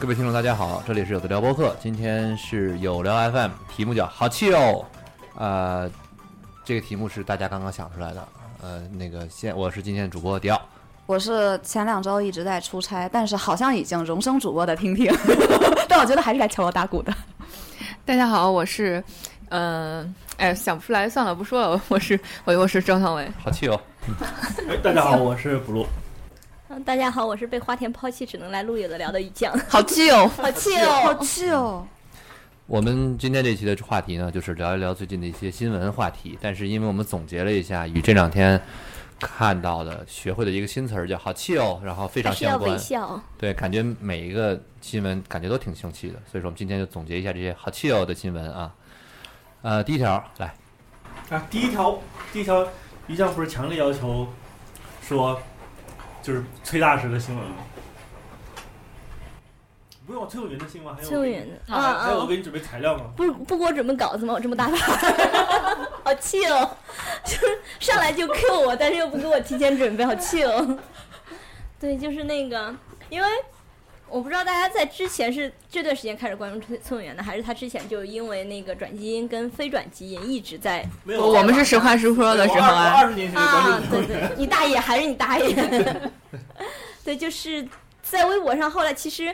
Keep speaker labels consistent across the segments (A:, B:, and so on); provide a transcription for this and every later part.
A: 各位听众，大家好，这里是有的聊播客，今天是有聊 FM，题目叫“好气哦”，呃，这个题目是大家刚刚想出来的，呃，那个现我是今天的主播迪奥，
B: 我是前两周一直在出差，但是好像已经荣升主播的婷婷， 但我觉得还是该敲锣打鼓的。
C: 大家好，我是，嗯、呃，哎，想不出来，算了，不说了，我是我我是张小伟，
A: 好气哦，
D: 大家好，我是 blue。
E: 嗯，大家好，我是被花田抛弃，只能来录有的聊的雨酱。
C: 好气哦，
E: 好气哦，
B: 好气哦！
A: 我们今天这期的话题呢，就是聊一聊最近的一些新闻话题，但是因为我们总结了一下，与这两天看到的、学会的一个新词儿叫“好气哦”，然后非常
E: 还是要
A: 相
E: 微
A: 关，
E: 笑。
A: 对，感觉每一个新闻感觉都挺生气的，所以说我们今天就总结一下这些“好气哦”的新闻啊，呃，第一条来。
D: 啊，第一条，第一条，于酱不是强烈要求说，就是崔大师的新闻吗？不用崔永元的新闻，还有
E: 崔永元的
D: 还
E: 啊
D: 还哎有我
E: 啊
D: 给你准备材料吗？
E: 不不给我准备稿子吗？我这么 大牌，好气哦！就是上来就 Q 我，但是又不给我提前准备，好气哦！对，就是那个，因为我不知道大家在之前是这段时间开始关注崔崔永元的，还是他之前就因为那个转基因跟非转基因一直在
D: 没有，
C: 我我们是实话实说的时候
D: 我
C: 啊，
D: 二十年前就关注
E: 啊
D: 你，
E: 对对，你大爷还是你大爷。 对，就是在微博上，后来其实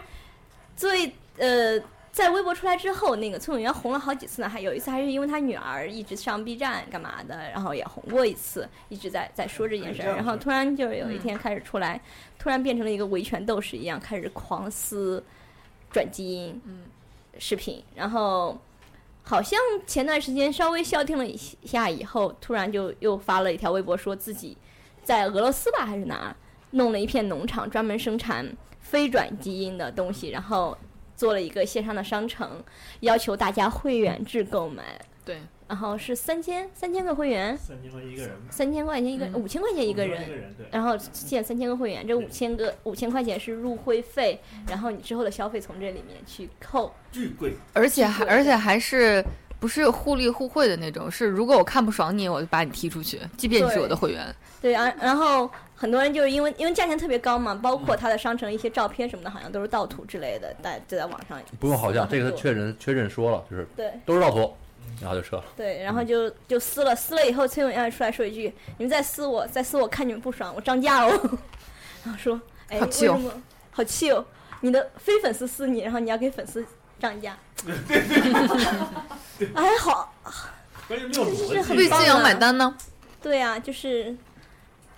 E: 最呃，在微博出来之后，那个崔永元红了好几次呢，还有一次还是因为他女儿一直上 B 站干嘛的，然后也红过一次，一直在在说这件事
D: 哎这
E: 儿，
D: 样
E: 然后突然就有一天开始出来，突然变成了一个维权斗士一样，开始狂撕转基因
C: 嗯
E: 视频，然后。好像前段时间稍微消停了一下以后，突然就又发了一条微博，说自己在俄罗斯吧还是哪儿弄了一片农场，专门生产非转基因的东西，然后做了一个线上的商城，要求大家会员制购买，
C: 对，
E: 然后是三千三千个会员，
D: 三千块一个人，
E: 三千块钱一个，
C: 嗯
E: 五千块钱一个
D: 一个
E: 人。
D: 人对。
E: 然后现在三千个会员，这五千个五千块钱是入会费，然后你之后的消费从这里面去扣。
D: 巨贵，
C: 而且还
E: 是
C: 而且还是不是互利互惠的那种，是如果我看不爽你，我就把你踢出去，即便你是
E: 对
C: 我的会员，
E: 对，然然后很多人就是因为因为价钱特别高嘛，包
A: 嗯
E: 括它的商城的一些照片什么的，好像都是盗图之类的，大家就在网上
A: 不用好像
E: 撕
A: 这
E: 了
A: 个
E: 很多嗯
A: 他确认确认说了，就是
E: 对
A: 都是盗图，然后就撤了。
E: 对，然后就就撕了，撕了以后，崔永元出来说一句：“你们再撕我，再撕我，看你们不爽，我涨价哦。” 然后说：“哎，
C: 好
E: 为
C: 气哦
E: 什么？好气哦！你的非粉丝撕你，然后你要给粉丝涨 价。哎，好，
D: 关键没
E: 这
D: 有逻
E: 是
D: 辑，
E: 很
C: 为
E: 棒
C: 信仰买单呢？
E: 对啊，就是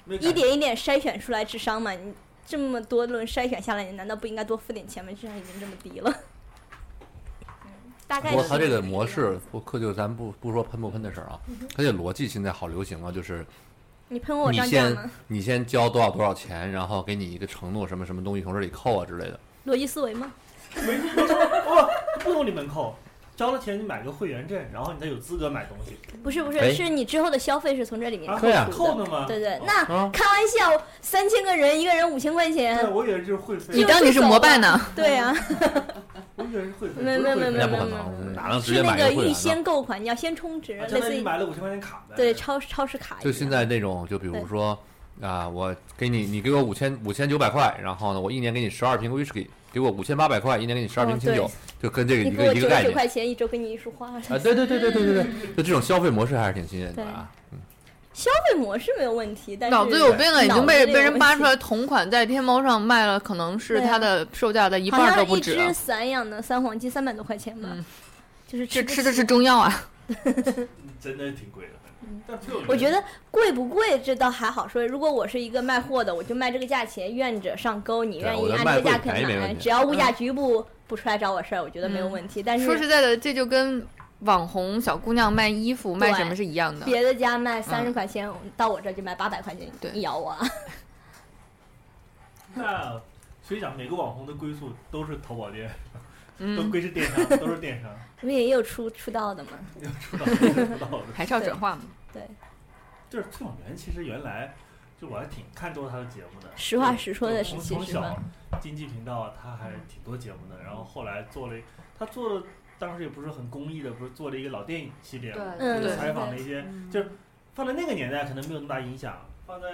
D: 没有
E: 一点一点筛选出来智商嘛。你这么多轮筛选下来，你难道不应该多付点钱吗？智商已经这么低了。嗯大概
A: 不过
E: 是
A: 他这个
E: 样
A: 模，式，不可就咱不不说喷不喷的事儿啊，
E: 嗯
A: 他这逻辑现在好流行啊，就是
E: 你喷我
A: 你
E: 涨价
A: 先
E: 吗？
A: 你先交多少多少钱，然后给你一个承诺，什么什么东西从这里扣啊之类的。
E: 逻辑思维吗？
D: 没没哦，不从你门口交了钱，你买个会员证，然后你才有资格买东西。
E: 不是不是，
A: 哎
E: 是你之后的消费是从这里面
D: 啊
E: 扣
A: 对啊
E: 除
D: 扣的吗？
E: 对对
D: 哦，
E: 那
A: 啊
E: 开玩笑，三千个人，一个人五千块
D: 对，
E: 钱，
D: 我以为是会
C: 你
D: 费，
C: 当你是膜拜呢？
E: 对啊，
D: 我以为是会费，
E: 没
D: 不是会
E: 没
D: 费
E: 没
A: 那不可
E: 没
A: 能，
E: 没
A: 哪能直
E: 嗯是
A: 接
E: 那
A: 买一
E: 个
A: 个会
E: 预
A: 员呢？
E: 先购款，你要先充值，
D: 啊相
E: 类
D: 当
E: 似
D: 于你
E: 于
D: 买了五千块钱卡呗。
E: 对超超市卡一样。
A: 就现在那种，就比如说啊，我给你你给我五千五千九百块，然后呢，我一年给你十二瓶 whisky，给我五千八百块，一年给你十二
E: 哦
A: 瓶清
E: 对
A: 酒，就跟这个
E: 你给
A: 一个
E: 我
A: 一
E: 九十
A: 个概
E: 九
A: 念。
E: 块钱一周给你一束花，消
A: 啊，对对对对对对对，就这种消费模式还是挺新颖的啊。
E: 费模式没有问题，但是
C: 脑子有病啊，已
E: 脑
C: 经
E: 子
C: 被
E: 这个
C: 被人扒
E: 问
C: 出
E: 题
C: 来，同款在天猫上卖了，可能是
E: 对啊
C: 它的售价的一
E: 好
C: 半都
E: 像
C: 不
E: 一
C: 止
E: 只
C: 啊，
E: 散养的三黄鸡三百多块钱吧
C: 嗯，
E: 就是
C: 这
E: 不
C: 吃的
E: 起
C: 是中药啊。
D: 嗯真的挺贵的。但是
E: 嗯我觉得贵不贵这倒还好说。如果我是一个卖货的，我就卖这个价钱，愿者上钩，你
A: 对啊
E: 愿
A: 我
E: 意
A: 觉得
E: 按
A: 卖
E: 这价
A: 贵便宜
E: 肯
A: 没
E: 买
A: 问，题
C: 嗯哎
E: 只要物价局部不出来找我事儿，我觉得没有问题。但是
C: 说实在的，这就跟网红小姑娘卖衣服卖
E: 对
C: 什么是一样的。
E: 别的家卖三十块钱，到我这儿就卖八百块钱，
C: 嗯对
E: 你咬我 啊！
D: 那所以讲，每个网红的归宿都是淘宝店，都
C: 嗯，
D: 归是电 商，都是电商，
E: 不是也有出出道的吗？
D: 知道知道的。
C: 还是要转化嘛。
D: 就是崔永元，其实原来就我还挺看重他的节目的。
E: 实话实说的
D: 就是从
E: 其
D: 从
E: 实吧
D: 小，经济频道他还挺多节目的，然后后来做了一，他做了当时也不是很公益的，不是做了一个老电影系列嘛，
E: 对
C: 嗯
D: 就
E: 对
D: 是采访了一些，
B: 嗯
D: 就是放在那个年代可能没有那么大影响，放在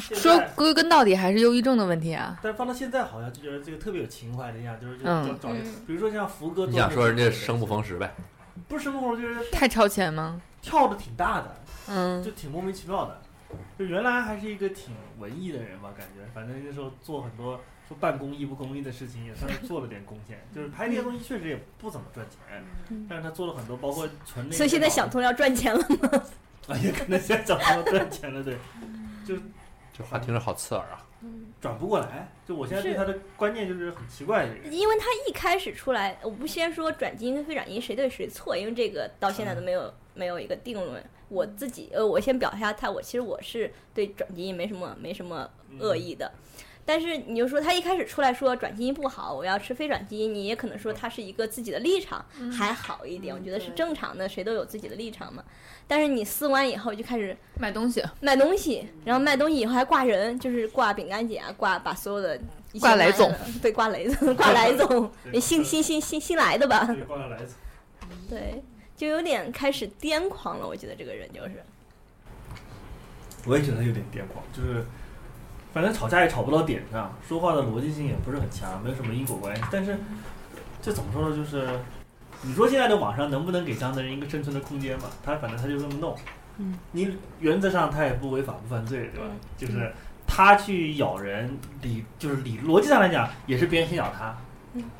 D: 现
C: 说
D: 在
C: 归根到底还是忧郁症的问题啊。
D: 但是放到现在好像就觉得这个特别有情怀的一样，就是就
C: 嗯
D: 找找一个
E: 嗯，
D: 比如说像福哥，
F: 你想说人家生不逢时呗？
D: 不是生不逢时，就是
C: 太超前吗？
D: 跳的挺大的，
C: 嗯
D: 就挺莫名其妙的。就原来还是一个挺文艺的人吧，感觉反正那时候做很多说半公益不公益的事情，也算是做了点贡献。就是拍这些东西确实也不怎么赚钱，
E: 嗯
D: 但是他做了很多，包括存那个。
E: 所以现在想通要赚钱了吗？
D: 啊，也可能现在想通赚钱了，对，
F: 这话听着好刺耳啊！
D: 转不过来。就我现在对
E: 是
D: 他的观念就是很奇怪的一个人。
E: 因为他一开始出来，我不先说转基因跟非转基因谁对谁错，因为这个到现在都没有没有一个定论。我自己呃，我先表一下态，我其实我是对转基因没什么没什么
D: 嗯
E: 恶意的。但是你就说他一开始出来说转基因不好，我要吃非转基因，你也可能说他是一个自己的立场，还好一点，我觉得是正常的，谁都有自己的立场嘛。但是你撕完以后就开始
C: 买东西
E: 卖东西，然后卖东西以后还挂人，就是挂饼干姐啊，挂把所有的一起
C: 挂雷
E: 买的
C: 总，
E: 对，挂雷总，挂雷总，
D: 对
E: 也新新新新新来的吧，
D: 对，挂下来。
E: 对，就有点开始癫狂了。我觉得这个人就是，
D: 我也觉得他有点癫狂，就是反正吵架也吵不到点上，说话的逻辑性也不是很强，没有什么因果关系。但是这怎么说呢？就是你说现在的网上能不能给这样的人一个生存的空间吧？他反正他就这么弄，嗯，你原则上他也不违法不犯罪，对吧？就是他去咬人，理就是理逻辑上来讲也是别人先咬他。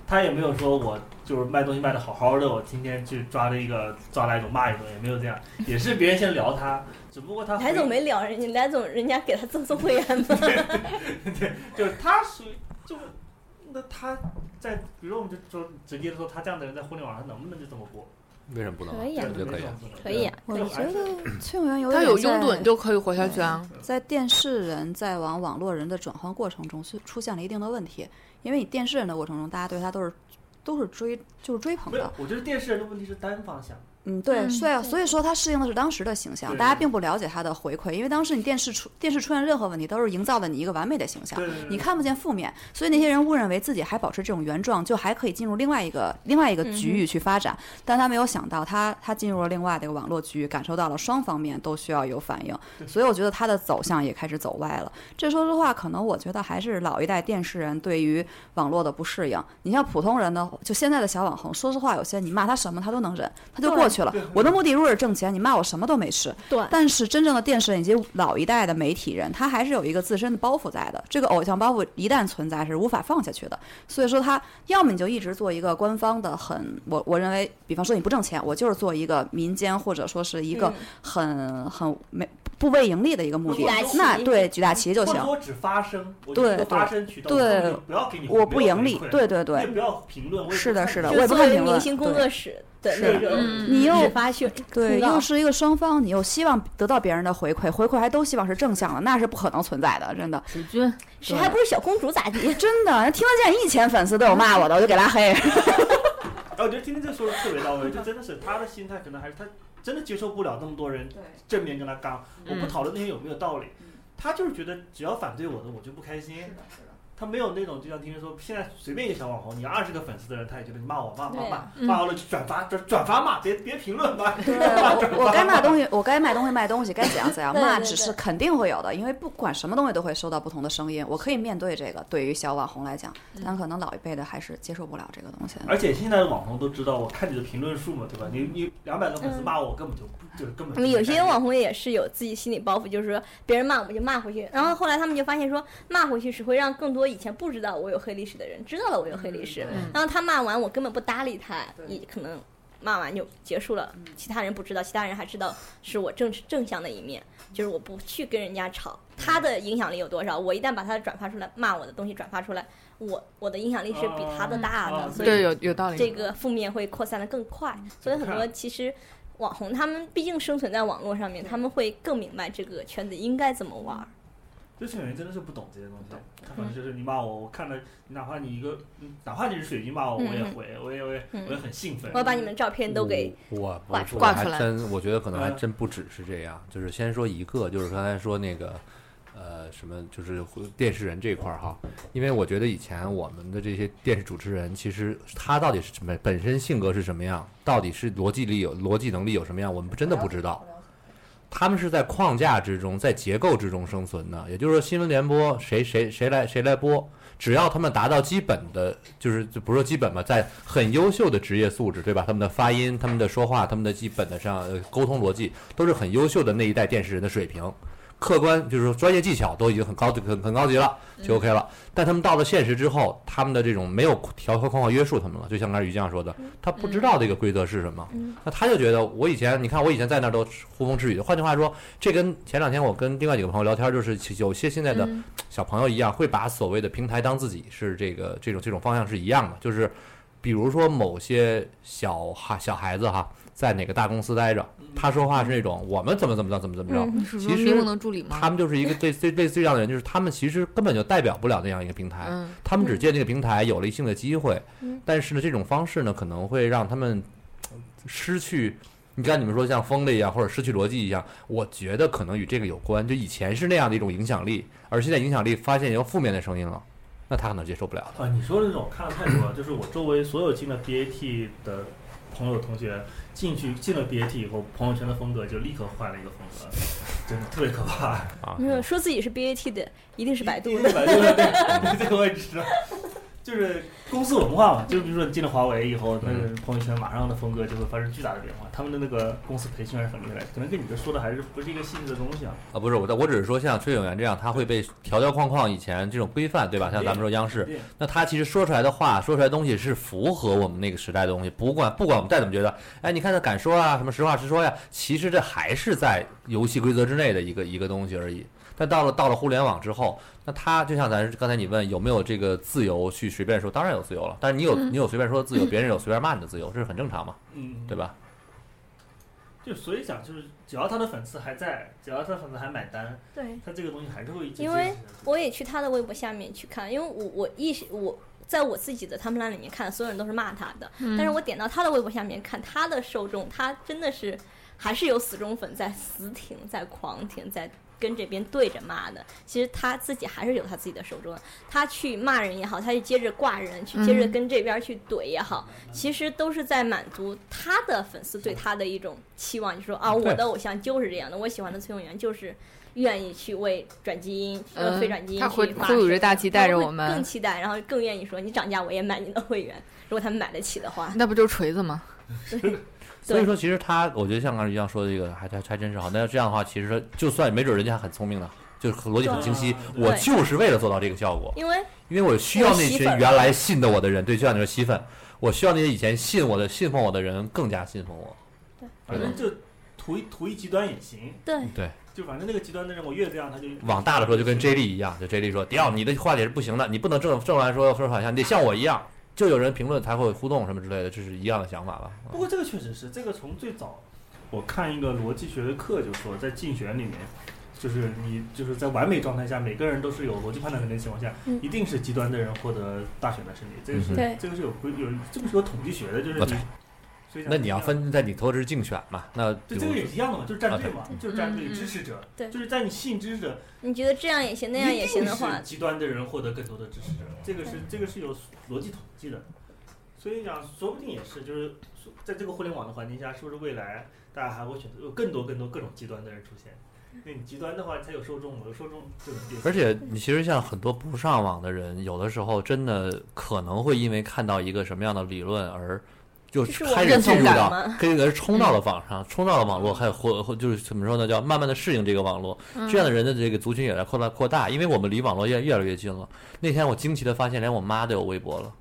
D: 他也没有说我就是卖东西卖的好好的，我今天去抓了一个抓来一种骂一种，也没有这样，也是别人先聊他，只不过他
E: 来
D: 回
E: 总没聊人家，来总人家给他赠送会员嘛，
D: 就是他属于就是，那他在比如说我们就说直接说他这样的人在互联网上能不能就这么播？
F: 为什么不能啊？
E: 可以啊
F: 我觉得可以啊。
E: 可以啊。
B: 我觉得崔永元有
C: 他有
B: 点
C: 拥
B: 在
C: 趸就可以活下去啊。
B: 在电视人在往网络人的转换过程中是出现了一定的问题，因为你电视人的过程中，大家对他都是都是追就是追捧
D: 没有
B: 的，，
D: 我觉得电视人的问题是单方向，
B: 嗯，对，
C: 嗯
B: 所以所以说他适应的是当时的形象，
D: 对
B: 大家并不了解他的回馈，因为当时你电视出电视出现任何问题，都是营造了你一个完美的形象
D: 对，对对，
B: 你看不见负面，所以那些人误认为自己还保持这种原状，就还可以进入另外一个另外一个局域去发展，但他没有想到他他进入了另外的一个网络局域，感受到了双方面都需要有反应，所以我觉得他的走向也开始走歪了。这说实话，可能我觉得还是老一代电视人对于网络的不适应。你像普通人呢，就现在的小网红，说实话，有些你骂他什么他都能忍，他就过去了。我的目的如果是挣钱，你骂我什么都没事。
E: 对
B: 但是真正的电视人以及老一代的媒体人，他还是有一个自身的包袱在的。这个偶像包袱一旦存在，是无法放下去的。所以说，他要么你就一直做一个官方的很，我我认为，比方说你不挣钱，我就是做一个民间或者说是一
E: 嗯
B: 个很很没不为盈利的一个目的
E: 举大，旗
B: 那对举大旗就
D: 或
B: 行
D: 者。说只发声，我
B: 对
D: 一个发声渠道，
B: 对
D: 我不要给你，
B: 我不盈利
D: 没有回，馈
B: 对对
D: 我也
B: 对，
D: 不要评论，我也不
B: 是的
D: 呃看
B: 是的
D: 你
E: 就
B: 我也
E: 是
B: 不
E: 作
B: 看
E: 为
B: 评论
E: 明星工作室的
D: 是
E: 那种，
D: 的
C: 嗯，
B: 你又
E: 只发讯，
B: 对，
E: 告
B: 又是一个双方，你又希望得到别人的回馈，回馈还都希望是正向的，那是不可能存在的，真的，
C: 史军，
E: 谁还不是小公主咋地？
B: 真的。听得见一千粉丝都有骂我的，我就给拉黑。
D: 哎，我觉得今天这说的特别到位，就真的是他的心态可能还是他真的接受不了那么多人正面跟他刚。
E: 嗯
D: 我不讨论那些有没有道理，他就是觉得只要反对我的，我就不开心。他没有那种，就像听人说，现在随便一个小网红，你二十个粉丝的人，他也觉得你骂我骂骂
E: 对
D: 骂
E: 啊
D: 骂完了就转发转转发骂，别别评论 吧。
B: 对，我我该卖东西，我该卖东西卖东西，该怎样怎样，
E: 对对
B: 骂
E: 对
B: 只是肯定会有的，因为不管什么东西都会收到不同的声音，我可以面对这个。对于小网红来讲，但可能老一辈的还是接受不了这个东西。
D: 而且现在的网红都知道，我看你的评论数嘛，对吧？你你两百个粉丝
E: 嗯
D: 骂我，根本就不就是根本
E: 他
D: 就
E: 们
D: 没
E: 有
D: 感
E: 些
D: 觉
E: 网红也是有自己心理包袱，就是说别人骂我们就骂回去，然后后来他们就发现说骂回去只会让更多以前不知
D: 嗯
E: 道我有黑历史的人知道了我有黑历史，然后他骂完我根本不搭理他，也可能骂完就结束了，
D: 嗯
E: 其他人不知道，其他人还知道是我正正向的一面，就是我不去跟人家吵。他的影响力有多少？我一旦把他转发出来，骂我的东西转发出来，我我的影响力是比他的大
D: 哦
E: 的，
D: 哦
E: 所以
C: 对，有有道理。
E: 这个负面会扩散的更快，所以很多
D: 看
E: 其实网红他们毕竟生存在网络上面，他们会更明白这个圈子应该怎么玩儿。
D: 这些人真的是不懂这些东西，他可能就是你骂我，我看了，哪怕你一个，嗯哪怕你是水晶骂我，我也
E: 嗯嗯
D: 回，我也我也
E: 嗯
D: 我也很兴奋
E: 我。要把你们照片都给
A: 嗯我我
E: 挂
A: 我
E: 出
C: 挂
A: 还
C: 出来
A: 真我觉得可能还
D: 嗯
A: 真不只是这样，就是先说一个，就是刚才说那个呃什么，就是电视人这一块儿哈，因为我觉得以前我们的这些电视主持人，其实他到底是什么本身性格是什么样，到底是逻辑力有逻辑能力有什么样，我们真的不知道。他们是在框架之中，在结构之中生存的，也就是说，新闻联播谁谁谁来谁来播，只要他们达到基本的，就是就不是说基本吧，在很优秀的职业素质，对吧？他们的发音、他们的说话、他们的基本的上呃沟通逻辑，都是很优秀的那一代电视人的水平。客观就是说专业技巧都已经很高级、很很高级了，就 OK 了。但他们到了现实之后，他们的这种没有条条框框约束他们了，就像刚才于酱说的，他不知道这个规则是什么，那他就觉得我以前，你看我以前在那儿都呼风吃雨。换句话说，这跟前两天我跟另外几个朋友聊天，就是其有些现在的小朋友一样，会把所谓的平台当自己是这个这种这种方向是一样的，就是比如说某些小孩小孩子哈，在哪个大公司待着，
D: 嗯
A: 他说话是那种我们怎么怎么着怎么怎么着，
E: 嗯
C: 你是说
A: 其实
C: 迷糊能助理吗？
A: 他们就是一个类似类似于这样的人，就是他们其实根本就代表不了那样一个平台，
C: 嗯，
A: 他们只借这个平台有了一定的机会，
E: 嗯
A: 但是呢，这种方式呢，可能会让他们呃失去。你刚才你们说像疯了一样，或者失去逻辑一样，我觉得可能与这个有关。就以前是那样的一种影响力，而现在影响力发现有负面的声音了，那他可能接受不了
D: 啊，你说的这种我看的太多了，就是我周围所有进了 BAT 的朋友同学，进去进了 BAT 以后，朋友圈的风格就立刻换了一个风格，真的特别可怕。
A: 啊。
E: 没有嗯说自己是 BAT 的，一定是百度
D: 一
E: 的。
D: 定百度的，对，这个我也知道。就是公司文化嘛，就比如说你进了华为以后，那
A: 嗯
D: 个朋友圈马上的风格就会发生巨大的变化。他们的那个公司培训还是很厉害的，可能跟你这说的还是不是一个性质的东西啊。
A: 啊，不是我的，我只是说像崔永元这样，他会被条条框框以前这种规范，对吧？像咱们说央视，
D: 对
A: 那他其实说出来的话，说出来的东西是符合我们那个时代的东西，不管不管我们再怎么觉得，哎，你看他敢说啊，什么实话实说呀，其实这还是在游戏规则之内的一个一个东西而已。但到了到了互联网之后，那他就像咱刚才你问有没有这个自由去随便说，当然有自由了，但是你有你有随便说的自由，别人有随便骂你的自由，这是很正常嘛，
D: 嗯，
A: 对吧？
D: 就所以讲，就是只要他的粉丝还在，只要他的粉丝还买单，
E: 对，
D: 他这个东西还是会一直
E: 因为
D: 坚持下去
E: 我也去他的微博下面去看，因为我我意识我在我自己的 timeline 里面看，所有人都是骂他的，
C: 嗯
E: 但是我点到他的微博下面看，他的受众，他真的是还是有死忠粉在死挺，在狂挺，在跟这边对着骂的。其实他自己还是有他自己的受众的，他去骂人也好，他去接着挂人，去接着
C: 嗯
E: 跟这边去怼也好，其实都是在满足他的粉丝对他的一种期望，就说啊，我的偶像就是这样的，我喜欢的崔永元就是。愿意去为转基因，呃，
C: 嗯
E: 非转基因
C: 他
E: 去
C: 会
E: 发
C: 会有
E: 声
C: 着大旗带着
E: 他会
C: 我们
E: 更期待，然后更愿意说你涨价我也买你的会员，如果他们买得起的话。
C: 那不就是锤 子吗？
A: 所以说，其实他，我觉得像刚才一样说的这个，还还还真是好。那要这样的话，其实就算没准人家很聪明的，就是逻辑很清晰，
D: 对
A: 我就是为了做到这个效果，
E: 因为
A: 因为我需要那群原来信的我的人，对，就像你说吸粉，我需要那些以前信我的、信奉我的人更加信奉我。
D: 反正就图一图一极端也行，
E: 对
A: 对，
D: 就反正那个极端的人，我越这样他就
A: 往大了说，就跟 J 莉一样，就 J 莉说，迪奥，你的话也是不行的，你不能正正来说说好像，你得像我一样，就有人评论才会互动什么之类的，这是一样的想法吧？
D: 不过这个确实是，这个从最早我看一个逻辑学的课就说，在竞选里面，就是你就是在完美状态下，每个人都是有逻辑判断能力的情况下，
E: 嗯
D: 一定是极端的人获得大选的胜利。这个是、
A: 嗯
E: 对
D: 这个是有规有这个是有统计学的，就是
A: 我
D: 你
A: 操。
D: 所以讲
A: 那你要，啊分在你投资竞选嘛？那比
D: 对
A: 如
D: 这个也
A: 说
D: 是一样的嘛，就是站队嘛，就是站队
C: 嗯嗯
D: 支持者，
E: 对
D: 就是在你信支持者
E: 你觉得这样也行，那样也行的
D: 一定
E: 话
D: 是，极端的人获得更多的支持者，这个是这个是有逻辑统计的，所以讲说不定也是，就是说在这个互联网的环境下，是不是未来大家还会选择有更多更多各种极端的人出现？那你极端的话才有受众，有受众就能变现。
A: 而且，你其实像很多不上网的人，有的时候真的可能会因为看到一个什么样的理论而就
E: 这是我
A: 开始
E: 认
A: 进
E: 同
A: 入
E: 感
A: 到
E: 吗，嗯
A: 跟一个人冲到了网上，冲到了网络，还有或或就是怎么说呢，叫慢慢的适应这个网络。这样的人的这个族群也在扩大扩大，因为我们离网络越越来越近了。那天我惊奇的发现，连我妈都有微博了。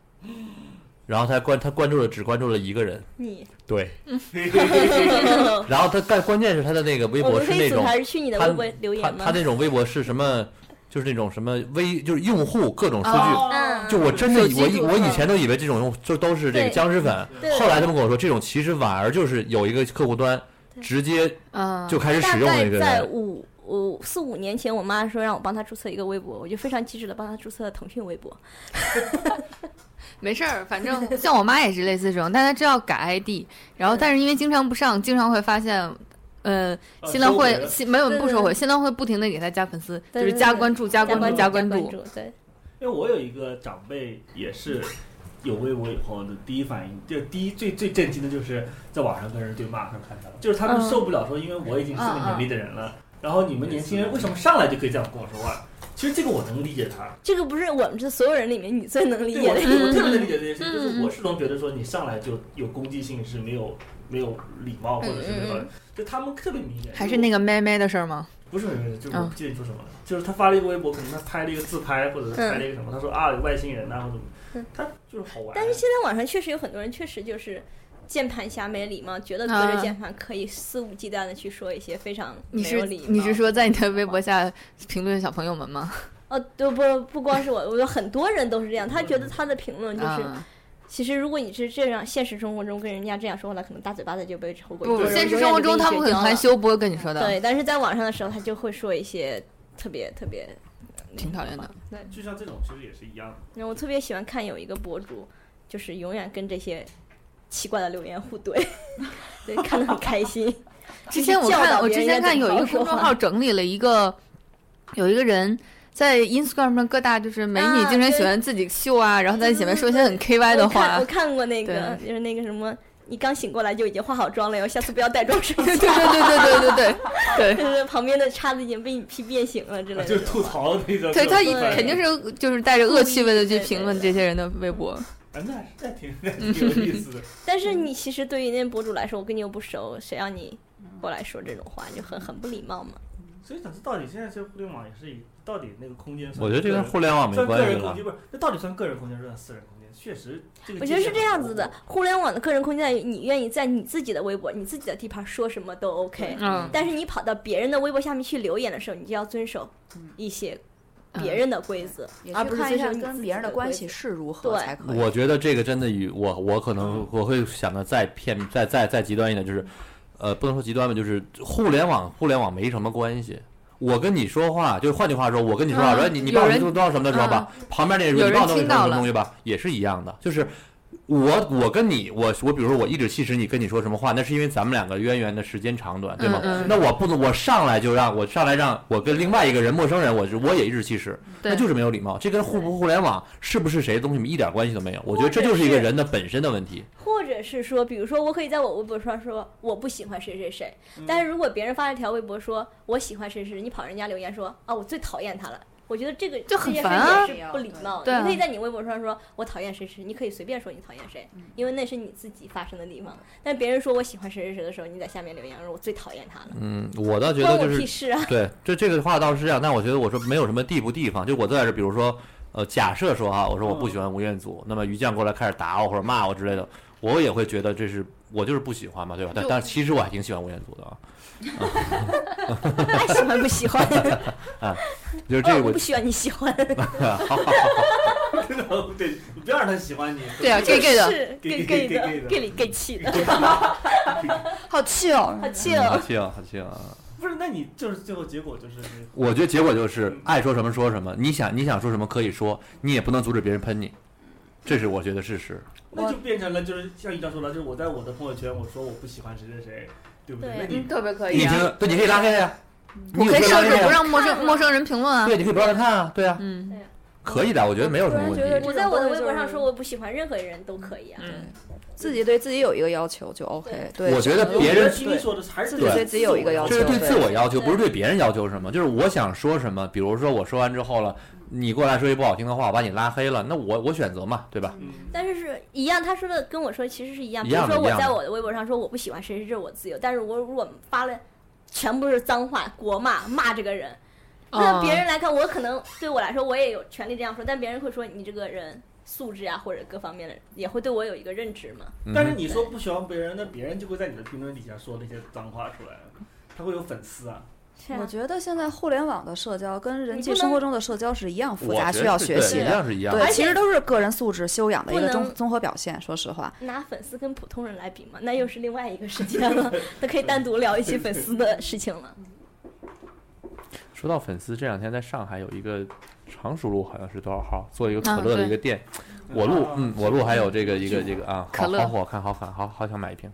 F: 然后他关他关注了只关注了一个人，
E: 你，
F: 对，
E: 我
F: 然后他但关键是他的那个微博
E: 们
F: 是
E: 可
F: 那
E: 以组
F: 种
E: 团去你的
F: 他
E: 微博留
F: 他
E: 言
F: 他
E: 吗？
F: 那种微博是什么？就是那种什么微，就是用户各种数据，
B: 哦
E: 嗯，
F: 就我真的
C: 手
F: 以
C: 机
F: 我以
C: 主
F: 我
C: 播
F: 以前都以为这种用就都是这个
E: 对
F: 僵尸粉，
E: 对
F: 后来他们跟我说，这种其实反而就是有一个客户端
E: 对
F: 直接
C: 嗯，
F: 就开始
E: 大
F: 使用
E: 概
F: 那个
E: 在
F: 人，
E: 五五四五年前，我妈说让我帮她注册一个微博，我就非常机智的帮她注册了腾讯微博。
C: 没事儿，反正 像我妈也是类似这种，但她知道改 ID，然后但是因为经常不上，经常会发现，呃，
D: 啊
C: 新浪
D: 收回
C: 会新没有
E: 对
C: 不
E: 对
C: 收回，
E: 对
C: 新浪会不停的给她加粉丝，就
E: 对
C: 是
E: 对
C: 加
E: 对
C: 关注、加关
E: 关
C: 加
E: 关
C: 关注。，
E: 对，
D: 因为我有一个长辈也是有微博以后的第一反应，就第一最最震惊的就是在网上跟人对骂，就是他们
E: 嗯
D: 受不了说，因为我已经是个
C: 嗯嗯
D: 努力的人了，然后你们年轻人为什么上来就可以这样跟我说话？其实这个我能理解他，
E: 这个不是我们这所有人里面你最能理
D: 对
E: 解
D: 我
E: 的
D: 这。个我特别能理解这件事，情，就
C: 嗯
D: 是我始终觉得说你上来就有攻击性是没有没有礼貌或者是没有
E: 嗯嗯，
D: 就他们特别明显，
C: 还是那个妹妹的事儿吗？
D: 不是没有，就是我
C: 嗯
D: 不记得你说什么了。就是他发了一个微博，可能他拍了一个自拍，或者是拍了一个什么，他说啊有外星人呐、或者
E: 嗯
D: 怎么，他就是好玩。
E: 但是现在网上确实有很多人确实就是键盘侠没礼貌，觉得隔着键盘可以肆无忌惮的去说一些非常
C: 啊你
E: 没有
C: 是
E: 礼貌。
C: 你是说在你的微博下评论小朋友们吗？
E: 哦，对不不光是我，我有很多人都是这样，他觉得他的评论就是，
C: 嗯啊
E: 其实如果你是这样现实生活中跟人家这样说话，他可能大嘴巴子就被抽过去。
C: 不，
E: 就
C: 不
E: 是
C: 现
E: 永远
C: 实生活
E: 就跟
C: 中
E: 你
C: 他们
E: 绝
C: 很
E: 交
C: 害
E: 了
C: 羞，不会跟你说的，
E: 对，但是在网上的时候，他就会说一些特别特别
C: 挺讨厌的。
D: 就像这种其实也是一样的。
E: 然后我特别喜欢看有一个博主，就是永远跟这些奇怪的留言互怼， 对，看得很开 心。
C: 之前我
E: 教
C: 看，
E: 导
C: 我
E: 别
C: 之
E: 人要
C: 前看
E: 怎么
C: 有一个
E: 说
C: 公众
E: 话
C: 号整理了一个，有一个人在 Instagram 上各大就是美女
E: 啊
C: 经常喜
E: 对
C: 欢自己秀啊，然后在前面说一些很
E: 我
C: KY 的话
E: 看我，看过那个，就是那个什么，你刚醒过来就已经化好妆了哟，下次不要带 妆睡 觉
C: 对对。对对对 对对
E: 就
C: 对。
E: 是旁边的叉子已经被你劈变形了之
F: 啊
E: 类
D: 啊就
E: 的
D: 是。吐槽那个，
C: 对他一
E: 对
C: 肯定是就是带着恶气味的去
E: 对对
C: 评论
E: 对
C: 这些人的微博，
D: 反正还是哎那挺那挺
E: 嗯
D: 有意思的。
E: 但是
C: 嗯
E: 你其实对于那博主来说，我跟你又不熟，谁让你过来说这种话，就很很不礼貌嘛。
D: 所以讲这到底现在这互联网也是以到底那个空间算
F: 我觉得这跟
D: 个
F: 互联网没
D: 算个
F: 关系
D: 人空
F: 了
D: 间，不是？那到底算个人空间，还是算私人空间？确实，这个
E: 我觉得是
D: 界限
E: 这
D: 很
E: 样
D: 模
E: 子
D: 糊
E: 的，互联网的个人空间在于你愿意在你自己的微博、你自己的地盘说什么都 OK，
C: 嗯，
E: 但是你跑到别人的微博下面去留言的时候，你就要遵守一些别人的规则。
B: 嗯也
E: 而
B: 去
E: 不是
B: 看
E: 遵
B: 一
E: 守
B: 下
E: 你自
B: 跟
E: 己
B: 别人的
E: 的
B: 关
E: 规
B: 系
E: 则
B: 是如何
E: 对
B: 才
C: 啊
B: 可以。
F: 我觉得这个真的与我我可
C: 嗯
F: 能我会想的再偏再再再极端一点，就是，呃，不能说极端吧，就是互联网互联网没什么关系。我跟你说话，就是换句话说，我跟你说话，哎
C: 嗯
F: 说你你
C: 有
F: 帮我
C: 人嗯
F: 弄到什么的时候吧，旁边那人说
C: 有
F: 你
C: 人
F: 帮我弄
C: 听到
F: 什么
C: 了
F: 东西吧，也是一样的，就是。我我跟你我我比如说我颐指气使你跟你说什么话，那是因为咱们两个渊源的时间长短，对吗？
C: 嗯嗯
F: 那我不能我上来就让我上来让我跟另外一个人陌生人，我就我也颐指气使，那
C: 对
F: 就是没有礼貌。这跟互不互联网是不是谁的东西一点关系都没有。我觉得这就是一个人的本身的问题。
E: 或者是说，比如说，我可以在我微博上说我不喜欢谁谁谁，
F: 嗯
E: 但是如果别人发了一条微博说我喜欢谁谁，谁，你跑人家留言说啊我最讨厌他了，我觉得这个
C: 就很
E: 这件事
C: 烦啊
E: 也是不礼貌的。
C: 对啊
E: 你可以在你微博上说我讨厌谁谁，谁，你可以随便说你讨厌谁，
F: 嗯
E: 因为那是你自己发生的地方。但别人说我喜欢谁谁谁的时候，你在下面留言说我最讨厌他了，
F: 嗯，我倒觉得
E: 关
F: 就
E: 我
F: 是
E: 屁事啊！
F: 对，这这个话倒是这样，但我觉得我说没有什么地不地方，就我在这，比如说，呃，假设说哈，我说我不喜欢吴彦祖，那么于酱过来开始打我或者骂我之类的，我也会觉得这是我就是不喜欢嘛，对吧？但
C: 就
F: 但其实我还挺喜欢吴彦祖的啊，
E: 爱喜欢不喜 欢，
F: 啊就是这
E: 哦
F: 个
E: 我
F: 我
E: 不喜欢你喜 欢，
D: 对，你不要让他喜欢你。
C: 对啊，gay gay 的，
E: 是
D: 给
E: gay gay 的
D: 给给给的
E: gay 里 gay 气的，
B: 好气哦！
E: 好气
F: 嗯好
E: 哦！
F: 气啊，好气啊！
D: 不是，那你就是最后结果就是那个
F: 我觉得结果就是爱说什么说什么，你想你想说什么可以说，你也不能阻止别人喷你，这是我觉得事实。
D: 那就变成了就是像一张说的，就是我在我的朋友圈我说我不喜欢谁谁谁，对不对？
E: 对
D: 那你
C: 特别可
B: 哎
F: 你
E: 啊
F: 听，对，你可以拉黑呀、你
B: 嗯
C: 我
F: 有
C: 可以
F: 权
C: 设
F: 拉黑
C: 置
F: 呀
C: 不让陌
E: 看
C: 生
E: 啊
C: 陌生人评论啊，
F: 对，你可以不让他看啊，对啊，
C: 嗯，
F: 可以的，我觉得没有什么问
B: 突然觉得
F: 题。嗯
E: 我在我的微博上说我不喜欢任何人都可以啊，
B: 自己对自己有一个要求就 OK
E: 对。
B: 嗯对，
F: 我觉得
D: 我
F: 别
D: 觉得
F: 人
D: 听你说嗯的还是
B: 自己对自己有一个要求
F: 这是对
B: 对
F: 自我要求，不是对别人要求什么。就是我想说什么，比如说我说完之后了，你过来说一句不好听的话，我把你拉黑了，那我我选择嘛，对吧？
D: 嗯
E: 但是是一样，他说的跟我说其实是一样。
F: 一
E: 比如
F: 样的
E: 说我
F: 一样
E: 在
F: 的
E: 我的微博上说我不喜欢谁，谁这是我自由。但是我如果发了全部是脏话、国骂，骂这个人，那
C: 哦
E: 别人来看我可能对我来说我也有权利这样说，但别人会说你这个人素质啊或者各方面的，也会对我有一个认知嘛。
F: 嗯
D: 但是你说不喜欢别人，那别人就会在你的评论底下说那些脏话出来，他会有粉丝啊。
E: 是
B: 我觉得现在互联网的社交跟人
E: 你
B: 际
E: 不
B: 生活
E: 能
B: 中的社交是一样复
F: 我
B: 杂，
F: 觉
B: 需
F: 得
B: 要
F: 是
B: 学
F: 对
B: 习
F: 一
B: 的。
F: 样是一样的。
B: 对，
E: 而
B: 其
E: 且
B: 实都是个人素质修养的一
E: 不
B: 个综
E: 能
B: 综合表现。说实话，
E: 拿粉丝跟普通人来比嘛，那又是另外一个事 情了，那可以单独聊一期粉丝的事情了。
A: 说到粉丝，这两天在上海有一个常熟路，好像是多少号做一个可
C: 嗯
A: 乐的
C: 对
A: 一个店，我路
D: 啊
A: 嗯我路还有这个一个这个啊，好
C: 可乐
A: 好好看好看好好想买一瓶。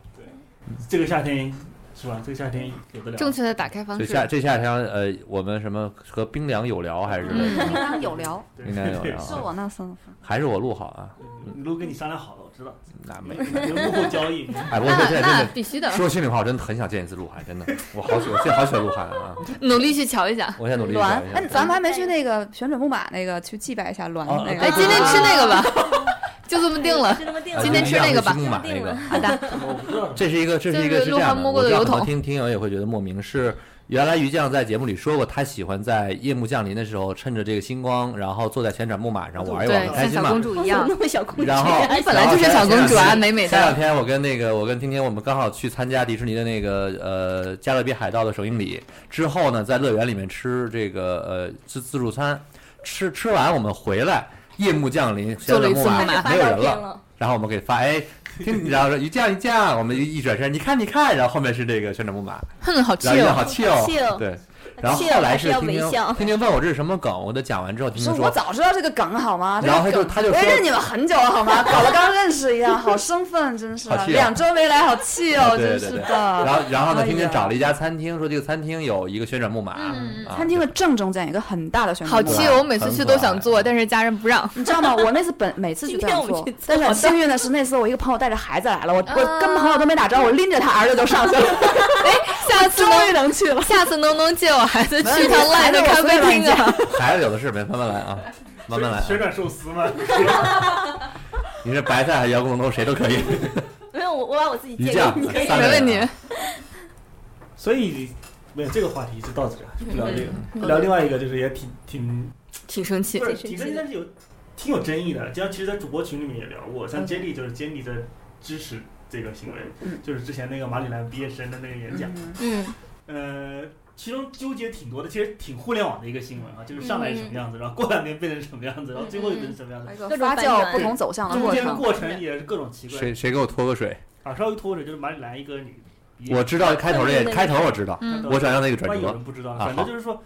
D: 这个夏天是吧？这个夏天有
F: 啊
D: 的聊。
C: 正确的打开方
F: 这
C: 式。
F: 夏这夏天呃，我们什么和冰凉有聊还是之类
B: 你
F: 的，
B: 刚有聊，
D: 对
F: 应该有聊
B: 是
F: 嗯 啊，
B: 我那三
F: 还是我录好啊？
D: 你都跟你商量好了，我知道。
F: 那没
D: 没，有幕后交易。
F: 哎，不过
C: 那
F: 现在
C: 那
F: 真
C: 必须的
F: 的，，说心里话，我真的很想见一次鹿晗，真的，我好喜，我现在好喜欢鹿晗啊！
C: 努力去瞧一下。
F: 我想努力找
B: 栾
F: 一，
B: 哎，
F: 下。
B: 咱们还没去那个旋转木马那个去祭拜一下栾
F: 哦
B: 那个。啊
C: 哎，今天吃那个吧， 就这么定了。
E: 就哎这么定
F: 啊
E: 了。
C: 今 天吃那个吧
F: 就木马那
E: 定
F: 个
E: 了，
B: 好的，
D: 我不知道。
F: 这是一个，这是一个
C: 就是是
F: 这样
C: 鹿晗
F: 的，
C: 摸过
F: 我
C: 的
F: 知道
C: 油
F: 很多
C: 桶
F: 听听友也会觉得莫名是。原来于酱在节目里说过，他喜欢在夜幕降临的时候，趁着这个星光，然后坐在旋转木马上玩一玩，
C: 对
F: 很，哎开
C: 像
F: 心
C: 小
F: 嘛
C: 公。主 一样
E: 那。么小公主
F: 然后
E: 呀
C: 你本来就是小公主啊，美美
F: 前两
C: 的。
F: 天我跟那个，我跟听听，我们刚好去参加迪士尼的那个呃《加勒比海盗》的首映礼，之后呢，在乐园里面吃这个呃自自助餐，吃吃完我们回来，夜幕降临，
C: 做了一次
F: 旋转
C: 木
F: 木
C: 马
F: 马
E: 发
F: 没有
E: 照
F: 人
E: 片
F: 了，
E: 了，
F: 然后我们给发哎，听，然后说一降一降，我们一转身，你看你看，然后后面是这个旋转木马，
C: 哼，好气
F: 然后一
C: 哦
F: 好气哦，
E: Chill
F: 对，然后
E: 气
F: 后来
E: 还
F: 是
E: 要
F: 听
E: 微
F: 听
E: 笑。
F: 听听问我这是什么梗，我都讲完之后，听
B: 是
F: 听
B: 我
F: 说，
B: 早知道这个梗好吗？这
F: 然后他
B: 个
F: 就
B: 梗
F: 他就
B: 我认识
F: 说。
B: 你们很久了好吗？搞得刚认识一样，好生分，真是
F: 好
B: 的，
F: 气哦
B: 两周没来，好气哦，
F: 对对对
B: 真是
F: 对
B: 的。
F: 然后，然后呢？
B: 哎呀
F: 听听找了一家餐厅，说这个餐厅有一个旋转木马，啊
B: 嗯餐厅的正中间有一个很大的旋
C: 好
B: 转木
C: 气
B: 马，
C: 哦！我每次去都
F: 啊
C: 想做，但是家人不让。
B: 你知道吗？我那次本每次去都
E: 今
B: 想
E: 天我
B: 做
E: 们去，
B: 但是很幸运的是，那次我一个朋友带着孩子来了，我我跟朋友都没打招呼，我拎着他儿子就上去了，
C: 下次
B: 终于
C: 能，
B: 能去了。
C: 下次能不能借我孩子
B: 没问
C: 去
B: 题
C: 趟
B: 孩子
C: Line 的
B: 我
C: 咖
B: 随
C: 啡
B: 便
C: 厅啊？
F: 孩子有的是，没慢慢来啊，慢慢来啊。
D: 旋转寿司嘛，
F: 你是白菜还是摇滚龙，谁都可以。
E: 没有，我我把我自己
F: 鱼
E: 借
F: 酱
E: 给你。，
F: 三
C: 没
F: 个人啊
C: 问题。
D: 所以没有这个话题就到这儿，就不聊这个，聊另外一个就是也挺 挺
C: 挺生气
D: 不，是
E: 挺
D: 挺
E: 神奇的
D: 跟
E: 嗯
D: 但是有挺有争议的。就像其实，在主播群里面也聊过，像 Jenny 就是 Jenny 在支持这个行为，
B: 嗯
D: 就是之前那个马里兰毕业生的那个演讲，
E: 嗯，
D: 呃，其中纠结挺多的，其实挺互联网的一个新闻啊，
E: 嗯
D: 就是上来是什么样子，然后过两天变成什么 样子，然后最后又变成什么样子，
B: 各
E: 种
B: 发
E: 发
B: 酵
E: 酵
B: 不
E: 不
B: 同
E: 同
B: 走向的
D: 中
B: 过
D: 间的
B: 程。
D: 过
E: 嗯
D: 程也是各种奇怪。
F: 谁谁给我拖个水？
D: 啊，稍微拖着，就是马里兰一个女，毕业
F: 我知道开头这开头我知道，
C: 嗯
F: 我想要那个转
D: 万一有
F: 折。
D: 人不知道，
F: 啊
D: 反正就是说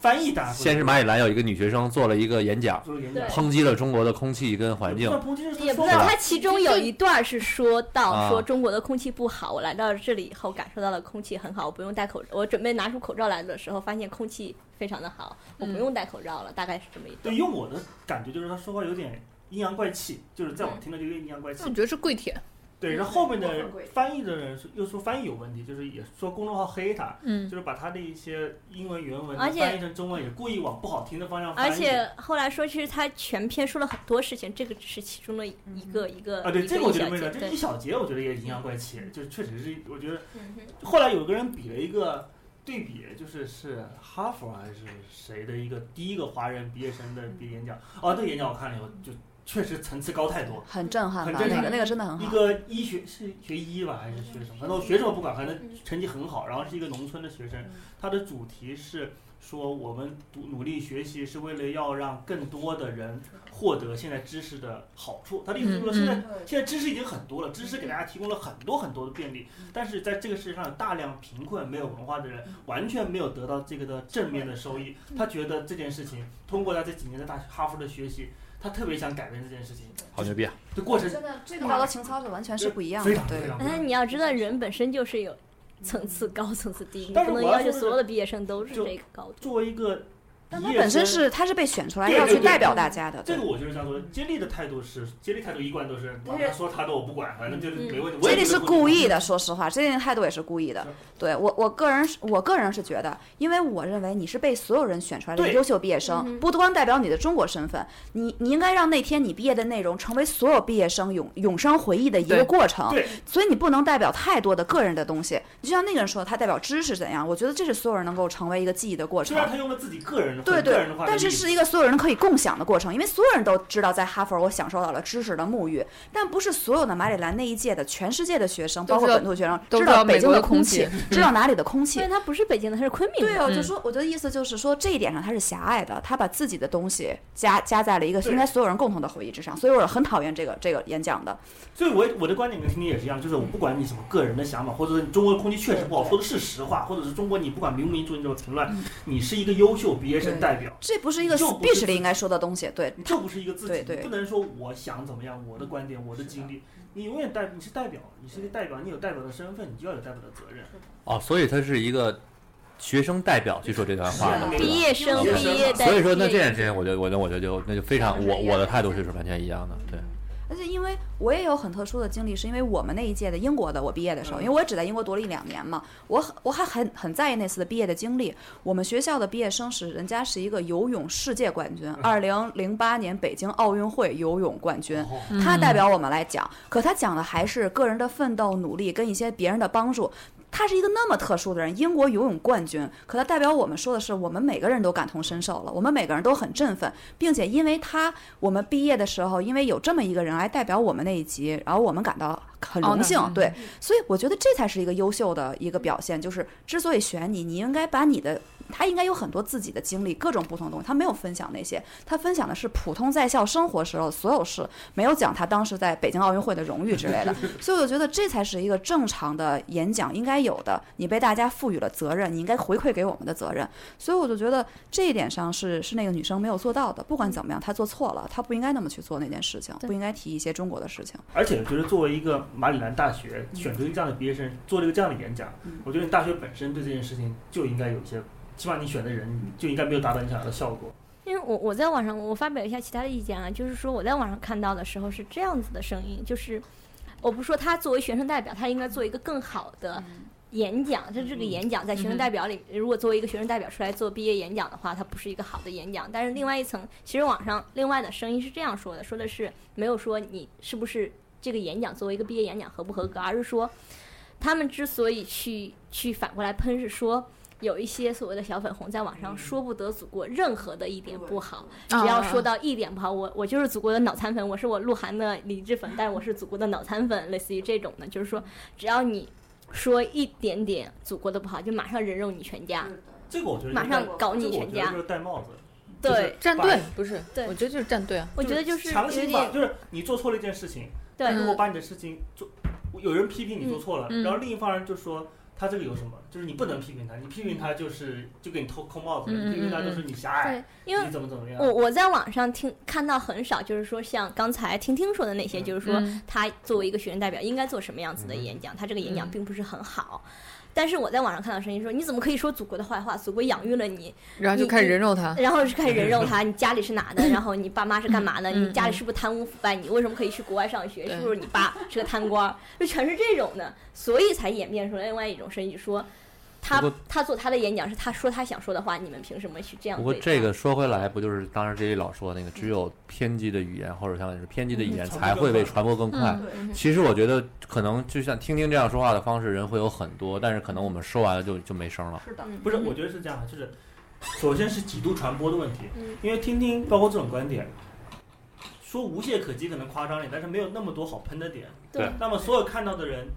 D: 翻译大家会
F: 先是马里兰有一个女学生做了一个演讲，
D: 做了演讲
E: 对，
F: 抨击了中国的空气跟环境
D: 不。算抨击就是
E: 也
D: 他
E: 不
D: 说
E: 知
F: 是
E: 道，
F: 吧
E: 它其中有一段是说
F: 啊
E: 到说中国的空气不好，我来到这里以后感受到了空气很好，我不用戴口罩。我准备拿出口罩来的时候，发现空气非常的好，我不用戴口罩了，大概是这么一
D: 对，
E: 段。
D: 用我的感觉就是他说话有点阴阳怪气，就是
E: 嗯
D: 在我听的就有点阴阳怪气
C: 我。觉得是跪舔。
D: 对，然后后面
B: 过
D: 的
E: 嗯
B: 分贵
D: 翻译的人说又说翻译有问题，就是也说公众号黑他，
C: 嗯，
D: 就是把他的一些英文原文
E: 而且
D: 翻译成中文，也故意往不好听的方向翻
E: 而
D: 译。
E: 且后来说，其实他全篇说了很多事情，这个只是其中的一个一个
D: 啊，对，
E: 一
D: 这个我觉得
E: 一
D: 没
E: 小
D: 啥，
E: 节
D: 这一
E: 对，
D: 小节我觉得也阴阳怪气，就是确实是，我觉得
E: 嗯哼
D: 后来有个人比了一个对比，就是是哈佛还是谁的一个第一个华人毕业生的毕业演讲，哦，这个演讲我看了以后就确实层次高太多，
B: 很震撼吧？
D: 很震
B: 那
D: 撼
B: 个那个真的很
D: 一
B: 好。
D: 个医学是学医吧，还是学什么？反正我学什么不管，反正成绩很好。然后是一个农村的学生，他的主题是说我们努努力学习是为了要让更多的人获得现在知识的好处。他的意思就是说，
C: 嗯
D: 现在现在知识已经很多了，知识给大家提供了很多很多的便利，
B: 嗯
D: 但是在这个世界上有大量贫困没有文化的人，完全没有得到这个的正面的收益。
B: 嗯
D: 他觉得这件事情通过他这几年在大学哈佛的学习，他特别想改变这件事情。
F: 好牛逼啊！
D: 这过程
B: 真的，这个聊到情操是完全是不一样的
D: 非常。
B: 对
D: 非，常不一
E: 但
D: 样
E: 是你要知道，人本身就是有层次高、层次低，你
D: 但是
E: 不能
D: 我要
E: 要求
D: 说
E: 所有的毕业生都是
D: 就
E: 这个高度。
D: 作为一个
B: 但
D: 毕
B: 他
D: 业
B: 本身
D: 生
B: 是他是被选出来
D: 对
B: 要
D: 对
B: 去
D: 对
B: 代表大家的。
D: 这
B: 对
D: 个，，我就是这样说的。接力的态度是接力态度一贯都是，
B: 但
D: 他
B: 是
D: 说他的我不管，反正就是没问题。我
B: 这
D: 也
B: 里嗯
D: 觉
B: 是
D: 得
B: 故意的，说实话，这件态度也是故意的
D: 是。
B: 对我我个人是我个人是觉得，因为我认为你是被所有人选出来的
D: 对
B: 优秀毕业
E: 嗯
B: 生，
E: 哼
B: 不光代表你的中国身份，你你应该让那天你毕业的内容成为所有毕业生永永生回忆的一个
C: 对
B: 过程。
D: 对，
B: 所以你不能代表太多的个人的东西。你就像那个人说，他代表知识怎样，我觉得这是所有人能够成为一个记忆的过
D: 虽
B: 程。
D: 然他用了自己个人的人
B: 对
D: 很个
B: 对
D: 人的话，
B: 但是是一个所有人可以共享的过程，因为所有人都知道在哈佛我享受到了知识的沐浴，但不是所有的马里兰那一届的全世界的学生，
C: 都
B: 包括
C: 知道
B: 本土学生，
C: 都
B: 知
C: 知道
B: 道北
C: 美
B: 京
C: 国
B: 的
C: 的
B: 空
C: 空
B: 气
C: 气，
B: 知道哪里的空气
E: 因为。它不是北京的，它是昆明的。
B: 对啊，我就
C: 嗯
B: 说，我的意思就是说，这一点上他是狭隘的，他把自己的东西加加在了一个
D: 对
B: 应该所有人共同的回忆之上，所以我很讨厌这个这个演讲的。
D: 所以我我的观点跟听你也是一样，就是我不管你什么个人的想法，或者是你中国的空气确实不好，说的是实话，或者是中国你不管民不民主，你怎么
B: 嗯
D: 评论，你是一个优秀毕业生代表，
B: 这不是一个
D: 就不是
B: speech 里应该说的东西，对
D: 你就不是一个自
B: 对
D: 己，
B: 对
D: 你不能说我想怎么样，我的观点，我的经历，你永远代你是代表，你是一个代表，你有代表的身份，你就要有代表的责任。
F: 哦，所以他是一个学生代表去说这段话的，
D: 是啊
E: 毕业生、
D: 毕业
E: 毕
D: 生
E: 业代
F: 所以说那
E: 毕业
F: 这件事情，我就我就我就就那就非常我我的态度就是完全一样的，对。
B: 而且因为我也有很特殊的经历，是因为我们那一届的英国的，我毕业的时候，因为我也只在英国读了一两年嘛，我很我还很很在意那次的毕业的经历。我们学校的毕业生是人家是一个游泳世界冠军，二零零八年北京奥运会游泳冠军，他代表我们来讲，可他讲的还是个人的奋斗、努力跟一些别人的帮助。他是一个那么特殊的人，英国游泳冠军，可他代表我们说的是，我们每个人都感同身受了，我们每个人都很振奋，并且因为他，我们毕业的时候，因为有这么一个人来代表我们那一级，然后我们感到哦很荣幸
C: Honor，嗯
B: 对，所以我觉得这才是一个优秀的一个表现，就是之所以选你，你应该把你的。他应该有很多自己的经历，各种不同的东西，他没有分享那些，他分享的是普通在校生活时候的所有事，没有讲他当时在北京奥运会的荣誉之类的。所以我觉得这才是一个正常的演讲应该有的，你被大家赋予了责任，你应该回馈给我们的责任。所以我就觉得这一点上是是那个女生没有做到的。不管怎么样，她做错了，她不应该那么去做那件事情，
E: 对
B: 不应该提一些中国的事情。
D: 而且我觉得作为一个马里兰大学选出一个这样的毕业生，做了一个这样的演讲，我觉得你大学本身对这件事情就应该有一些，起码你选的人就应该没有达到你想要的效果。
E: 因为我我在网上我发表一下其他的意见啊，就是说我在网上看到的时候是这样子的声音，就是我不说他作为学生代表，他应该做一个更好的演讲，就是
D: 嗯
E: 这个演讲在学生代表里，如果作为一个学生代表出来做毕业演讲的话，它不是一个好的演讲。但是另外一层，其实网上另外的声音是这样说的，说的是没有说你是不是这个演讲作为一个毕业演讲合不合格，而是说他们之所以去去反过来喷，是说有一些所谓的小粉红在网上说不得祖国任何的一点不好，只要说到一点不好，我我就是祖国的脑残粉，我是我鹿晗的理智粉，但我是祖国的脑残粉，类似于这种的，就是说只要你说一点点祖国的不好，就马上人肉你全家，
D: 这个我觉得
E: 马上搞
D: 这
E: 你
D: 个我
E: 全
D: 觉得
E: 家
D: 就，是戴帽子，就是
E: 对。
C: 站队不是？
E: 对
C: 我觉得就是站队啊。
E: 我觉得就是
D: 强
E: 有
D: 行把，
E: 点嗯
D: 就是你做错了一件事情，
E: 对
D: 如果把你的事情做，有人批评你做错了，
C: 嗯嗯
D: 然后另一方人就说他这个有什么？就是你不能批评他，你批评他就是就给你扣扣帽子，
C: 嗯嗯嗯
D: 你批评他就是你狭隘，
E: 对，因为
D: 你怎么怎么样
E: 我？我在网上听看到很少，就是说像刚才听听说的那些，
D: 嗯
E: 就是说
C: 嗯
E: 他作为一个学生代表应该做什么样子的演讲，他这个演
C: 嗯
E: 讲并不是很好。但是我在网上看到声音说，你怎么可以说祖国的坏话？祖国养育了你，
C: 然后就
E: 你
C: 开始人肉他。
E: 然后就开始人肉他。你家里是哪的？然后你爸妈是干嘛的？
C: 嗯
E: 你家里是不是贪污腐败？你为什么可以去国外上学？
C: 对
E: 是不是你爸是个贪官？就全是这种的，所以才演变出来另外一种声音，说他
F: 不过
E: 他做他的演讲是他说他想说的话，你们凭什么去这样
F: 不过
E: 对待？
F: 这个说回来，不就是当时这里老说那个，只有偏激的语言或者像是偏激的语言
D: 嗯
F: 才会被传播更快。
E: 嗯
F: 其实我觉得可能就像听听这样说话的方式，人会有很多，但是可能我们说完了就就没声了。
B: 是
C: 嗯
B: 的，
D: 不是，
E: 嗯
D: 我觉得是这样的，就是首先是几度传播的问题，
E: 嗯
D: 因为听听包括这种观点，说无懈可击可能夸张点，但是没有那么多好喷的点。
E: 对
D: 那么所有看到的人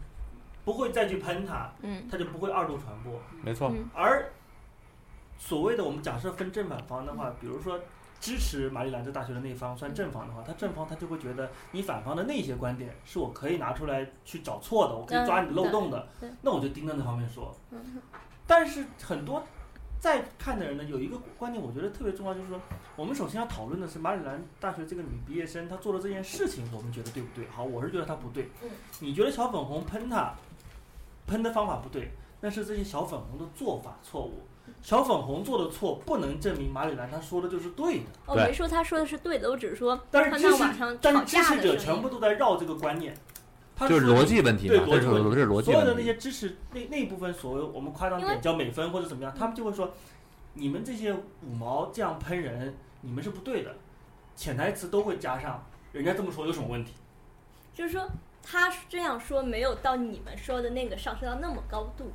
D: 不会再去喷他，
E: 嗯。
D: 他就不会二度传播。
A: 没错，
E: 嗯
D: 而所谓的我们假设分正反方的话，比如说支持马里兰州大学的那一方算正方的话，他正方他就会觉得你反方的那些观点是我可以拿出来去找错的，我可以抓你的漏洞的
E: 嗯对对，
D: 那我就盯着那方面说
E: 嗯。
D: 但是很多在看的人呢，有一个观点我觉得特别重要，就是说我们首先要讨论的是马里兰大学这个女毕业生她做的这件事情，我们觉得对不对？好，我是觉得她不对
E: 嗯。
D: 你觉得小粉红喷她，喷的方法不对，那是这些小粉红的做法错误。小粉红做的错不能证明马里兰她说的就是对的，
E: 我
F: 对
E: 哦没说他说的是对的，我只是说
D: 但是
E: 看
D: 支
E: 到
D: 持
E: 网上吵
D: 但是支
E: 架
D: 持
E: 的
D: 者
E: 声
D: 全部
E: 音，
D: 都在绕这个观念，他
F: 就是
D: 说
F: 逻辑问题嘛，
D: 对
F: 这是
D: 逻辑问
F: 这是逻辑
D: 所有的
F: 问
D: 那
F: 题。
D: 些支持那那一部分所谓我们夸张
E: 因
D: 点
E: 为
D: 叫美分或者怎么样，他们就会说，你们这些五毛这样喷人，你们是不对的，潜台词都会加上，人家这么说有什么问题？
E: 就是说他这样说没有到你们说的那个上升到那么高度，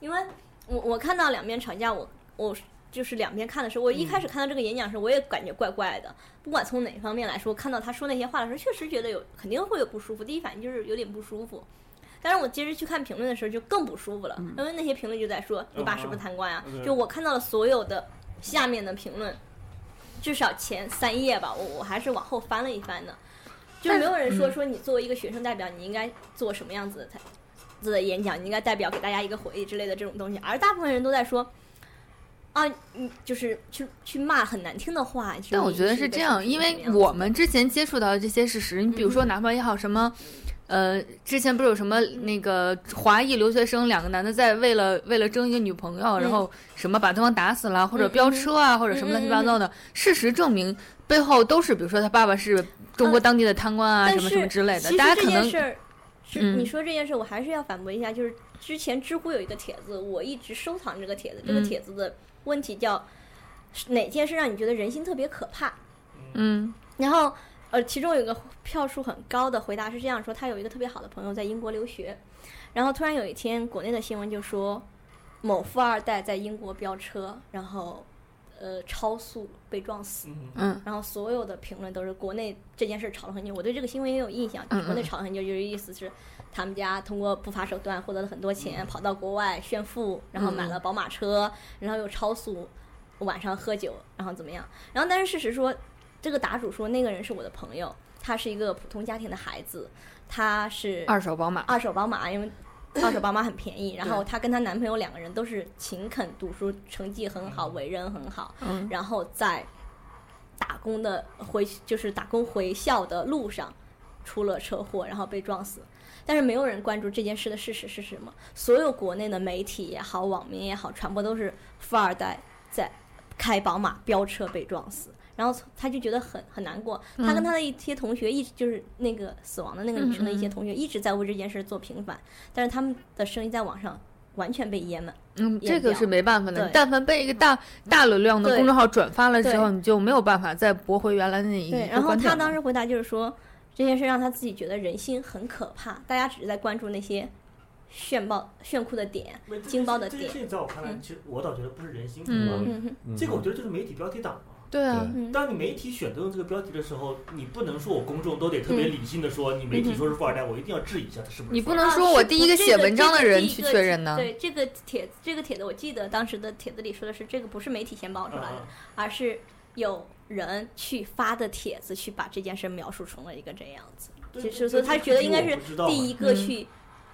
E: 因为我我看到两边吵架，我我就是两边看的时
D: 嗯
E: 候，我一开始看到这个演讲时，我也感觉怪怪的。不管从哪方面来说，看到他说那些话的时候，确实觉得有肯定会有不舒服。第一反应就是有点不舒服。但是我接着去看评论的时候，就更不舒服了，
D: 嗯
E: 因为那些评论就在说你爸是不是贪官啊
G: 嗯？
E: 就我看到了所有的下面的评论，至少前三页吧，我我还是往后翻了一翻的，就没有人说
G: 嗯
E: 说你作为一个学生代表，你应该做什么样子的才子的演讲，你应该代表给大家一个回忆之类的这种东西，而大部分人都在说。啊，你就是去去骂很难听的话，就是
C: 但我觉得
E: 你
C: 是
E: 被
C: 这样，
E: 冲击
C: 因
E: 怎么
C: 为
E: 样嗯
C: 我们之前接触到的这些事实，你比如说哪怕也好什么。呃，之前不是有什么那个华裔留学生两个男的在为了为了争一个女朋友，然后什么把对方打死了，或者
E: 嗯
C: 飙车啊，或者什么乱七八糟的。事实证明，背后都是比如说他爸爸是中国当地的贪官啊，
E: 嗯但
C: 什
E: 是
C: 么什么之类的
E: 其。实
C: 大家
E: 这
C: 可
E: 件
C: 能
E: 事儿是、
C: 嗯
E: 你说这件事，我还是要反驳一下，就是之前知乎有一个帖子，我一直收藏这个帖子，这个
C: 嗯
E: 帖子的问题叫是哪件事让你觉得人心特别可怕？
C: 嗯
E: 然后呃，其中有一个票数很高的回答是这样说：他有一个特别好的朋友在英国留学，然后突然有一天国内的新闻就说某富二代在英国飙车，然后呃超速被撞死。
C: 嗯
E: 然后所有的评论都是国内这件事吵了很久，我对这个新闻也有印象，
C: 嗯嗯
E: 国内吵了很久，就是意思是他们家通过不法手段获得了很多钱，跑到国外炫富，然后买了宝马车，然后又超速，晚上喝酒，然后怎么样？然后但是事实说，这个答主说那个人是我的朋友，他是一个普通家庭的孩子，他是
C: 二手宝马
E: 二手宝马，因为。二手宝马很便宜，然后
C: 对
E: 她跟她男朋友两个人都是勤恳读书，成绩很好，为人很好，
C: 嗯
E: 然后在打工的呃回就是打工回校的路上出了车祸，然后被撞死。但是没有人关注这件事的事实是什么。所有国内的媒体也好，网民也好，传播都是富二代在开宝马飙车被撞死，然后他就觉得很很难过。
C: 嗯
E: 他跟他的一些同学一直就是那个死亡的那个女生的一些
C: 嗯嗯嗯
E: 同学一直在为这件事做平反，但是他们的声音在网上完全被淹没。
C: 嗯，
E: 也
C: 这个
E: 聊
C: 是没办法的。
E: 对嗯
C: 你但凡被一个大大流量的
E: 对
C: 公众号转发了之后，
E: 对
C: 你就没有办法再驳回原来的那一
E: 对，
C: 个
E: 然后
C: 观
E: 他
C: 点了。
E: 当时回答就是说，这件事让他自己觉得人心很可怕，大家只是在关注那些炫爆、炫酷的点、惊爆的
D: 这件
E: 点
D: 事。情在我看来，其实我倒觉得不是人心可怕，
E: 嗯嗯
D: 这个我觉得就是媒体标题党嘛。
C: 对啊对
D: 当你媒体选择用这个标题的时候，你不能说我公众都得特别
C: 嗯
D: 理性的说，你媒体说是富二代，我一定要质疑一下他是不是富二代。
C: 你不能说我第
E: 啊
C: 一个写文章的人去确认呢
E: 对，这个帖子，这个帖子，我记得当时的帖子里说的是，这个不是媒体先爆出来的，
D: 嗯嗯
E: 而是有人去发的帖子去把这件事描述成了一个这样子。
D: 对
E: 其
D: 对
E: 实，所以
D: 对
E: 他
D: 这
E: 觉得
D: 这
E: 应
D: 个
E: 该
D: 我
E: 是
D: 不知道
E: 第一个
D: 嗯
E: 去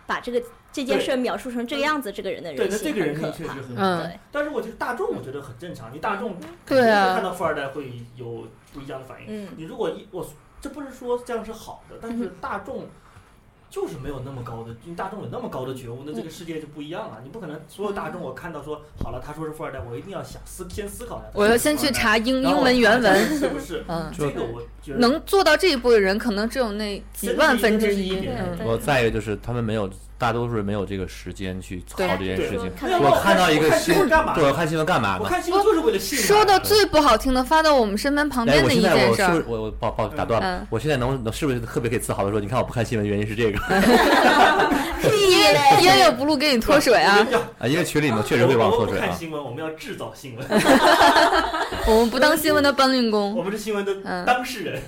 E: 把这个这件事描述成这个样子，这个人的
D: 对，
E: 人
D: 那这
E: 性
D: 个
E: 很
D: 人
E: 可
D: 性确
E: 怕
D: 实。
C: 嗯
D: 很可怕但是我觉得大众我觉得很正常，你大众
C: 对啊
D: 肯定会看到富二代会有不一样的反应。
C: 嗯
D: 你如果一我这不是说这样是好的，但是大众。就是没有那么高的，因为大众有那么高的觉悟，那这个世界就不一样了。你不可能所有大众我看到说好了，他说是富二代，我一定要想思先思考一下。
C: 我要先去查英英文原文，
D: 是不是？
C: 嗯，
D: 这个我觉得
C: 能做到这一步的人，可能只有那几万分之一。嗯
F: 我再一个就是他们没有，大多数人没有这个时间去操这件事情。
C: 对
F: 我看到一个新，
D: 我看新闻干嘛
F: 对我看新闻干嘛呢？
D: 新闻就是为了吸引
C: 说到最不好听的，发到我们身边旁边
F: 哎我
C: 的一
F: 现在
C: 件
F: 我
C: 事
F: 是不是
C: 儿，
F: 我我不不好意思打断了
C: 嗯，
F: 我现在能能是不是特别可以自豪的说，你看我不看新闻，原因是这个
C: 也也有不录给你脱水啊。
F: 啊，因为群里面确实会往
D: 我
F: 脱
D: 们不
F: 水
D: 看
F: 啊。
D: 新闻，我们要制造新闻。
C: 嗯我们不当新闻的搬运工，
D: 我们是新闻
C: 嗯
D: 的当事人。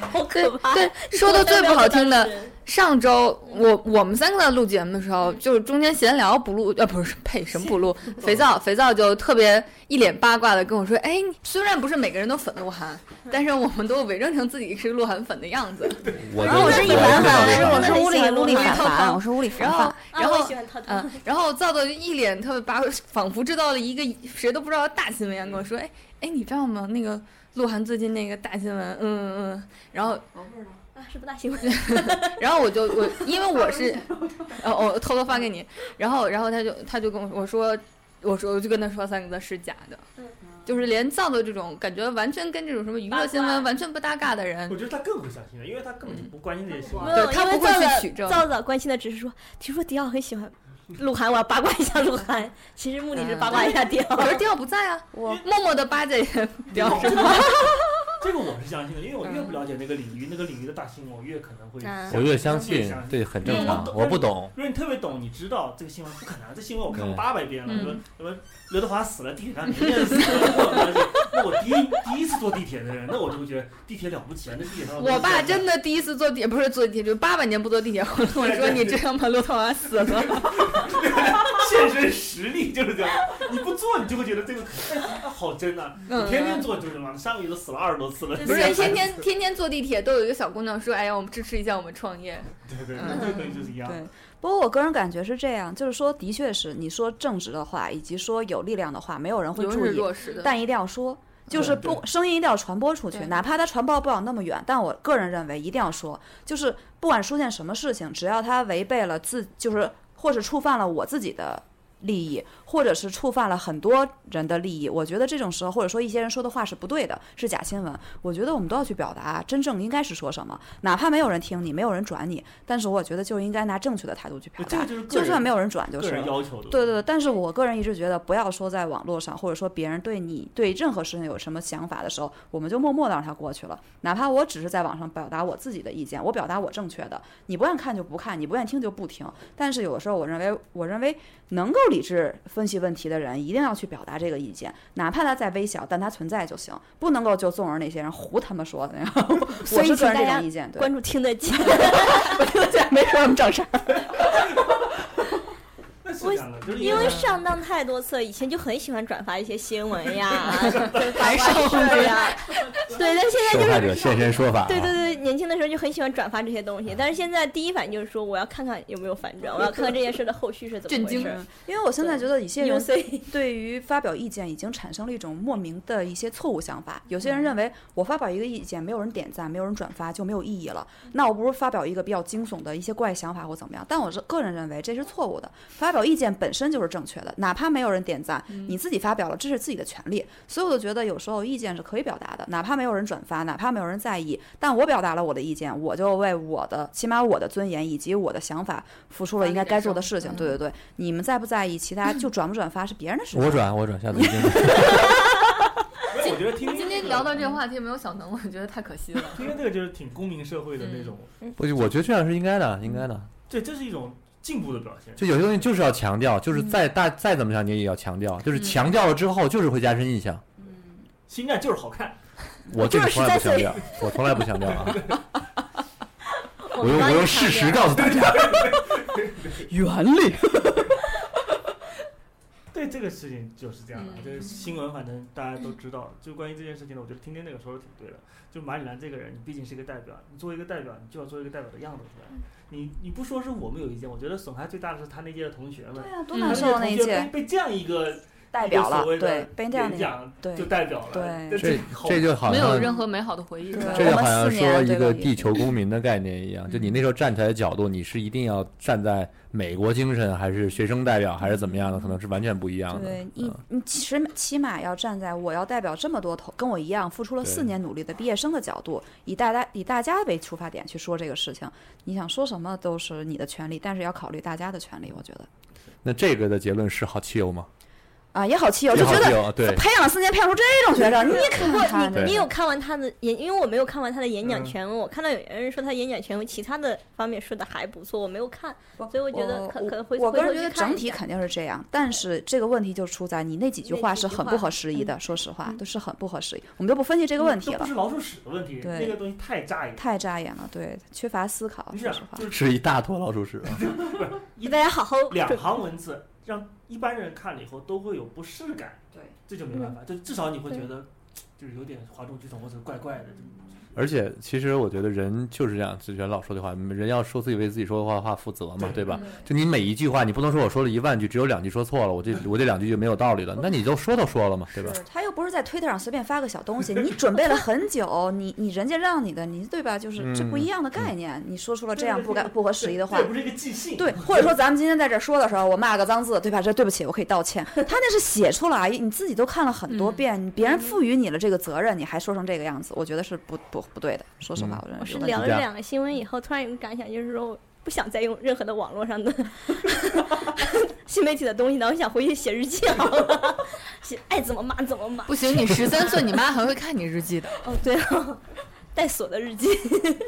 E: 好
C: 可怕！对，说的最不好听的，上周我我们三个在录节目的时候，就是中间闲聊不录，呃，不是呸，什么不录？肥皂，肥皂就特别一脸八卦的跟我说，哎，虽然不是每个人都粉鹿晗，但是我们都伪装成自己是鹿晗粉的样子。
F: 我
C: 然后
F: 就
B: 哦
C: 我是一凡凡
F: 知道
C: 我
F: 了
C: 是
H: 屋里屋里
C: 反
H: 反
C: 凡，
H: 凡，我是屋里反
C: 然后
H: 凡。，
C: 然
E: 我
C: 后
E: 也喜欢他，
C: 嗯，然后造的一脸特别八卦，仿佛知道了一个谁都不知道的大新闻一样，跟我说：“哎哎，你知道吗？那个鹿晗最近那个大新闻，嗯嗯。嗯”然后，
E: 啊，是不大新闻。
C: 然后我就 我因为我是， 呃，我偷偷发给你，然后然后他就他就跟我我说，我说我就跟他说三个字是假的，
D: 嗯
C: 就是连造的这种感觉完全跟这种什么娱乐新闻完全不搭嘎的人
D: 我，觉得他更会相信的，因为他根本就不关心这些新闻。
C: 对他不会
E: 因为
C: 去
E: 皂
C: 取证
E: 皂皂关心的只是说，听说迪奥很喜欢鹿晗，我要八卦一下鹿晗。其实 目的是八卦一下迪奥。
C: 可是迪奥不在啊，我默默的巴结也比较
D: 这
C: 什
D: 个
C: 么。
D: 这个我是相信的，因为我越不了解那个领域，那个领域的大新闻，我越可能会
F: 嗯我
D: 相。
F: 越相信
D: 越
F: 对很正
D: 因为
F: 常
D: 懂
F: 我不懂。
D: 如果你特别懂，你知道这个新闻不可能，这新闻我看过
F: 嗯
D: 八百遍了，什么
C: 嗯
D: 什么刘德华死了，地铁上人家死了，我没关系那我第一第一次坐地铁的人，那我就会觉得地铁了不起啊，那地铁上
C: 我爸真的第一次坐地铁，不是坐地铁，就八百年不坐地铁。后来跟我说：“你这样吧，刘德华死 了。
D: 现身实力就是这样，你不做你就会觉得这个哎好真呐、
C: 嗯
D: 你 天天做就是嘛，上个月都死了二十多次了，”
C: 不是天天天天坐地铁，都有一个小姑娘说：“哎呀，我们支持一下我们创业。
D: 对对，
C: 嗯
D: 那这个就是一样。
B: 对，不过我个人感觉是这样，就是说，的确是你说正直的话，以及说有力量的话，没有人会
C: 有人
B: 注
C: 是
B: 意
C: 弱势的，
B: 但一定要说，就是
D: 对
B: 不声音一定要传播出去
C: 对，
B: 哪怕它传播不了那么远，但我个人认为一定要说，就是不管出现什么事情，只要它违背了自，就是或是触犯了我自己的。利益，或者是触犯了很多人的利益，我觉得这种时候，或者说一些人说的话是不对的，是假新闻。我觉得我们都要去表达真正应该是说什么，哪怕没有人听你，没有人转你，但是我觉得就应该拿正确的态度去表
D: 这
B: 达
D: 个，就是个
B: 就
D: 人
B: 算没有人转就是
D: 个人
B: 了。
D: 要求的。
B: 对对对，但是我个人一直觉得，不要说在网络上，或者说别人对你对任何事情有什么想法的时候，我们就默默的让它过去了。哪怕我只是在网上表达我自己的意见，我表达我正确的，你不愿看就不看，你不愿听就不听。但是有的时候，我认为，我认为能够理智分析问题的人，一定要去表达这个意见，哪怕它再微小，但它存在就行，不能够就纵容那些人胡他们说的那样。 我
E: 所以
B: 是
E: 请
B: 个人
E: 大
B: 这
E: 家
B: 种意见，对，
E: 关注听得 见。
B: 我听见没说什么正事儿。
D: 那是这样的，就是
E: 因为上当太多次，以前就很喜欢转发一些新闻 呀，
C: 白上
E: 对呀、啊 对，但现在
F: 受
E: 就
F: 害
E: 是。
F: 者现身说法。啊
E: 对对对，年轻的时候就很喜欢转发这些
F: 嗯
E: 东西，但是现在第一反应就是说，我要看看有没有反转，我要看看这件事的后续是怎么回
C: 震
E: 事。
B: 因为我现在觉得一些
E: 有
B: 人
E: 谁
F: 嗯
B: 对于发表意见已经产生了一种莫名的一些错误想法。有些
D: 嗯
B: 人认为我发表一个意见，没有人点赞，没有人转发就没有意义了，那我不如发表一个比较惊悚的一些怪想法或怎么样。但我是个人认为这是错误的，发表意见本身就是正确的，哪怕没有人点赞，
D: 嗯
B: 你自己发表了，这是自己的权利。所以我就觉得有时候意见是可以表达的，哪怕没有人转发，哪怕没有人在意，但我表达了我的意见，我就为我的起码我的尊严以及我的想法付出了应该该做的事情。对对对，你们在不在意，其他就转不转发是别人的事情。
F: 我转我转，下次一定。
D: 因为我觉得听
C: 今天聊到这个
F: 嗯
C: 话题，没有小能，我觉得太可惜了。
D: 听听这个就是挺公民社会的那种，
F: 不， 我觉得这样是应该的，应该的。
D: 对，这是一种进步的表现。
F: 就有些东西就是要强调，就是再大再怎么样你也要强调，就是强调了之后就是会加深印象。
D: 星战就是好看，
F: 我这个从来不强调，我从来不强调啊，我用我用事实告诉大家。
B: 原理，
D: 对这个事情就是这样的。
C: 嗯
D: 就是新闻，反正大
B: 嗯
D: 家都知道。就关于这件事情呢，我觉得听听那个说的挺对的。就马里兰这个人，你毕竟是一个代表，你作为一个代表，你就要做一个代表的样子出
B: 嗯
D: 来。你你不说是我们有意见，我觉得损害最大的是他那届的同学们
B: 对。啊，多
C: 嗯
D: 他
B: 难
D: 那
B: 受
D: 届
B: 啊那
D: 同
B: 一
D: 学被
B: 届
D: 被这样一个
B: 代表
D: 一个所
B: 了，
D: 谓的
B: 对，被这样的
D: 演讲
B: 对
D: 就代表了，
B: 对
D: 那
F: 这
D: 好
F: 这就好 啊
C: 没有
F: 像
C: 任何美好的回忆，
B: 对
F: 这就好像
B: 我们四年
F: 说一
B: 对
F: 个
B: 吧嗯
F: 地球公民的概念一样，就你那时候站起来的角度，你是一定要站在美国精神，还是学生代表，还是怎么样的，可能是完全不一样的。
B: 对你
F: 嗯，
B: 你其实起码要站在我要代表这么多同跟我一样付出了四
F: 对
B: 年努力的毕业生的角度，以大家以大家为出发点去说这个事情。你想说什么都是你的权利，但是要考虑大家的权利。我觉得
F: 那这个的结论是好汽油吗？
B: 啊，也好气哦，
F: 也
B: 就
F: 好
B: 觉
F: 汽
B: 得
F: 油，对，
B: 培养了四年培养出这种学生，你看看
F: 对
E: 你有看完他的演？因为我没有看完他的演讲
D: 嗯
E: 全文，我看到有人说他演讲全文其他的方面说的还不错，我没有看，
B: 不
E: 所以我觉得可
B: 哦我
E: 可回
B: 我
E: 回
B: 个
E: 头
B: 人
E: 去
B: 觉得
E: 看
B: 整
E: 一
B: 体
E: 下
B: 肯定是这样，但是这个问题就出在你那几句
E: 那
B: 话
E: 几
B: 是
E: 句
B: 很
E: 话嗯
B: 不合时宜的。说实话，都是很不合时宜。我们就不分析这个问题
D: 都不
B: 了
D: 是，老鼠屎的问题，
B: 对
D: 那个东西太扎眼。
B: 太扎眼了，对，缺乏思考。
D: 不是
B: 说
D: 啊
B: 实话，
D: 就是
F: 是一大坨老鼠屎 啊。
E: 你大家好 好
D: 两
E: 准
D: 行文字，让一般人看了以后都会有不适感。
B: 对，
D: 这就没办法，就至少你会觉得就是有点哗众取宠或者怪怪的。
F: 而且，其实我觉得人就是这样，就元老说的话，人要说自己为自己说的话话负责嘛，对
D: 对
F: 吧？就你每一句话，你不能说我说了一万句，只有两句说错了，我这我这两句就没有道理了，那你就说都说了嘛，对吧？
B: 是，他又不是在推特上随便发个小东西，你准备了很久，你你人家让你的，你对吧？就是
C: 嗯
B: 这不一样的概念，你说出了哦这样不该不合时宜的话
D: 这。不是一个即兴。
B: 对，或者说咱们今天在这说的时候，我骂个脏字，对吧？这对不起，我可以道歉。他那是写出来，你自己都看了很多遍，别人赋予你了这个责任，你还说成这个样子，我觉得是不不不对的。说
C: 嗯
B: 实话，我认
E: 我
B: 为
E: 是
B: 有问题
E: 聊了
F: 这样
E: 两个新闻以后，突然有个感想，就是说我不想再用任何的网络上的新媒体的东西了，我想回去写日记好了。爱怎么骂怎么骂。
C: 不行，你十三岁，你妈还会看你日记的。
E: 哦，对哦，带锁的日记。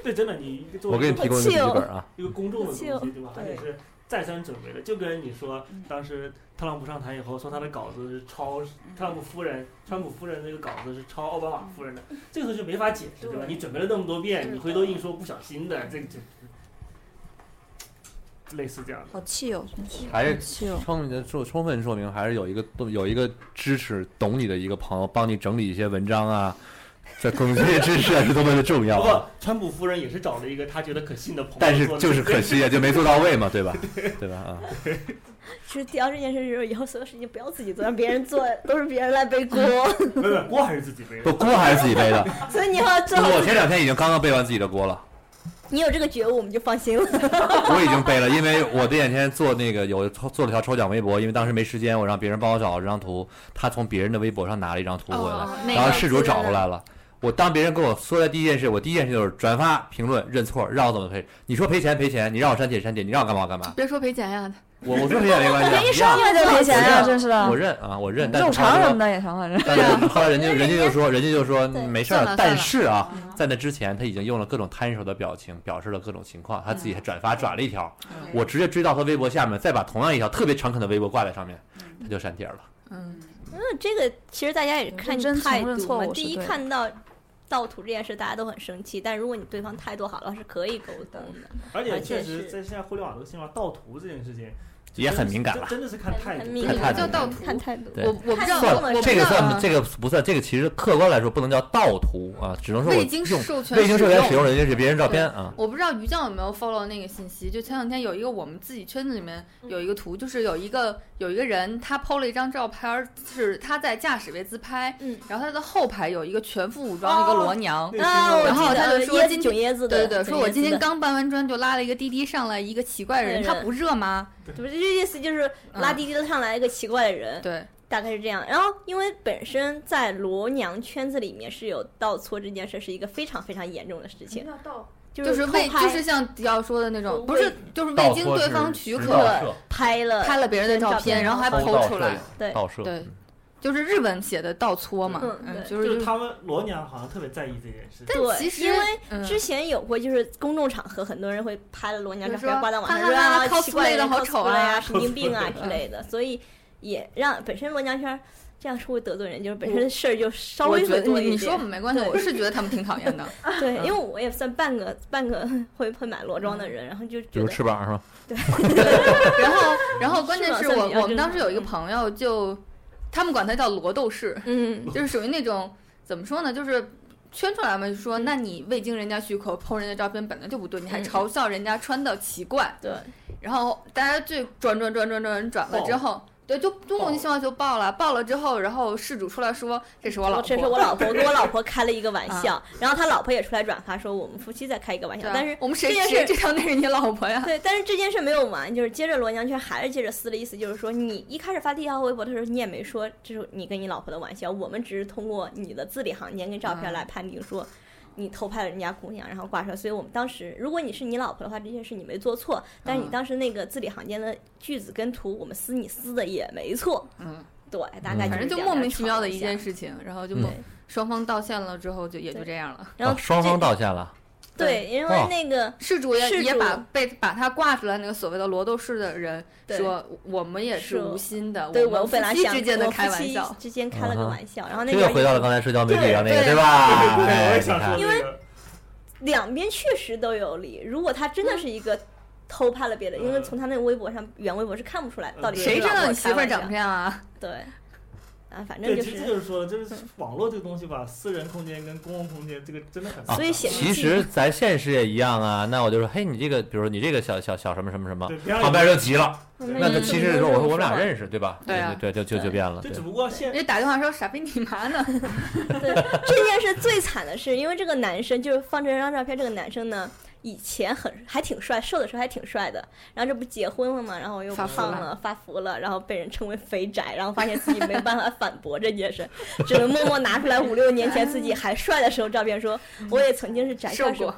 D: 对，真的，你作为
F: 我给你提供一个笔记本啊，
D: 一个公众
E: 好
D: 的东
E: 气
D: 西，
E: 哦
D: 对吧？而且
E: 对
D: 是再三准备的，就跟你说，
B: 嗯
D: 当时特朗普上台以后说他的稿子是抄
B: 嗯
D: 特朗普夫人、川普夫人那个稿子是抄奥巴马夫人的，
B: 嗯
D: 这个东西没法解释，对吧？你准备了那么多遍，你回头硬说不小心的，这个就类似这样的。
B: 好气哦，真是
F: 还
B: 好
F: 是
B: 气哦。
F: 充分说充分说明，还是有一个有一个支持懂你的一个朋友，帮你整理一些文章啊，这工这些知识啊是多么的重要
D: 不
F: 啊！
D: 过，川普夫人也是找了一个她觉得可信的朋友，
F: 但是就是可惜啊，就没做到位嘛，对 吧？对吧？啊，
E: 其实提到这件事的时候，以后所有事情不要自己做，让别人做，都是别人来背锅。
D: 没有，没有锅还是自己背的
F: 不，。锅还是自己背的。
E: 所以你要做好
F: 我，前两天已经刚刚背完自己的锅了，
E: 你有这个觉悟，我们就放心了。
F: 我已经背了，因为我这两天做那个有做了条抽奖微博，因为当时没时间，我让别人帮我找这张图，他从别人的微博上拿了一张图回来，
E: 哎
C: 哦那
F: 然后
C: 个
F: 事主找回来了。我当别人跟我说的第一件事，我第一件事就是转发、评论、认错，让我怎么赔？你说赔钱赔钱，你让我删帖删帖，你让我干嘛我干嘛？
C: 别说赔钱 呀，
A: 嗯
F: 我我说赔钱没关系啊，
H: 一
F: 一
H: 上
F: 样
H: 来就赔钱啊，
F: 我
H: 真是的
F: 我，认啊，我
B: 嗯
F: 认。但是
H: 肉
F: 他
H: 肠
F: 说
H: 什么的也成，反正
F: 但是后来人家人家就说，人家就说
E: 对
F: 嗯没事
C: 算
F: 儿，
C: 了
F: 但
C: 算了
F: 是啊，在那之前他已经用了各种摊手的表情表示了各种情况，他自己还转发转了一条，
C: 嗯
F: 我直接追到他微博下面，再把同样一条特别诚恳的微博挂在上面，他就删帖了。
C: 嗯，
E: 嗯，这个其实大家也看
H: 认真
E: 态
H: 承认
E: 度
H: 错
E: 嘛。
H: 误
E: 第
H: 是
E: 一
H: 对的
E: 看到盗图这件事，大家都很生气，但如果你对方态度好了，是可以沟通的。
D: 而且
E: 而
D: 确
E: 且
D: 实，
E: 是
D: 在现在互联网这个信号盗图这件事情
F: 也很敏感
D: 真
F: 了
D: 真的是看态度
E: 很，敏
F: 看态
E: 感，
F: 度叫
C: 盗图
E: 看态度。
F: 对
C: 我我不知道，
E: 算
C: 我
E: 了
C: 我不
F: 这
C: 知
F: 个
C: 道
F: 算
C: 啊。
F: 这个不算，这个其实客观来说不能叫盗图啊，只能说我
C: 未经
F: 用
C: 授权
F: 未经授权
C: 使
F: 使用人家是别人照片啊。
C: 我不知道于酱有没有 follow 那个信息，就前两天有一个我们自己圈子里面有一个图，就是有一个有一个人他 PO 了一张照片儿，是他在驾驶位自拍，
E: 嗯，
C: 然后他的后排有一个全副武装的一个罗娘，
D: 对
E: 啊，我
C: 然
E: 记
C: 后
E: 得
C: 他就说
E: 椰子
C: 今
E: 囧椰子的，
C: 对对对，
E: 囧
C: 说我
E: 椰
C: 今
E: 子的
C: 天刚搬完砖就拉了一个滴滴上来一个奇怪的人，
E: 对
C: 他
E: 人
C: 不热吗？
E: 不是这意思就是拉滴滴上来一个奇怪的人，
C: 嗯对，
E: 大概是这样。然后因为本身在罗娘圈子里面是有倒搓这件事是一个非常非常严重的事情，就
C: 就是
E: 偷
C: 未
E: 拍
C: 就是像迪奥说的那种，不
E: 未
C: 是就是
F: 盗
C: 未经
F: 撮
C: 对
F: 是
C: 方许
F: 知
C: 可
F: 道摄
E: 拍了
C: 拍了别人的照
E: 照
C: 片，
E: 片
C: 然后还
F: 偷
C: PO
F: 盗
C: 出
F: 摄
C: 来
F: 影，
E: 对
F: 盗摄，
C: 对，就是日文写的倒搓嘛
E: 嗯，
C: 嗯，
E: 对
C: 就
D: 就是是他们罗娘好像特别在意这件事。
C: 但
E: 对，
C: 其实
E: 因为
C: 嗯
E: 之前有过，就是公众场合，很多人会拍了罗娘照
C: 就说
E: 片挂在网上，
C: 哈哈
E: 说啊
C: 哈
E: 奇怪
C: cosplay 的好丑啊
E: 呀，神经病啊之类的，所以也让本身罗娘圈儿这样是会得罪人，就是本身事儿就稍
C: 我
E: 微
C: 觉
E: 会
C: 得
E: 多
C: 你
E: 一
C: 你说嗯我
E: 点。
C: 们没关系，我是觉得他们挺 讨厌的。
E: 对，因为我也算半个半个 会会买裸
C: 嗯
E: 妆的人，然后就
F: 比
E: 觉
F: 如
E: 得
F: 翅膀是吧？
C: 然后，然后关键
E: 是
C: 是
E: 吧
C: 我
E: 算比较嗯
C: 我们
E: 正
C: 当时有一个
E: 常
C: 朋友就，他们管他叫罗斗士，
E: 嗯，
C: 就是属于那种怎么说呢，就是。圈出来嘛，就说那你未经人家许可剖人家照片本来就不对，你还
E: 嗯
C: 嘲笑人家穿的奇怪，
E: 对，
C: 然后大家就转转转转转转了之后，对，就就莫名其妙就爆了，爆了之后，然后事主出来说这是我老
E: 我
C: 婆，嗯
E: 这是我老婆，我跟我老婆开了 一个玩笑，然后他老婆也出来转发说我们夫妻在开一个玩
C: 对
E: 笑
C: 啊，
E: 但是
C: 我们谁
E: 这件
C: 谁
E: 事
C: 知道那是你老 婆呀？
E: 对，但是这件事没有完，就是接着罗娘圈还是接着撕的意思，就是说你一开始发第一条微博的时候，你也没说这是你跟你老婆的玩笑，我们只是通过你的字里行间跟照
C: 嗯
E: 片来判定说。你偷拍了人家姑娘，然后挂出来，所以我们当时，如果你是你老婆的话，这件事你没做错，但是你
C: 嗯
E: 当时那个字里行间的句子跟图，我们撕你撕的也没错，
C: 嗯，
E: 对，大概
F: 嗯
C: 反正
E: 是
C: 就
E: 这样
C: 莫
E: 来
C: 名其妙
E: 吵
C: 的
E: 一
C: 一
E: 下
C: 件，事哦情，然后就莫
E: 对
C: 双方道歉了之后就也就这样了。
E: 然后
F: 哦双方
E: 这
F: 道歉了，
E: 对，因为
F: 哦
E: 那个
C: 事主也
E: 事
C: 也
E: 主
C: 把被把他挂出来那个所谓的罗斗士的人
E: 对
C: 说，我们也是
E: 说
C: 无心的，
E: 对
C: 我
E: 我
C: 们
E: 本来
C: 夫妻
E: 想
C: 之间的
E: 我夫
C: 开玩
E: 妻
C: 笑，
E: 之间开了
F: 嗯
E: 个
F: 哼
E: 玩笑，然后那
F: 这
E: 个
F: 又
E: 人
F: 回到
E: 也
F: 了刚才社交媒体
E: 对
F: 上那个，
C: 对
F: 吧？
D: 对，我
F: 哎
D: 也
F: 你
D: 想
F: 看
D: 说这个。
E: 两边确实都有理。如果他真的是一个偷拍了别的，因为
D: 嗯
E: 从他那个微博上原微博是看不出来
D: 嗯
E: 到底
D: 对
C: 谁知
E: 是
C: 道
E: 老
C: 你
E: 婆
C: 媳妇儿
E: 开玩笑
C: 长这样啊？
E: 对，啊，反正
D: 对，
E: 就
D: 其实这
E: 是
D: 就是说，就是网络这个东西吧，私人空间跟公共空间，这个真的很
F: 啊
E: 所以显示
F: 其实咱现实也一样啊。那我就说，嘿，你这个，比如说你这个小小小什么什么什么
D: 对，不要有
F: 旁边就急了。
E: 嗯
F: 那他其实说，我说我们俩
E: 对
F: 认识，对吧？
C: 对啊
F: 对，就就就
E: 对
F: 变了。
D: 就
F: 对
D: 只不过现
C: 人家打电话说傻逼你妈呢？
E: 这件事最惨的是，因为这个男生就是放这张照片，这个男生呢。以前很还挺帅，瘦的时候还挺帅的，然后这不结婚了嘛，然后又
C: 发
E: 胖
C: 福了
E: 了，发福了，然后被人称为肥宅，然后发现自己没有办法反驳这件事，只能默默拿出来五六年前自己还帅的时候照片说，我也曾经是宅
C: 受
E: 帅什
C: 过
E: 么，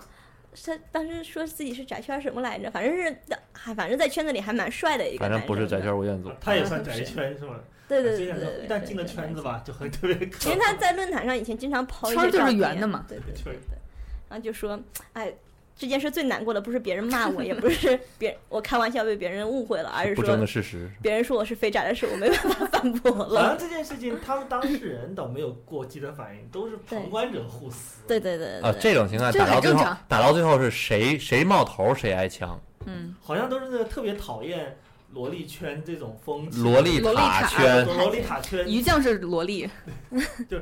E: 他当时说自己是宅圈什么来着，哎反正是还反正在圈子里还蛮帅的一个
F: 反
E: 男生，
F: 正不是宅圈，吴彦祖
D: 啊，他也算宅圈是吗？
E: 对对
D: 经
E: 对
D: 常说
E: 对对
D: 一旦进了圈子吧，就很特别可
E: 因为他在论坛上以前经常抛一些
C: 圈儿就是
E: 照片
C: 圆的嘛
E: 对对对对，然后就说，哎，这件事最难过的不是别人骂我，也不是别人我开玩笑被别人误会了，而是
F: 不争的
E: 说
F: 事实。
E: 别人说我是肥宅的事，我没办法反驳
D: 好像
E: 了。
D: 这件事情，他们当事人倒没有过激的反应，都是旁观者互撕。
E: 对对对
F: 啊，
E: 对对，
F: 这种情况
C: 这个
F: 打
C: 很
F: 到最
C: 正
F: 后
C: 常，
F: 打到最后是谁谁冒头谁挨枪，
C: 嗯，
D: 好像都是那个特别讨厌萝莉圈这种风气，
F: 萝莉
C: 萝莉塔
F: 圈，
D: 萝莉塔圈
C: 鱼酱是萝莉，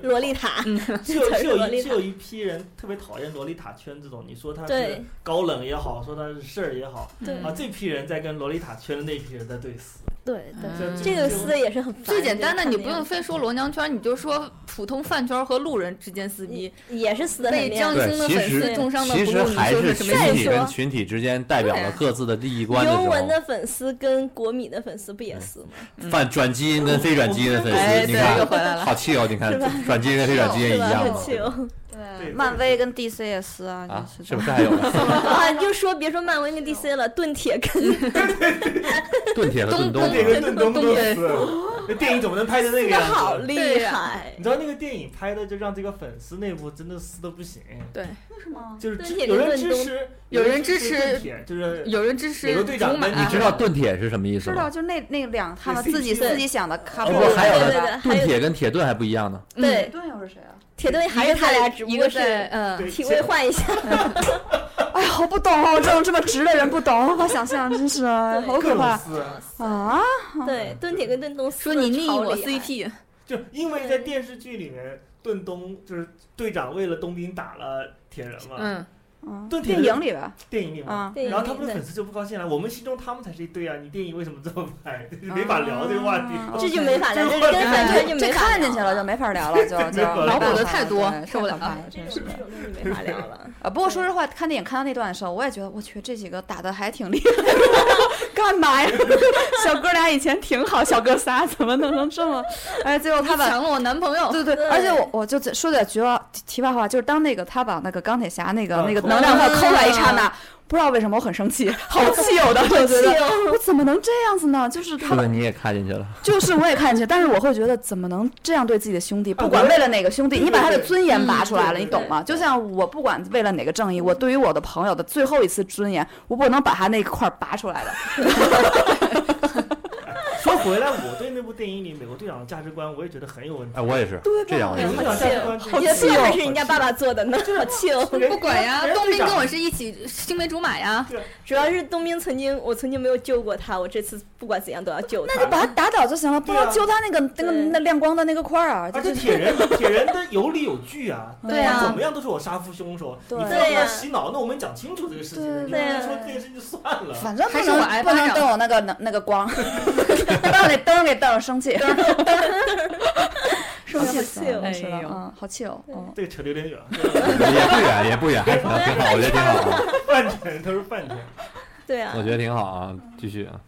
E: 洛丽塔，
C: 嗯
D: 是有
E: 全
D: 是
E: 是
D: 有
E: 萝
D: 一
E: 莉
D: 是
E: 塔
D: 有一批人特别讨厌萝莉塔圈这种，你说他是
E: 对
D: 高冷也好，说他是事儿也好，
E: 对
D: 啊，这批人在跟萝莉塔圈的那批人在对 撕，
E: 对对，
C: 嗯
E: 这个撕的也是很烦
C: 最简单的，
E: 就
C: 你
E: 是看那
C: 不用
E: 样
C: 非说罗娘圈，你就说普通饭圈和路人之间撕逼，
E: 也嗯是撕的
C: 被
E: 很
C: 江
E: 亮。
C: 青的
F: 对
C: 粉
E: 其
C: 丝
E: 实
C: 重伤的
F: 其
C: 不
F: 实
C: 入，你
F: 还
C: 说
F: 是
C: 什
F: 群
C: 么意
E: 再
F: 体
C: 思？
E: 说
F: 跟群体之间代表了
C: 对
F: 各自的利益观的
E: 英文
F: 时
E: 的粉丝跟国米的粉丝不也撕吗？
F: 候，反转基因跟非转基因的粉
C: 哎，
F: 丝，你
C: 对，又
F: 看
C: 回来了。
F: 好气哦！你看
E: 是吧
F: 转基因跟非转基嗯因一
E: 是吧？
F: 样啊
E: 很
F: 吗？
E: 气哦。
D: 对，
B: 漫威跟 DC 也撕啊，
F: 啊，
B: 就是是
F: 不是还有呢
E: 啊，你就说别说漫威跟 DC 了，盾铁跟
F: 盾铁和盾东
C: 东
D: 这
F: 啊？
D: 个顿
C: 东
D: 东都
C: 北
D: 撕了，那电影怎么能拍成那个样
E: 好
D: 子？
C: 对
E: 厉
C: 呀
E: 害
D: 你。知道那个电影拍的就让这个粉丝内部真的撕的不行，
C: 对，
D: 就是
E: 对
D: 支
E: 也
D: 有人
E: 跟
D: 支
E: 东
D: 持，
C: 有人支
D: 支
C: 持
D: 地铁，就是
C: 有人支
D: 美
C: 持
D: 国队长
C: 竹马，
D: 跟
F: 你知道盾铁是什么意思
B: 知道
F: 吗？
B: 就那那两他们
D: 对
B: 自己
D: CG
B: 自己想的 couple，
F: 哦，不，还有
E: 对对
F: 呢，
E: 对
F: 盾铁跟铁盾还不一样呢。
C: 嗯
E: 对，
B: 盾又是谁啊？
E: 铁盾还
C: 一个
E: 是他
C: 在
E: 俩，只不
C: 一
E: 过
C: 个在
E: 是
C: 嗯，
E: 体位换一下。
B: 哎呀，我不懂哦，这种这么直的人不懂， 无法想象，真是哎好
D: 各
B: 可
D: 种
B: 怕
D: 撕。
B: 啊！
E: 对，盾铁跟盾东撕
C: 说
E: 得
C: 你逆
E: 超
C: 我
E: 厉害
C: CP，
D: 就因为在电视剧里面，盾东就是队长为了冬兵打了铁人嘛，
C: 嗯，
B: 嗯，
D: 盾铁
B: 电
D: 人
B: 影里边
D: 电影里嘛，
B: 啊，
E: 对
D: 然后他们的
E: 对
D: 粉丝就不高兴了，我们心中他们才是一对啊，你电影为什么这么拍？就是没法聊这个话题。嗯
B: 啊
E: 这就没法聊，
D: 这
E: 这
D: 个
E: 跟
C: 话
E: 饭
C: 题
E: 圈就
B: 这
E: 没法
B: 看
E: 聊
B: 进去了就没法聊了， 就就
C: 脑补的
B: 没办法
C: 太多
B: 对
C: 受不
B: 太
C: 了
B: 可怕了，
E: 这
B: 真
E: 种
B: 是。
E: 这种就没法聊 了。
B: 啊，不过说实话，看电影看到那段的时候，我也觉得，我去，这几个打的 还挺厉害，干嘛呀？ 小哥俩以前挺好，小哥仨怎么能能这么？哎，最后他
C: 他
B: 把
C: 抢了我男朋友，
B: 对对
E: 对
B: 对，而且我我就在说点绝望题题外话，就是当那个他把那个钢铁侠那个、
D: 啊
B: 那个
D: 抠
B: 能量炮抠出来一
D: 嗯
B: 刹那，不知道为什么我很生 气，好气哦我当时就觉得。哎我怎么能这样子呢？就是
F: 是
B: 他
F: 不
B: 们，
F: 是你也看进去了？
B: 就是我也看进去，但是我会觉得怎么能这样对自己的兄
D: 啊
B: 弟？不管为了哪个兄弟，你把他的尊严拔出来了，
D: 嗯对对嗯
B: 你懂吗？就像我不管为了哪个正义，我对于我的朋友的最后一次尊严，我不能把他那块儿拔出来的。
D: 说回来，我对那部电影里美国队长的价值观，我也觉得很有问 题。
F: 哎，我也是，这两个
D: 美
F: 人
D: 国
F: 也
D: 队
B: 啊
F: 是
D: 长价值观就是，
E: 你的盾还是人家爸
B: 哦
E: 爸做的呢，好气哦！
D: 人
C: 不管呀，
D: 人
C: 冬兵
D: 队长
C: 跟我是一起青梅竹马呀，
E: 主要是冬兵曾经，我曾经没有救过他，我这次不管怎样都要救他。
B: 那就把他打倒就行了，不
D: 啊对啊
B: 能揪他那个那个
E: 对
B: 那亮光的那个块儿啊！
D: 而
B: 就是
D: 且铁 人铁人的有理有据啊，
B: 对
C: 啊
D: 怎么样都是我杀父凶手，你
B: 嗯对
D: 非要给
E: 对
D: 他
E: 呀
D: 洗脑，那我们讲清楚这个事情，你
B: 对
D: 不
E: 对
D: 能
E: 对
D: 说这件事情就算了。
B: 反正不
C: 还是我
B: 能
C: 挨
B: 不
C: 巴
B: 能
C: 掌
B: 瞪我那个那那个光， 不让那灯给瞪着生气， 生气死了，
E: 哎
B: 是的，
C: 呦
B: 嗯，好气哦，嗯，
D: 这个扯得有点远，
F: 也不远，也不远，还挺好，挺好，我觉得挺好啊，
D: 饭圈他是饭圈。
E: 对啊
F: 我，觉得挺好啊，继续啊。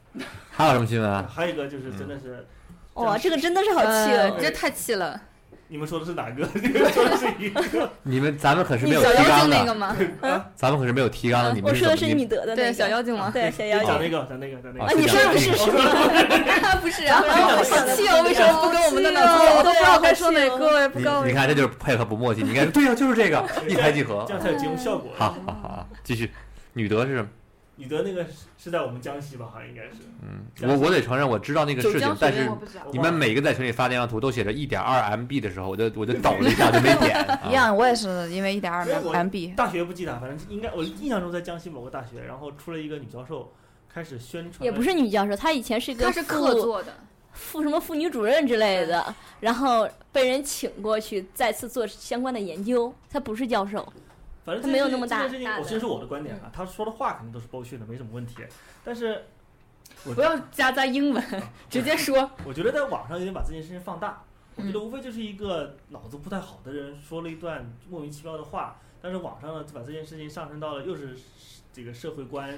F: 还有什么新闻啊？
D: 还有一个就是真的是，
E: 哇，这个真的是好气
C: 呃
E: 哦！
C: 这太气了，
D: 你们说的是哪个？ 你们说的是一个。
F: 你们咱们可是没
C: 你
F: 有
C: 小
F: 提
C: 妖
F: 纲
C: 精那个
F: 的，
C: 吗？
F: 咱们可是没有提纲的。你
E: 啊我
F: 们
E: 说的
F: 怎
E: 是
F: 么
E: 你得的那
C: 对，
E: 个
C: 小妖精 吗？
E: 哦对小妖精。
D: 讲那个，讲那个，讲那
F: 啊
D: 个
E: 啊，。你说的是
F: 是
E: 什么？
C: 不是啊，
E: 然后我
C: 好
E: 想的
C: 气
E: 不
C: 哦，
E: 一
C: 为什么
E: 样
C: 不跟我们的脑
E: 好气
C: 子？
E: 哦
B: 我都不知道该说哪个，我也不
F: 你
B: 知道
F: 你看，这就是配合不默契。 你应该说对呀、就是这个，一拍即合啊
D: 这。样才有节目
E: 哦
D: 效果。
F: 好好好啊，继续。女德是什么？
D: 你的那个是是在我们江西吧？好像应该是。
F: 嗯，我我得承认我知道那个事
C: 九
F: 情
C: 江学，
F: 但
C: 院
F: 是
C: 我
F: 你们每个在群里发那张图都写着一点二 MB 的时候，我就我就抖了一下就没 点。啊
B: 一样，我也是因为一点二
D: 所以我
B: MB，
D: 大学不记得，反正应该我印象中在江西某个大学，然后出了一个女教授，开始宣传。
E: 也不是女教授，她以前是个
C: 他是客
E: 副
C: 座的，
E: 副什么妇女主任之类的，然后被人请过去再次做相关的研究。她不是教授，
D: 反正
E: 他没有那么大
D: 这件事情，
E: 大
D: 我
E: 的
D: 先说我的观点啊，他说的话肯定都是剥削的，没什么问题。但是
C: 不要夹杂英文，直接说。
D: 我觉得在网上有点把这件事情放大，我
E: 嗯
D: 觉得无非就是一个脑子不太好的人说了一段莫名其妙的话，但是网上呢就把这件事情上升到了又是这个社会观，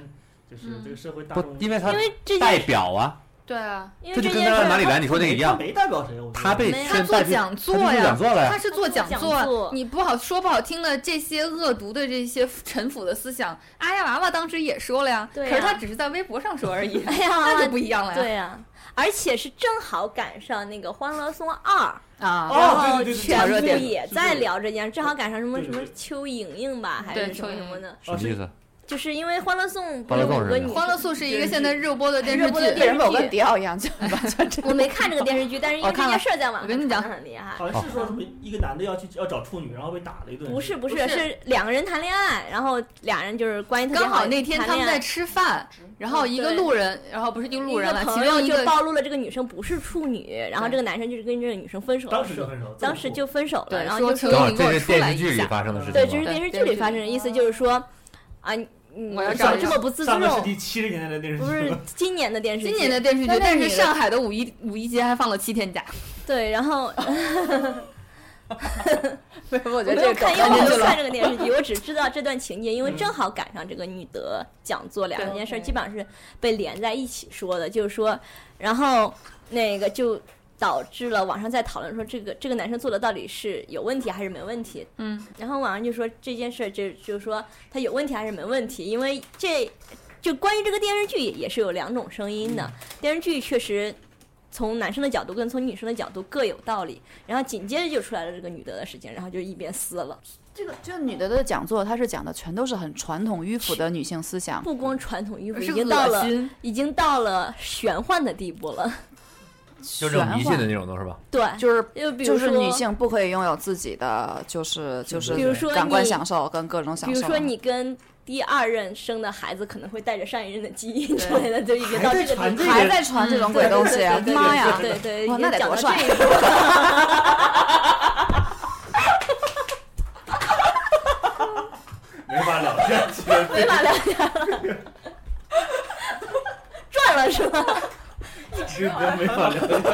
D: 就是
C: 嗯
D: 这个社会大
F: 不
D: 众，。
F: 因为他
E: 因为这
F: 代
E: 件，
F: 表啊，
C: 对啊，
E: 因
F: 这就
E: 为这
F: 跟
E: 件事
F: 刚才马里
E: 儿，
F: 兰你说那个一
D: 哎他
F: 样，
D: 没代表谁，我觉得
F: 他被
E: 没有
C: 他
F: 宣
C: 做
F: 代
C: 讲
F: 他
C: 座
F: 就是
C: 呀
F: 讲，座了呀
C: 他。是做讲
E: 他做讲座
C: 你不好说不好听的这些恶毒的这些陈腐的思想，阿呀娃娃当时也说了呀，
E: 对呀啊
C: 可是他只是在微博上说而已
E: ，哎呀，
C: 那就不一样了呀。
E: 对呀、而且是正好赶上那个《欢乐颂二》
C: 啊
E: 然后
D: 哦
C: 对对对对
E: 全
C: 炒热
E: 部
C: 点
E: 哦也在聊这件事，正好赶上什么
C: 对
E: 什
C: 对
E: 么邱莹莹吧，还
C: 对
E: 是什么什么的，
F: 什么意思？
E: 就是因为《欢乐颂》不
F: 欢
E: 是
F: 乐颂是
E: 有五个
F: 什
E: 女
F: 么
E: 生，
C: 欢乐颂是一个现在热播的电视
E: 热播的
C: 剧
E: 电视剧
C: 我跟
B: 迪奥一样，就
E: 我没看这个电视剧，但是因
C: 我
E: 为
C: 哦看
E: 这
C: 了
E: 件事儿在网上
C: 我跟你讲
E: 传得很厉害。
D: 好像是说什么一个男的要去要找处女，然后被打了一顿。
E: 不是不
C: 不
E: 是，
C: 是
E: 是两个人谈恋爱，然后俩人就是关系特别
C: 刚好那天他们在吃饭，然后一个
E: 啊嗯对
C: 路人，然后不是一个路人了，
E: 一个
C: 其
E: 朋
C: 中
E: 友
C: 一
E: 就
C: 个
E: 暴露了这个女生不是处女，然后这个男生就是跟这个女生分手了，
D: 当时就分手
E: 说
D: 这么
E: 当时就分手
C: 对
E: 了，然后
C: 说
E: 就说
C: 邱莹
F: 正好
C: 你给我
F: 这是
C: 出
F: 电
C: 来
F: 视
C: 一
F: 剧里
C: 下
F: 发生的事
E: 对，
F: 情
E: 这
F: 吗
E: 是？
C: 对
E: 电视
C: 电
E: 剧
C: 视
E: 里
C: 剧
E: 发生的意思就是说，啊，你
C: 我要
E: 怎
C: 找
E: 么
C: 一
E: 这
C: 个
E: 么不自
D: 上个世
E: 重？
D: 纪七十年代的电视剧
E: 不是今年的电视剧，
C: 今年的电视剧，
E: 那
C: 但
E: 女
C: 是
E: 的
C: 上海的五一五一节还放了七 天假，
E: 对，然后
B: 为什么我
E: 我
B: 觉得
E: 没
B: 这
E: 有
B: 个
E: 看，因为哦
B: 梗
E: 我没有
B: 感觉就
E: 看这个电视剧，我只知道这段情节，因为正好赶上这个女德讲座，两件事儿基本上是被连在一起说的，就是说，然后那个就导致了网上在讨论说这个这个男生做的到底是有问题还是没问题，
C: 嗯，
E: 然后网上就说这件事儿就就是说他有问题还是没问题，因为这就关于这个电视剧也也是有两种声音的，电视剧确实从男生的角度跟从女生的角度各有道理，然后紧接着就出来了这个女的的事情，然后就一边撕了，
B: 这个这个女的的讲座，她是讲的全都是很传统迂腐的女性思想。
E: 不光传统衣服
C: 是
E: 已经到
C: 恶
E: 了
C: 心。
E: 已经到了玄幻的地步 了，
F: 就这种迷
B: 玄
F: 信
B: 幻
F: 的那种都是吧？
E: 对，
B: 就是
E: 就比如
B: 就是
E: 说
B: 女性不可以拥有自己的，就是就是
E: 比如说
B: 感官
E: 你
B: 享受跟各种享
E: 比
B: 受。
E: 如说你跟第二任生的孩子可能会带着上一任的基因之类的，就已经到
D: 还
E: 这
D: 在
E: 个地
D: 传
E: 步
D: 这
B: 还
D: 个
B: 在传这种
E: 嗯
B: 鬼
E: 对
B: 东
E: 对
B: 西
E: 对
B: 啊，
E: 对对
B: 妈呀！
E: 对对，
B: 哇
E: 已经
B: 那得
E: 讲
B: 多
E: 到
B: 帅
E: 这一步了
D: 没法聊下去了。
E: 没法聊天了， 赚了是吧？
D: 直播没法聊下去。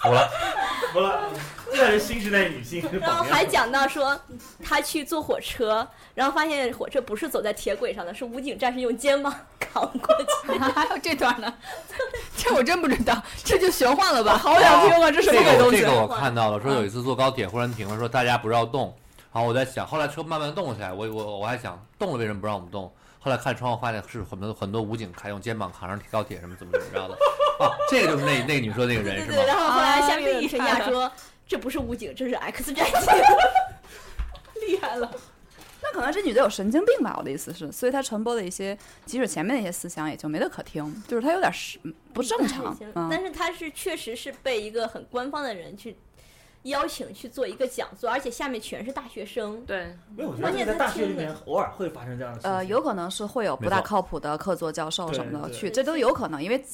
F: 服了，
D: 服了，这才是新时代女性的
E: 然后
D: 榜样。
E: 还讲到说，他去坐火车，然后发现火车不是走在铁轨上的，是武警战士用肩膀扛过去。
C: 还有这段呢，这我真不知道，这就玄幻 了吧？好
B: 想听啊，嗯这什么
F: 这
B: 鬼
F: 个
B: 东
F: 我
B: 西？
F: 这个我看到了，说有一次坐高铁忽然停了，说大家不让动。然后我在想，后来车慢慢动起来，我我我还想动了为什么不让我们动？后来看窗户发现是很多很多武警开用肩膀扛上高铁什么怎么怎么着的。 啊，这个就是那那个你说那个人
E: 对
F: 是
E: 对，
F: 吗？
E: 然后后来下面
C: 啊
E: 有评
C: 厉害
E: 价
C: 了
E: 说，这不是武警，这是 X 战警。 厉害了，
B: 那可能这女的有神经病吧？我的意思是，所以她传播的一些，即使前面那些思想也就没得可听，就是她有点是嗯不 正常。
E: 但
B: 嗯，
E: 是他是确实是被一个很官方的人去邀请去做一个讲座，而且下面全是大学生，
C: 对，
D: 没有，我觉得在大学里面偶尔会发生这样的事情。
B: 呃，有可能是会有不大
F: 没错
B: 靠谱的客座教授什么的
D: 对对
B: 去，这都有可能，因为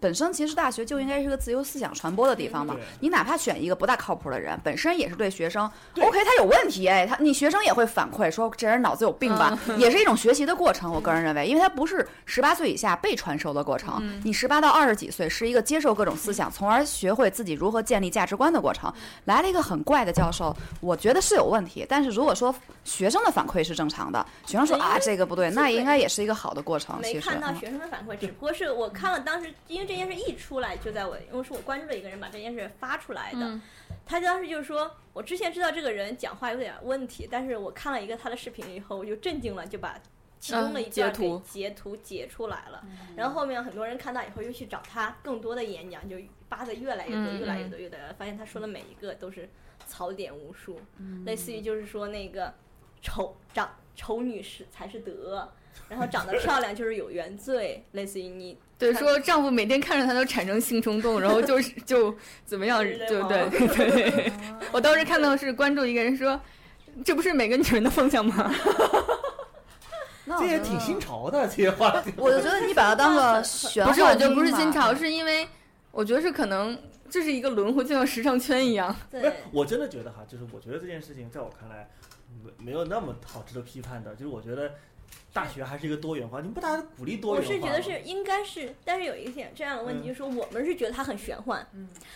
B: 本身其实大学就应该是个自由思想传播的地方嘛
D: 对。
B: 你哪怕选一个不大靠谱的人，本身也是对学生
D: 对
B: ，OK，他有问题，哎，他你学生也会反馈说这人脑子有病吧， 也是一种学习的过程。我个人认为，因为他不是十八岁以下被传授的过程，你十八到二十几岁是一个接受各种思想，从而学会自己如何建立价值观的过程。来了一个很怪的教授，我觉得是有问题，但是如果说学生的反馈是正常的，学生说
E: 对因
B: 啊
E: 为
B: 这个不对，
E: 基
B: 那
E: 本
B: 应该也是一个好的过程。
E: 没
B: 其实
E: 看到
B: 嗯
E: 学生的反馈，只不过是我看了当时，因为这件事一出来，就在我，因为是我关注了一个人把这件事发出来的，
C: 嗯
E: 他当时就是说，我之前知道这个人讲话有点问题，但是我看了一个他的视频以后，我就震惊了，就把其中的一段给
C: 嗯截图
E: 截图截出来了。然后后面很多人看到以后，又去找他更多的演讲，就扒的越来越多，
C: 嗯
E: 越来越多，越来越多，发现他说的每一个都是槽点无数，类似于就是说那个丑长丑女是才是德。然后长得漂亮就是有原罪，类似于你
C: 对，说丈夫每天看着她都产生性冲动，然后就是就怎么样，
E: 对
C: 就
E: 吗
C: 对对。我当时看到是关注一个人说，这不是每个女人的梦 想吗？
B: 那
D: 这
B: 我
D: 也
B: 觉
D: 挺
B: 得
D: 新潮的，这些 话题。
B: 我就觉得你把它当个玄
C: 不是，我觉
B: 幻
C: 得不是
B: 听吧
C: 新潮，是因为我觉得是可能这是一个轮回，就像时尚圈一样。
D: 不是
E: 对，
D: 我真的觉得哈，就是我觉得这件事情在我看来，没没有那么好值得批判的。就是我觉得大学还是一个多元化，你不大家鼓励多
E: 我
D: 元化吗？
E: 是觉得是应该是，但是有一点这样的问题，
D: 嗯
E: 就是说我们是觉得它很玄幻，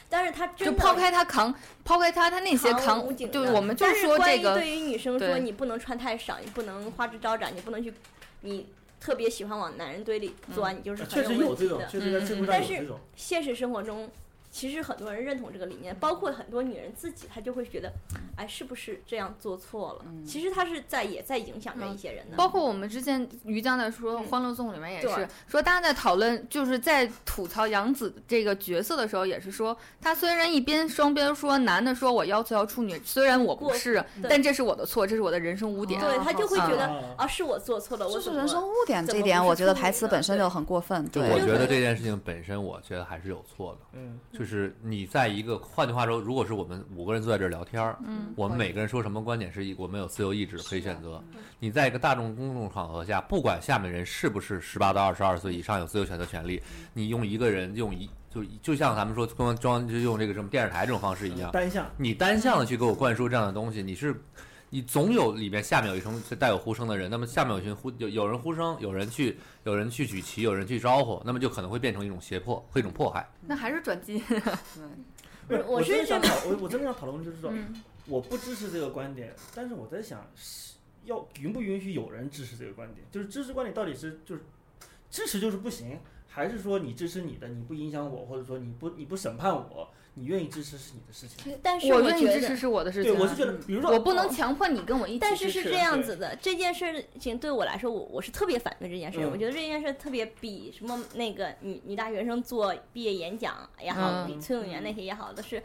E: 但是它真
C: 嗯就
E: 的
C: 抛开他扛，抛开他他那些
E: 扛
C: 扛
E: 武警，的，
C: 对我们就
E: 但
C: 是说
E: 关
C: 这
E: 于
C: 个
E: 对于女生说
C: 对
E: 你不能穿太少，你不能花枝招展，你不能去，你特别喜欢往男人堆里钻，你就是
D: 呃确
E: 很
D: 实
E: 有
D: 有
E: 问题
D: 这种，
E: 的。嗯
D: 确实在社会
E: 但
D: 上有
E: 是
D: 这种。
E: 现实生活中，其实很多人认同这个理念，包括很多女人自己，她就会觉得，哎，是不是这样做错了？
B: 嗯
E: 其实她是在也在影响着一些人的。
C: 嗯包括我们之前于江在说《欢乐颂》里面也是
E: 对
C: 说，大家在讨论就是在吐槽杨紫这个角色的时候，也是说她虽然一边双边说男的说我要求要处女，虽然我不
E: 过
C: 是，
E: 对
C: 但这是我的错，这是我的人生污点。
E: 对她就会觉得
C: 嗯
E: 啊，是我做错了，我
B: 就
E: 怎
B: 是
E: 么
B: 人生污点
E: 怎
B: 这一
E: 么
B: 点，
E: 不
B: 我
E: 是
B: 觉得
E: 处女
B: 还是
E: 呢
B: 本身就很过分。
F: 就
B: 对，
F: 我觉得这件事情本身，我觉得还是有错的。
D: 嗯，
F: 就是你在一个，换句话说，如果是我们五个人坐在这儿聊天儿，
C: 嗯
F: 我们每个人说什么观点是一，我们有自由意志可以选择。你在一个大众公众场合下，不管下面人是不是十八到二十二岁以上有自由选择权利，你用一个人用一就就像咱们说中装就用这个什么电视台这种方式一样，
D: 单向
F: 你单向的去给我灌输这样的东西，你是，你总有里面下面有一层带有呼声的人，那么下面有一群呼有有人呼声，有人去有人去举旗，有人去招呼，那么就可能会变成一种胁迫和一种迫害。
C: 那还是转 基因。
E: 我
D: 我
E: 我是
D: 真的想
E: 这
D: 讨，我我真的想讨论就是说，
C: 嗯
D: 我不支持这个观点，但是我在想，是要允不允许有人支持这个观点？就是支持观点到底是就是支持就是不行，还是说你支持你的，你不影响我，或者说你不你不审判我，你愿意支持是你的事情。
E: 但是
C: 我
E: 觉
C: 愿意
E: 得
C: 支持是我的事情
D: 对，
C: 啊，
D: 我是觉得，比如说
C: 我不能强迫你跟我一起支持。
E: 但是是这样
D: 对
E: 子的，这件事情对我来说，我我是特别反对这件事。
D: 嗯
E: 我觉得这件事特别比什么那个女女大学生做毕业演讲也好，
C: 嗯
E: 比崔永元那些也好，都是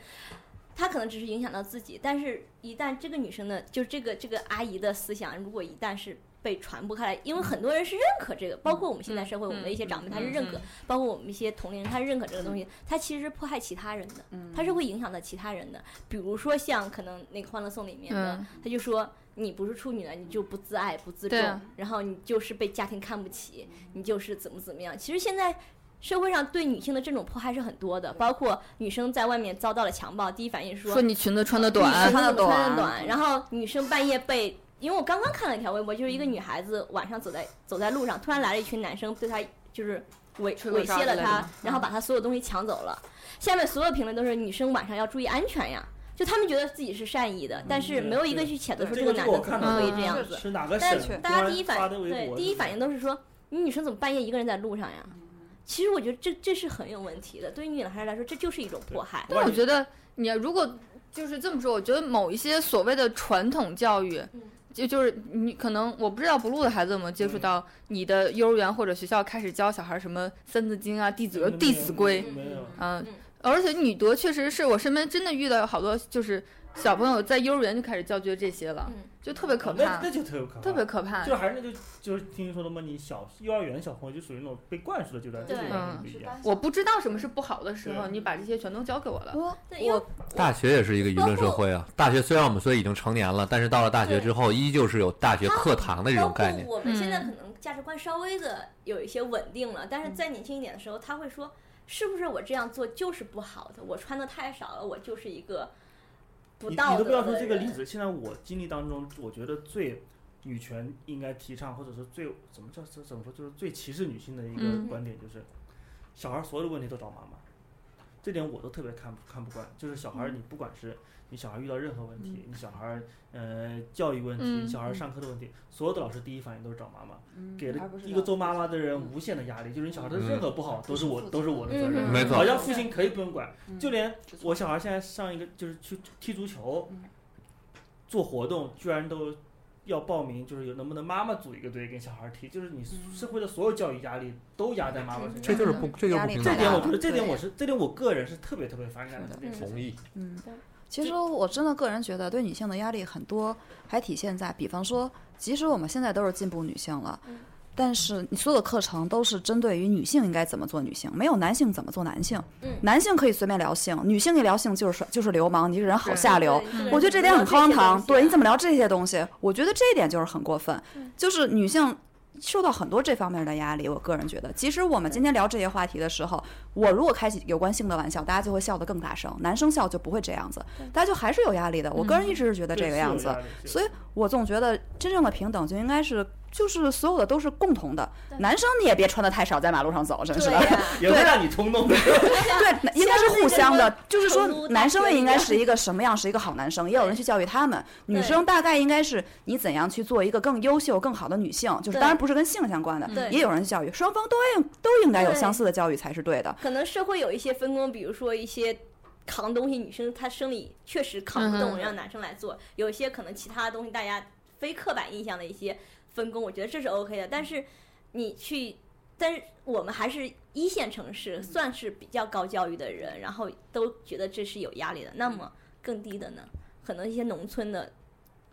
E: 她可能只是影响到自己，但是一旦这个女生的，就这个这个阿姨的思想，如果一旦是。被传播开来，因为很多人是认可这个，包括我们现在社会，
C: 嗯
E: 我们的一些长辈
C: 嗯
E: 他是认可
C: 嗯，
E: 包括我们一些同龄人他是认可这个东西，他其实是迫害其他人的，
C: 嗯
E: 他是会影响到其他人的。比如说像可能那个《欢乐颂》里面的
C: 嗯，
E: 他就说你不是处女了，你就不自爱、不自重
C: 对啊，
E: 然后你就是被家庭看不起，你就是怎么怎么样。其实现在社会上对女性的这种迫害是很多的，包括女生在外面遭到了强暴，第一反应是说
C: 说你裙子穿的
E: 女生
C: 短，
B: 穿得
E: 怎么穿嗯
B: 短
E: 得短，然后女生半夜被。因为我刚刚看了一条微博，就是一个女孩子晚上走在走在路上，突然来了一群男生，对她就是猥
C: 吹口
E: 猥
C: 哨
E: 亵了
C: 之类的
E: 她
D: 嗯
C: 吗，
E: 然后把她所有东西抢走了。下面所有评论都是女生晚上要注意安全呀，就他们觉得自己是善意
D: 嗯
E: 的，但是没有一个去谴责说
D: 这
E: 个
D: 个
E: 男
D: 这
E: 的
D: 个我
E: 怎
D: 看
E: 么
D: 到
E: 可以
C: 了
E: 这样
D: 是
E: 子。
D: 是哪个
E: 但
D: 省
E: 是
D: 公
E: 大家
D: 安
E: 第一
D: 发
E: 反
D: 的微
E: 对
D: 博
E: 第一
D: 是
E: 反应都是说，你女生怎么半夜一个人在路上呀？其实我觉得这这是很有问题的，对于女孩来说，这就是一种迫害。
C: 但我觉得你如果就是这么说，我觉得某一些所谓的传统教育，就就是你可能我不知道不录的孩子有没有接触
D: 嗯
C: 到你的幼儿园或者学校开始教小孩什么《三字经》啊、《弟子规》、
D: 嗯
C: 《弟子规》，
D: 没有，
C: 嗯，而且女德确实是我身边真的遇到有好多就是小朋友在幼儿园就开始教学这些了，
E: 嗯
C: 就特别可
D: 那
C: 怕
D: 那，就特别可怕，
C: 特别可怕。
D: 就还是那就就是听你说的嘛，你小幼儿园小朋友就属于那种被灌输的阶段，这
E: 对
D: 是完
B: 嗯
D: 全不一样。
C: 我不知道什么是不好的时候，
D: 对
C: 你把这些全都教给我了。
B: 我
E: 对，因为
F: 大学也是一个舆论社会啊。大学虽然我们说已经成年了，但是到了大学之后，依旧是有大学课堂的这
E: 包
F: 种
E: 括
F: 概念。
E: 我们现
B: 嗯
E: 在可能价值观稍微的有一些稳定了，但是在年轻一点的时候，他会说，是不是我这样做就是不好的？我穿的太少了，我就是一个不
D: 你
E: 道
D: 你
E: 德
D: 都
E: 的
D: 不要说这个
E: 人
D: 例子，现在我经历当中，我觉得最女权应该提倡，或者是最怎么叫怎怎么说，就是最歧视女性的一个
C: 嗯
D: 观点，就是、小孩所有的问题都找妈妈，这点我都特别看不看不惯。就是小
E: 嗯
D: 孩，你不管是你小孩遇到任何问题，你小孩呃教育问题，
C: 嗯
D: 小孩上课的问题，所有的老师第一反应都是找妈妈，给
B: 嗯而
D: 了
B: 不是
D: 一个
B: 找
D: 做妈妈的人无限的压力，就是你小孩的
E: 嗯
D: 任何不好都是我
B: 嗯
D: 都是我的责任，
C: 嗯
F: 没错
D: 好像父亲可以不用管，
B: 嗯
D: 就连我小孩现在上一个就是去踢足球，
B: 嗯
D: 做活动居然都要报名，就是有能不能妈妈组一个队跟小孩踢，就是你社会的所有教育压力都压在妈妈
E: 嗯
B: 嗯
D: 身
F: 这就
D: 上。
F: 是不，这就是不平等
D: 这
B: 压力太
D: 点
B: 大
D: 我
F: 啊。
D: 觉得，这点我是，这点我个人是特别特别反感的
B: 是的
D: 这件事情。
F: 同意。
B: 嗯，其实我真的个人觉得，对女性的压力很多，还体现在，比方说，即使我们现在都是进步女性了，
E: 嗯
B: 但是你所有的课程都是针对于女性应该怎么做女性，没有男性怎么做男性。
E: 嗯
B: 男性可以随便聊性，女性一聊性就是说就是流氓，你这人好下流。
E: 对对对
B: 我觉得这点很荒唐。对，你怎
E: 么
B: 么聊这些东西？我觉得这一点就是很过分，就是女性。受到很多这方面的压力，我个人觉得，其实我们今天聊这些话题的时候，我如果开起有关性的玩笑，大家就会笑得更大声，男生笑就不会这样子，大家就还是有压力的。我个人一直是觉得
D: 对
B: 这个
D: 是有
B: 样子
D: 压，力是有
B: 所以我总觉得真正的平等就应该是就是所有的都是共同的，男生你也别穿的太少，在马路上走，真是的，
D: 也会让你冲动的。
B: 对，应该是互相的，就是说男生也应该是一个什么样是一个好男生，也有人去教育他们，女生大概应该是你怎样去做一个更优秀、更好的女性，就是当然不是跟性相关的，
E: 对
B: 也有人去教育，双方都应都应该有相似的教育才是对的。
E: 可能社会有一些分工，比如说一些扛东西，女生她生理确实扛不
C: 嗯
E: 动，让男生来做；有一些可能其他的东西，大家非刻板印象的一些分工，我觉得这是 OK 的。但是你去，但是我们还是一线城市，算是比较高教育的人，然后都觉得这是有压力的。那么更低的呢？可能一些农村的。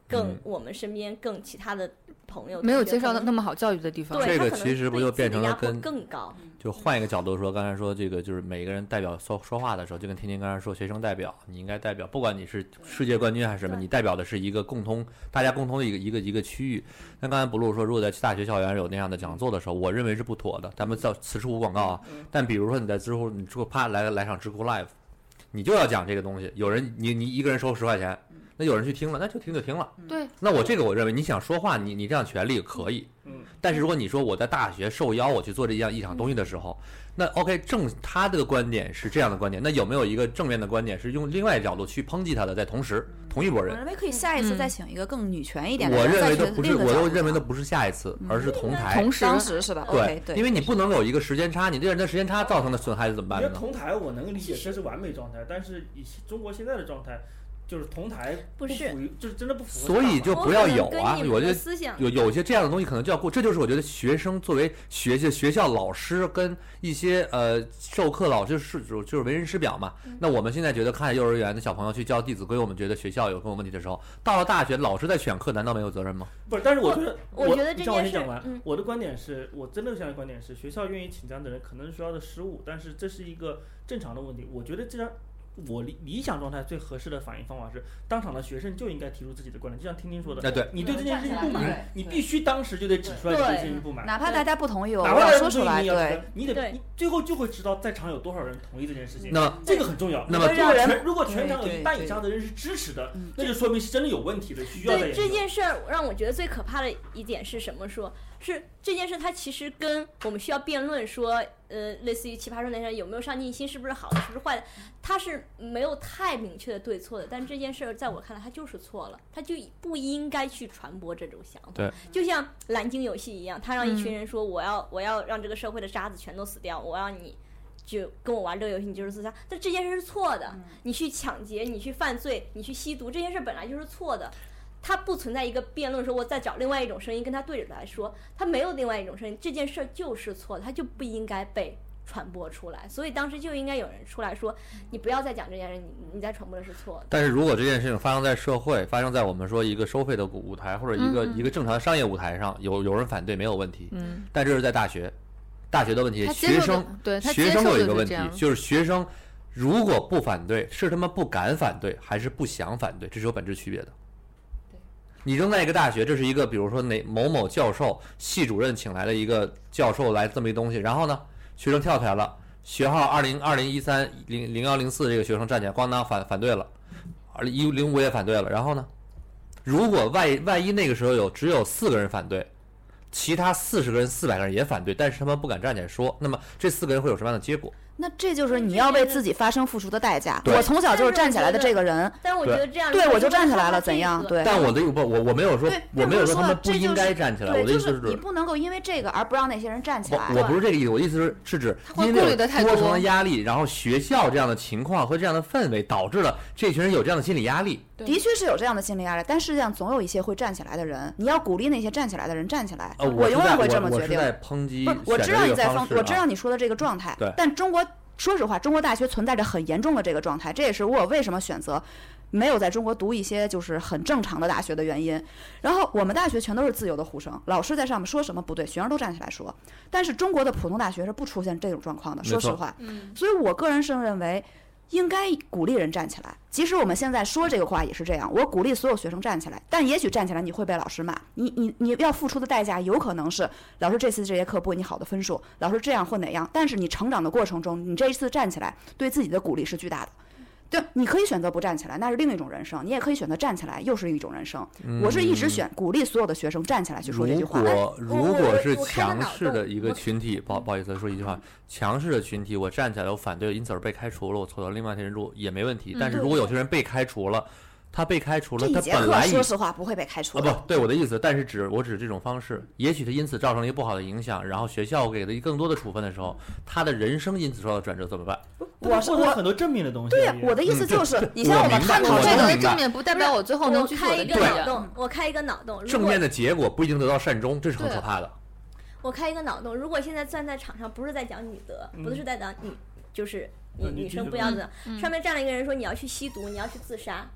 E: 更
F: 嗯
E: 我们身边更其他的朋友
C: 没有
E: 同学
C: 接受到
E: 可能
C: 那么好教育的地方。
E: 对
F: 这
E: 他
F: 个
E: 可能
F: 其实不
E: 对
F: 就
E: 自
F: 变
E: 己
F: 成
E: 压
F: 了
E: 迫
F: 跟
E: 更高，
F: 就换一个角度说，刚才说这个就是每个人代表说说话的时候，就跟天天刚才说学生代表，你应该代表，不管你是世界冠军还是什么，
E: 对
F: 你代表的是一个共通大家共通的一个一个一个区域。那刚才不露说，如果在大学校园有那样的讲座的时候，我认为是不妥的。咱们在此处无广告啊，但比如说你在知乎，你说啪来来场知乎 Live，你就要讲这个东西，有人你你一个人收十块钱，那有人去听了，那就听就听了。
C: 对，
F: 那我这个我认为你想说话，你你这样权利可以，
D: 嗯，
F: 但是如果你说我在大学受邀我去做这样一场东西的时候，那 OK 正他这个观点是这样的观点，那有没有一个正面的观点是用另外一个角度去抨击他的，在同时同一拨
B: 我
F: 人？
B: 认为可以下一次再请一个更女权一点
F: 嗯
B: 的
F: 我
B: 人，
F: 认
B: 再
F: 为
B: 去
F: 的不
B: 另
F: 是，
B: 一个
F: 我
B: 角
F: 都
B: 度啊
F: 认为的不是下一次，而是同台。
C: 同时
B: 当时是吧
F: 对
B: ？OK，，对，
F: 因为你不能有一个时间差，你对人的时间差造成的损害是怎么办
D: 因为
F: 的呢？
D: 同台我能理解这是完美状态，但是以中国现在的状态，就是同台
E: 不
D: 符
E: 是
D: 于，就是真的不符合
F: 所以
D: 大
F: 就
E: 我
F: 不
E: 可
F: 要
E: 能
F: 有
E: 哦跟
F: 啊
E: 你！们
F: 我
E: 的
F: 觉得
E: 思想
F: 有有些这样的东西可能就要过，这就是我觉得学生作为学校学校老师跟一些呃授课老师是就是为人师表嘛。
C: 嗯
F: 那我们现在觉得看幼儿园的小朋友去教《弟子规》，我们觉得学校有各种问题的时候，到了大学，老师在选课难道没有责任吗？
D: 不是，但是我觉得，
E: 我
D: 我
E: 觉得这
D: 你让我
E: 件
D: 先
E: 事
D: 讲完。
E: 嗯
D: 我的观点是我真的现在观点是，学校愿意请这样的人，可能是学校的失误，但是这是一个正常的问题。我觉得这样，我理理想状态最合适的反应方法是，当场的学生就应该提出自己的观点，就像听听说的，
F: 哎，对，
D: 你对这件事情不
B: 站起来
D: 满，你必须当时就得指出来你对这件事情不满。
B: 哪怕大家不同意，我
D: 哪怕
B: 要
D: 人
B: 说
D: 不
B: 出
D: 同
B: 来，
D: 意，你要觉
B: 对
D: 得，你得
E: 对
D: 你最后就会知道在场有多少人同意这件事情。
F: 那么
D: 这个很重要。
F: 那么
D: 如果
B: 让人
D: 全如果全场有
B: 对
D: 一半
B: 对
D: 以上的人是支持的
B: 嗯，
D: 那就说明是真的有问题的，需要再
E: 对
D: 研
E: 这
D: 究。
E: 件事儿，让我觉得最可怕的一点是什么说？是这件事，它其实跟我们需要辩论说，呃，类似于奇葩说那样，有没有上进心，是不是好的，是不是坏的，它是没有太明确的对错的。但这件事儿在我看来，它就是错了，它就不应该去传播这种想法。
A: 对，
E: 就像蓝鲸游戏一样，他让一群人说，我要、我要让这个社会的渣子全都死掉，我要你。就跟我玩这个游戏，你就是自杀。但这件事是错的，
D: 嗯
E: 你去抢劫，你去犯罪，你去吸毒，这件事本来就是错的。它不存在一个辩论说我再找另外一种声音跟他对着来说，它没有另外一种声音，这件事儿就是错的，它就不应该被传播出来。所以当时就应该有人出来说，你不要再讲这件事，你你在传播的是错的。
F: 但是如果这件事情发生在社会，发生在我们说一个收费的舞台或者一个、
C: 嗯嗯
F: 一个正常的商业舞台上，有有人反对没有问题，
C: 嗯，
F: 但这是在大学，大学的问题，
C: 他接
F: 学
C: 受
F: 生
C: 的，对他
F: 学
C: 接受
F: 生有一个
C: 的
F: 问题
C: 是这样，。
F: 就是学生如果不反对，是他们不敢反对，还是不想反对，这是有本质区别的。你扔在一个大学，这是一个比如说哪某某教授、系主任请来的一个教授来这么一东西，然后呢，学生跳起来了，学号二零二零一三零零幺零四这个学生站起来，咣当反反对了，二一零五也反对了，然后呢，如果万一万一那个时候有只有四个人反对，其他四十个人、四百个人也反对，但是他们不敢站起来说，那么这四个人会有什么样的结果？
B: 那这就是你要为自己发声付出的代价。
F: 对
B: 我从小就是站起来的这个人，
E: 但是我觉得这样，
B: 对我就站起来了，怎样？。对。
F: 但我的不，我我没有说
B: 对，，
F: 我
B: 并
F: 没
B: 不
F: 有
B: 是
F: 他们不
B: 这就
F: 应
B: 是
F: 该站起来，
B: 对
F: 我的意思
B: 就是你不能够因为这个而不让那些人站起来。
F: 我我不是这个意思，我的意思是是指
C: 他会
F: 因为
C: 顾
F: 有
C: 虑得太
F: 多
C: 多
F: 重的压力，然后学校这样的情况和这样的氛围，导致了这群人有这样的心理压力。
C: 对
B: 的确是有这样的心理压力，但世界上总有一些会站起来的人，你要鼓励那些站起来的人站起来。
F: 呃，
B: 我
F: 是
B: 永远
F: 在
B: 会
F: 我
B: 这么
F: 我
B: 决
F: 是
B: 定。
F: 在抨击
B: 不
F: 选
B: 是
F: 择，
B: 我知道
F: 这
B: 你
F: 个
B: 在
F: 方
B: 方，
F: 式
B: 我
F: 啊
B: 知道你说的这个状态
F: 对，
B: 但中国说实话，中国大学存在着很严重的这个状态，这也是我为什么选择。没有在中国读一些就是很正常的大学的原因，然后我们大学全都是自由的呼声，老师在上面说什么不对，学生都站起来说。但是中国的普通大学是不出现这种状况的，
F: 没
B: 说实
F: 错
B: 话，
C: 嗯，
B: 所以我个人是认为，应该鼓励人站起来。即使我们现在说这个话也是这样，我鼓励所有学生站起来，但也许站起来你会被老师骂，你你你要付出的代价有可能是老师这次这节课不给你好的分数，老师这样或哪样。但是你成长的过程中，你这一次站起来，对自己的鼓励是巨大的。对，你可以选择不站起来，那是另一种人生；你也可以选择站起来，又是一种人生。我是一直选鼓励所有的学生站起来去说这句
F: 嗯如
B: 话。
F: 果如
E: 哎我
F: 果
E: 我
F: 是
E: 我开个
F: 强
E: 脑
F: 势的
E: 洞
F: 一个
E: 我
F: 群体，不好不好意思说一句话，强势的群体，我站起来我反对，因此而被开除了，我走到另外一条路也没问
E: 嗯
F: 题。但是如果有些人被开除了，他被开除
B: 这
F: 了，
B: 一
F: 他
B: 节
F: 本
B: 课
F: 来已
B: 说实话不会被开除
F: 啊
B: 的。
F: 不对我的意思，但是指我指这种方式，也许他因此造成了一个不好的影响，然后学校给了更多的处分的时候，他的人生因此受到转折，怎么办？
B: 我是
D: 获得
B: 我
D: 很多正面的东西。啊
B: 对呀，我的意思就是，你像
F: 嗯我
B: 我们
F: 明白
B: 探讨
F: 我
B: 这
C: 这
F: 能
B: 个，
C: 个的
F: 明白
C: 正面不代表我最后能
E: 我
C: 去做
E: 开
C: 我的
E: 一
C: 理
E: 个
C: 想
E: 脑洞，我开一个脑洞。如
F: 正
E: 果
F: 面的结果不一定得到善终，这是很可怕的。
E: 我开一个脑洞，如果现在站在场上，不是在讲女德，不
F: 嗯
E: 是在讲女，就是女
D: 嗯
E: 女生
D: 你
E: 不要的。上面站了一个人说你要去吸毒，你要去自杀，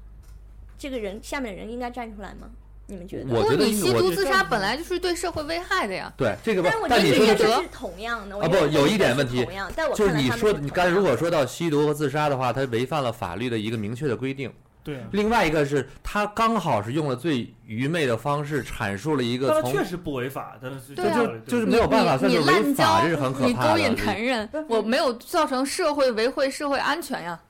E: 这个人下面的人应该站出来吗？你们觉得？
F: 我
C: 不
F: 觉
C: 过
F: 得
C: 你吸毒
F: 我
C: 自杀本来就是对社会危害的呀。
F: 对这个吧
E: 但是我，觉
F: 但
E: 得
F: 你
E: 这
F: 说的
E: 件
C: 这
E: 事
C: 个
E: 是同样的。我
F: 啊
E: 觉
F: 不
E: 得这
F: 有
E: 件
F: 一点
E: 事
F: 问
E: 是
F: 题
E: 同样，但我
F: 就是
E: 看来
F: 你
E: 他们
F: 说
E: 是
F: 的，你
E: 同
F: 刚才
E: 样
F: 如果
E: 的
F: 说到吸毒和自杀的话，它违反了法律的一个明确的规定。
D: 对啊，
F: 另外一个是，他刚好是用了最愚昧的方式阐述了一
D: 但
F: 个
D: 是
F: 从
D: 确实不违法，但是
C: 对啊
F: 就就是
C: 你
F: 没有办法算
C: 你
F: 是
C: 你
F: 违
C: 滥
F: 法，
C: 交，
F: 这是很可
C: 你
F: 怕
C: 勾
F: 的。
C: 引
F: 这
C: 男人
B: 不是，
C: 我没有造成社会维护社会安全呀。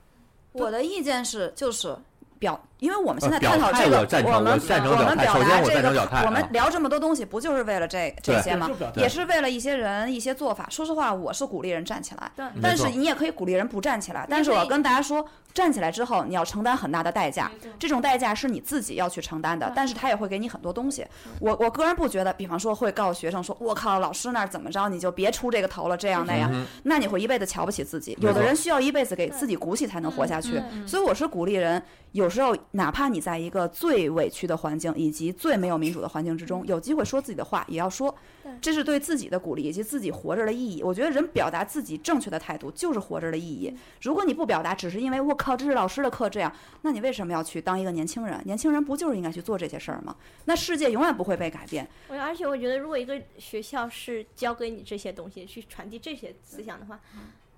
B: 我的意见是就是。表，因为我们现在
F: 呃表
B: 探讨
F: 态
B: 这个，
F: 我赞成
B: 我们
F: 我赞成
B: 我
F: 表
B: 们
F: 态
B: 表
F: 首
B: 达
F: 先我
B: 这
F: 赞成
B: 个
F: 表态啊
B: 我们聊这么多东西，不就是为了这这
F: 对
B: 些吗
D: 就？表达
B: 也是为了一些人、一些做法。说实话，我是鼓励人站起来，
E: 对
B: 但
F: 没
B: 是
F: 错
B: 你也可以鼓励人不站起来。但是
E: 可
B: 我要
E: 以
B: 跟大家说，站起来之后你要承担很大的代价，这种代价是你自己要去承担的，但是他也会给你很多东西。我我个人不觉得，比方说会告诉学生说，我靠，老师那儿怎么着，你就别出这个头了，这样那
F: 嗯
B: 样，那你会一辈子瞧不起自己。
F: 没
B: 有的
F: 错
B: 人需要一辈子给自己鼓起才能
E: 嗯
B: 活下
F: 嗯
B: 去，
C: 嗯
B: 所以我是鼓励人，有时候哪怕你在一个最委屈的环境以及最没有民主的环境之中，有机会说自己的话也要说，这是对自己的鼓励以及自己活着的意义。我觉得人表达自己正确的态度就是活着的意义。如果你不表达，只是因为我靠这是老师的课这样，那你为什么要去当一个年轻人？年轻人不就是应该去做这些事儿吗？那世界永远不会被改变。
E: 我而且我觉得，如果一个学校是教给你这些东西，去传递这些思想的话，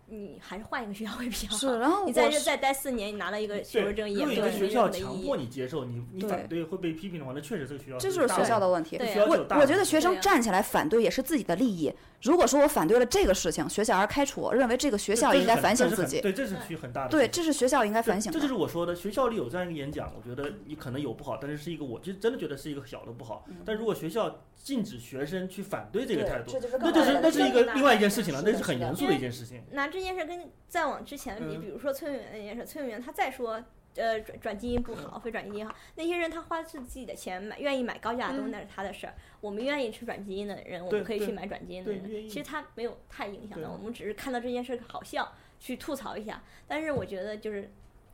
E: 你还是换一个学校会比较好。
B: 是然后
E: 你在
B: 我
E: 这
B: 是
E: 再待四年，你拿了一个学位证，
D: 如
E: 也
D: 果
E: 没
D: 一
E: 有
D: 个
E: 没有
D: 学
E: 任
D: 校
E: 何的
D: 强
E: 意义
D: 迫。你接受，你你
B: 对
D: 反对会被批评的话，那确实这个学校
B: 这就是
D: 大
B: 学校的
D: 问
B: 问题。
E: 对
D: 题。学校
B: 我
D: 是有大
B: 我
D: 问
B: 觉
D: 题
B: 得学生
E: 对啊
B: 站起来反对也是自己的利益。如果说我反对了这个事情，学校而开除我，认为这个学
D: 这
B: 校
D: 这
B: 应
D: 是
B: 该
D: 很
B: 反
D: 这
B: 省
D: 是
B: 自
D: 很
B: 己。
D: 对，这是需很大的
B: 对，
D: 事情
B: 这是学校应该反省
D: 这
B: 的
D: 就。是我说的，学校里有这样一个演讲，我觉得你可能有不好，但是是一个我就真的觉得是一个小的不好。但如果学校禁止学生去反对这个
B: 对
D: 态度
B: 这就是，更
D: 那就
B: 大
D: 是
B: 的
D: 那是一
E: 更
D: 个
E: 大
D: 另外一件事情了，
B: 是的
D: 那是很
B: 是的
D: 严肃的一件事情。
E: 拿这件事跟再往之前比，
D: 嗯
E: 比如说崔永元那件事，崔永元他再说。呃，转转基因不
D: 嗯
E: 好，非转基因好。那些人他花是自己的钱买，愿意买高价的东西，
C: 嗯
E: 那是他的事儿。我们愿意吃转基因的人，我
D: 对
E: 们可以去
D: 对
E: 买转基因的
D: 对愿
E: 人。
D: 意
E: 其实他没有太影响
D: 对
E: 到我们，只是看到这件事好笑，去吐槽一下。但是我觉得就是，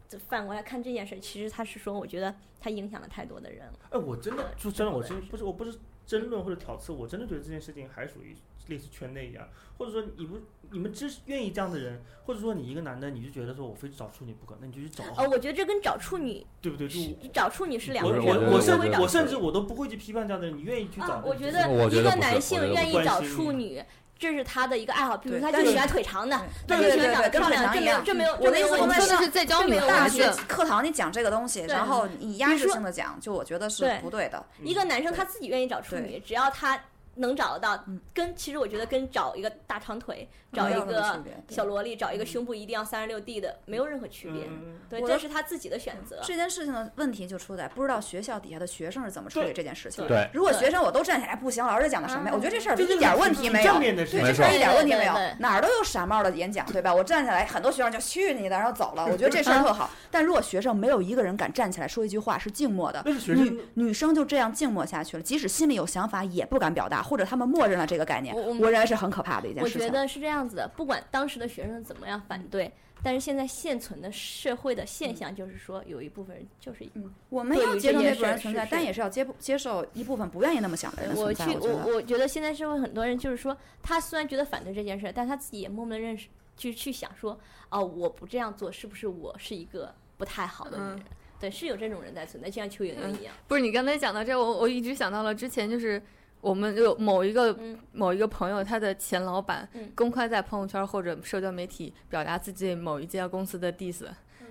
E: 这反过来看这件事，其实他是说，我觉得他影响了太多的人了。
D: 哎，我真的
E: 呃
D: 就真
E: 这
D: 的，我
E: 个
D: 真不是我不是争论或者挑刺，我真的觉得这件事情还属于类似圈内一样，或者说你不你们支持愿意这样的人，或者说你一个男的你就觉得说我非找处女不可，那你就去找，
E: 哦，我觉得这跟找处女
D: 对不对？就是
E: 找处女是两
D: 我
E: 个
F: 不
E: 人，
F: 是
D: 我
F: 我
D: 我
F: 觉
D: 甚
F: 得
D: 至
F: 我
D: 我甚至我都不会去批判这样的人，你愿意去找
E: 啊
D: 那，就
E: 我
D: 是，
E: 觉得
F: 我觉
E: 一
F: 得
E: 个
F: 不
E: 男
F: 是
E: 性
F: 我觉得
E: 愿意
D: 不是
E: 找
D: 关心
E: 处
D: 你
E: 女，这是他的一个爱好，比如
B: 对
E: 他
B: 但
E: 就喜
B: 是
E: 欢腿长的，他
B: 对
E: 就
B: 对
E: 喜欢
B: 对
E: 长得
B: 对跟
E: 漂
B: 腿
E: 亮，
B: 长
E: 这
B: 一
E: 没有
B: 样
E: 这没有
B: 我的意
E: 这没有
B: 思我
E: 问
B: 们
C: 说
E: 题
C: 的是在教女
E: 这没有
B: 大
C: 孩
E: 问题
B: 学
C: 子，
B: 课堂你讲这个东西，然后
E: 嗯
B: 你压制
E: 你说
B: 性的讲，就我觉得是
E: 对
B: 不对的。
E: 一个男生他自己愿意找处女，只要他能找得到
B: 嗯，
E: 跟其实我觉得跟找一个大长腿、找
B: 没
E: 一
B: 有什嗯么
E: 个
B: 区别对
E: 小萝莉、找一个胸部一定要三十六 D 的没有任何区别。
D: 嗯
E: 对，
B: 我
E: 这
B: 的
E: 是他自己的选择。
B: 这件事情的问题就出在不知道学校底下的学生是怎么处理
D: 对
B: 这件事情。
F: 对
B: 如果学生我都站起来，不行，老师讲的什么呀？
E: 嗯
B: 我觉得这事儿
D: 这就是
B: 一点问题没有，
D: 正面的事
B: 对，
F: 没
B: 这事
F: 错
B: 儿一点问题
E: 对
B: 没有
E: 对对，
B: 哪儿都有傻帽的演讲，对吧？我站起来，很多学生就去你的，然后走了。我觉得这事儿特好。 但如果学生没有一个人敢站起来说一句话，是静默的
D: 那是，学生
B: 女女生就这样静默下去了，即使心里有想法也不敢表达，或者他们默认了这个概念，
E: 我我们
B: 我认为是很可怕的一件
E: 我
B: 事情。
E: 觉得是这样子的，不管当时的学生怎么样反对，但是现在现存的社会的现象就是说，有一部分人就是
B: 嗯，我们
E: 对
B: 要
E: 于
B: 接
E: 这
B: 受
E: 件
B: 那部分
E: 事
B: 人存
E: 是
B: 在，
E: 是
B: 但也是要接不接受一部分不愿意那么想的人的
E: 我
B: 存在。
E: 去，
B: 觉得
E: 我我觉得现在社会很多人就是说，他虽然觉得反对这件事，但他自己也默默地认识，去去想说，哦，我不这样做，是不是我是一个不太好的人？
C: 嗯
E: 对，是有这种人在存在，就像邱莹莹一样。
C: 不是你刚才讲到这，我我一直想到了之前就是我们有某一个、
E: 嗯
C: 某一个朋友，他的前老板
E: 嗯
C: 公开在朋友圈或者社交媒体表达自己某一家公司的 diss，、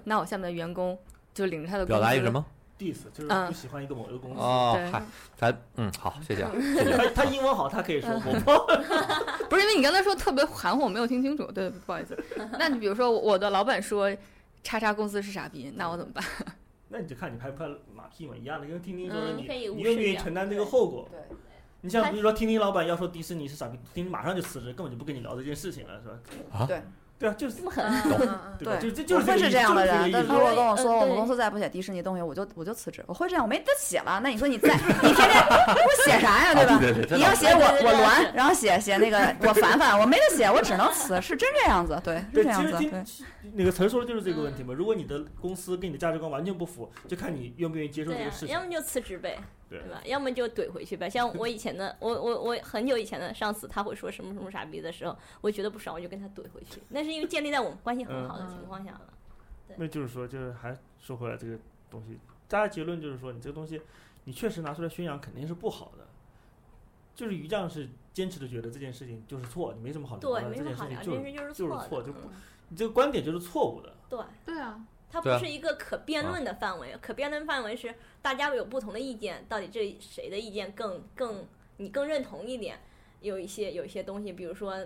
C: 那我下面的员工就领着他的
F: 表达一个
C: 工
F: 什
C: 资？
F: 么？
D: diss 就是
C: 嗯
D: 不喜欢一个某一个公司，
F: 哦
C: 对，
F: 嗨，咱嗯好，谢谢啊，谢谢啊。
D: 他他英文好，他可以说我不
C: 不 是因为你刚才说特别含糊，我没有听清楚，对，不好意思。那你比如说我的老板说。叉叉公司是傻逼，那我怎么办？
D: 那你就看你拍不拍马屁嘛，一样的，跟听听说
C: 嗯
D: 你、
C: 可以无
D: 你愿不
C: 视
D: 愿意
C: 角
D: 承担这个后果？
B: 对，
D: 你像
E: 他
D: 比如说听听老板要说迪士尼是傻逼，听听马上就辞职，根本就不跟你聊这件事情了，是吧？
F: 啊
B: 对，
D: 对啊，就是这
E: 么狠
D: 对吧？就
B: 嗯对，
D: 这就
B: 我
D: 是
B: 会
D: 这个
B: 是
D: 意
B: 这样的
D: 就是
B: 人。
D: 这个
B: 但
D: 意
B: 如
D: 思
B: 果跟我说
E: 嗯
B: 我
E: 对
B: 们公司再不写迪士尼东西，我就我就辞职。我会这样，我没得写了。那你说你再你天 天我写啥呀，对吧？
F: 对对对
B: 你要写我
E: 对对
B: 我
E: 对
B: 栾，然后写写那个我凡凡，我没得写，我只能辞，是真这样子，对，是这
D: 对，其
B: 样
D: 实
B: 子，对嗯
D: 今。那个陈说的就是这个问题嘛。如果你的公司跟你的价值观完全不符，就看你愿不愿意接受这
E: 对
D: 个
E: 呀、
B: 啊
D: 事情
E: 要。么就辞职呗，
D: 对
E: 对吧？要么就怼回去呗。像我以前的，我我我很久以前的上司，他会说什么什么傻逼的时候，我觉得不爽，我就跟他怼回去。那是因为建立在我们关系
D: 嗯
E: 很好的情况下了。
D: 那就是说，就是还说回来这个东西，大家结论就是说，你这个东西，你确实拿出来宣扬肯定是不好的。就是于酱是坚持的觉得这件事情就是错，你没什么好聊
E: 对，
D: 的，
E: 没什
D: 这件
E: 么
D: 事
E: 好
D: 情
E: 聊，
D: 就
E: 这
D: 是
E: 事就是
D: 就是
E: 错
D: 错，
E: 的。
D: 就
E: 嗯
D: 你这个观点就是错误的。
E: 对，
C: 对啊，
E: 它
F: 对
E: 不
F: 啊
E: 是一个可辩论的范围，可辩论范围是大家有不同的意见，到底这谁的意见更更你更认同一点？有一些有一些东西，比如说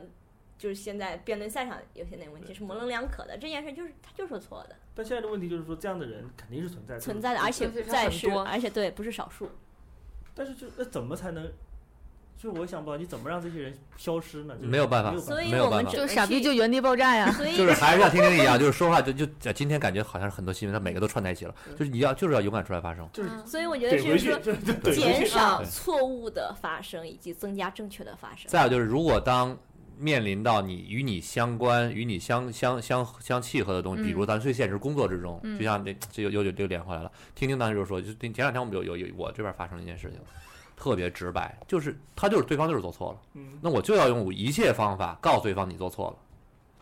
E: 就是现在辩论赛上有些内容问题
D: 对
E: 是模棱两可的，这件事就是它就是错的，
D: 但现在的问题就是说，这样的人肯定是存在
E: 存在的，而且不
C: 对
E: 再
C: 很
E: 是
C: 多
E: 而且对不是少数，
D: 但是就那怎么才能？就是我想不到你怎么让这些人消失呢？就是
F: 没有办法
D: 没有
E: 所
D: 办
E: 以
F: 没有
E: 我们
F: 办法
E: 只
C: 就
E: 能
C: 傻逼
E: 去
C: 就原地爆炸呀。
E: 所以
F: 就是还是像听听一样，就是说话就就呃今天感觉好像是很多新闻，它每个都串在一起了，就是你要就是要勇敢出来发声。
D: 就是
E: 所嗯以我觉得
D: 怼
E: 是
D: 回去
E: 说，
D: 就是怼回去
E: 减少
F: 对
E: 错误的发生以及增加正确的发生。
F: 再有就是，如果当面临到你与你相关、与你相相相相契合的东西，
C: 嗯
F: 比如咱最现实工作之中，
C: 嗯
F: 就像那这又又又又连回来了。听听当时就说，就前两天我们有有有我这边发生了一件事情，特别直白，就是他就是对方就是做错了，
D: 嗯，
F: 那我就要用一切方法告诉对方你做错了，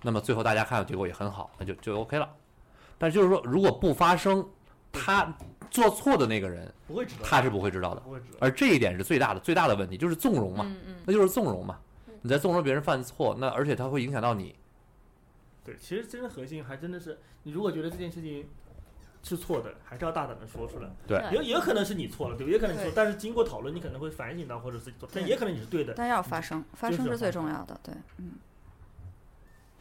F: 那么最后大家看到结果也很好，那就就 OK 了。但是就是说，如果不发生，他做错的那个人
D: 不会知道，
F: 他是不会知道的，
D: 不会知道。
F: 而这一点是最大的最大的问题，就是纵容嘛。
C: 嗯嗯，
F: 那就是纵容嘛
E: 嗯。
F: 你在纵容别人犯错，那而且它会影响到你。
D: 对，其实真正核心还真的是，你如果觉得这件事情是错的，还是要大胆的说出来。
F: 对
E: 对
D: 也也可能是你错了，对吧，也可能你错
B: 对，
D: 但是经过讨论，你可能会反省到或者是错，但也可能你是对的。
B: 但要发声，发
D: 就是
B: 声
D: 要
B: 是
D: 发
B: 最
D: 声
B: 重要的。对，嗯，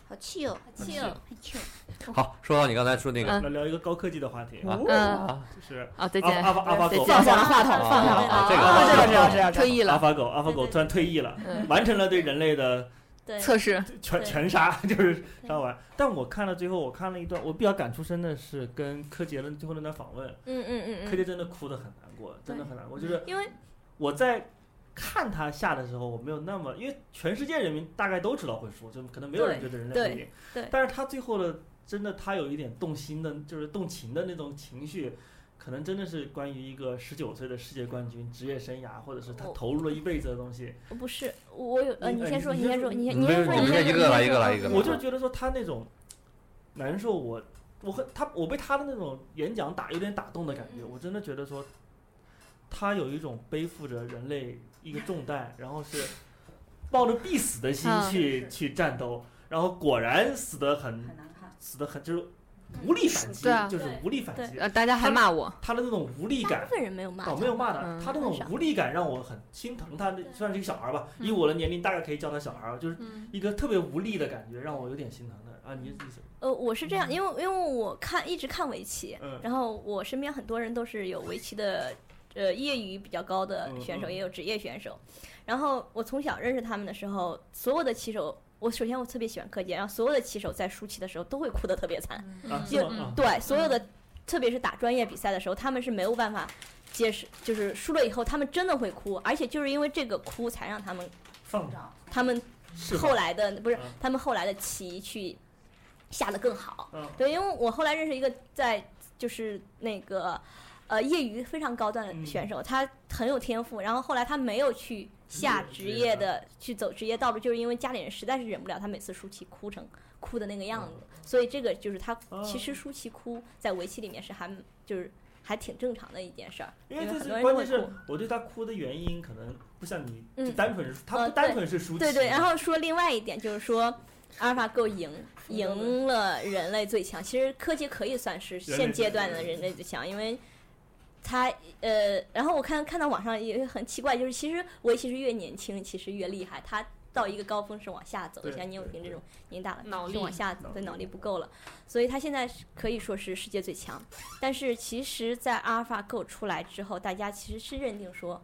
H: 好气哦，好
E: 气哦，
H: 好气哦！
F: 好，说到你刚才说那个
C: 嗯
D: 那聊一个高科技的话题，
F: 啊
C: 嗯
D: 就是
C: 啊，再
D: 阿
C: 见。
D: 阿法阿法
C: 再
D: 狗，
C: 见
B: 放下了话筒，
E: 啊
B: 放下了
F: 啊
B: 话
F: 这
B: 筒。
F: 个
B: 啊，这个知道，
C: 啊
B: 知道，知道
C: 退役
D: 阿
C: 了，
D: 法狗阿法狗突然退役了，
C: 嗯
D: 完成了对人类的
E: 对，
C: 测试
D: 全
E: 对
D: 全杀， 就是杀完。但我看了最后，我看了一段，我比较感触深的是跟柯洁的最后那段访问，
E: 嗯嗯嗯
D: 柯
E: 嗯，
D: 洁真的哭得很难过，真的很难过。就是
E: 因为
D: 我在看他下的时候，我没有那么，因为全世界人民大概都知道会输，就可能没有人觉得人类会赢。
E: 对对
D: 但是他最后的真的，他有一点动心的，就是动情的那种情绪。可能真的是关于一个十九岁的世界冠军职业生涯，或者是他
E: 我
D: 投入了一辈子的东西。
E: 不是我有呃，
D: 你
E: 你先说，
D: 你
E: 你先
D: 先
E: 说，
D: 说
E: 你先
F: 你
E: 先
F: 们
E: 说，
F: 你
E: 你
F: 们
E: 先
F: 这
E: 说
F: 一个来
E: 你先
F: 一个
E: 说
F: 来一个
E: 嗯
D: 我就觉得说他那种难受我，我和他我被他的那种演讲打有点打动的感觉，我真的觉得说他有一种背负着人类一个重担，然后是抱着必死的心
C: 嗯
D: 去、去战斗，然后果然死得很
B: 难看。
D: 死得很就是无力反击，
C: 对啊
D: 就是无力反击，
C: 呃，大家还骂我，
D: 他的那种无力
E: 大
D: 感
E: 部。分人没有骂他，
D: 哦，没有骂他，
C: 嗯
D: 他那种
E: 很少
D: 无力感让我很心疼他。那虽然是一个小孩吧，
E: 嗯
D: 以我的年龄大概可以叫他小孩儿，就是
C: 嗯，
D: 一个特别无力的感觉，让我有点心疼的啊！你你怎么
E: 呃，我是这样，因为因为我看一直看围棋，
D: 嗯
E: 然后我身边很多人都是有围棋的，呃，业余比较高的选手，
D: 嗯嗯
E: 也有职业选手。然后我从小认识他们的时候，所有的棋手，我首先我特别喜欢柯洁，然后所有的棋手在输棋的时候都会哭得特别惨，
C: 嗯
D: 啊？是
E: 就
D: 吗？啊，
E: 对所有的，特别是打专业比赛的时候，他们是没有办法接受，就是输了以后，他们真的会哭，而且就是因为这个哭，才让他们
D: 放
E: 他们
D: 是吧
E: 后来的不是
D: 嗯
E: 他们后来的棋去下的更好。
D: 嗯
E: 对，因为我后来认识一个在就是那个呃业余非常高端
D: 嗯
E: 的选手，他很有天赋，然后后来他没有去下
D: 职
E: 职
D: 业
E: 业的去走职业道路，就是因为家里人实在是忍不了他每次输棋哭成哭的那个样子，所以这个就是他
D: 嗯哦
E: 其实输棋哭在围棋里面是还就是。还挺正常的一件事儿，
D: 因为这
E: 很多
D: 是
E: 人
D: 关
E: 会
D: 键是
E: 哭
D: 我对他哭的原因，可能不像你，
E: 嗯
D: 就单纯是他
E: 呃
D: 不单纯是舒淇，
E: 对对，然后说另外一点就是说，阿尔法狗赢赢了人类最强。其实科技可以算是现阶段的人类最强，因为它呃，然后我看看到网上也有很奇怪，就是其实围棋是越年轻其实越厉害，它到一个高峰是往下走的，像聂永平这种年纪大了，
C: 脑
E: 是
C: 力
E: 往下走，对脑力不够了，所以他现在是可以说是世界最强。但是其实，在阿尔法狗出来之后，大家其实是认定说，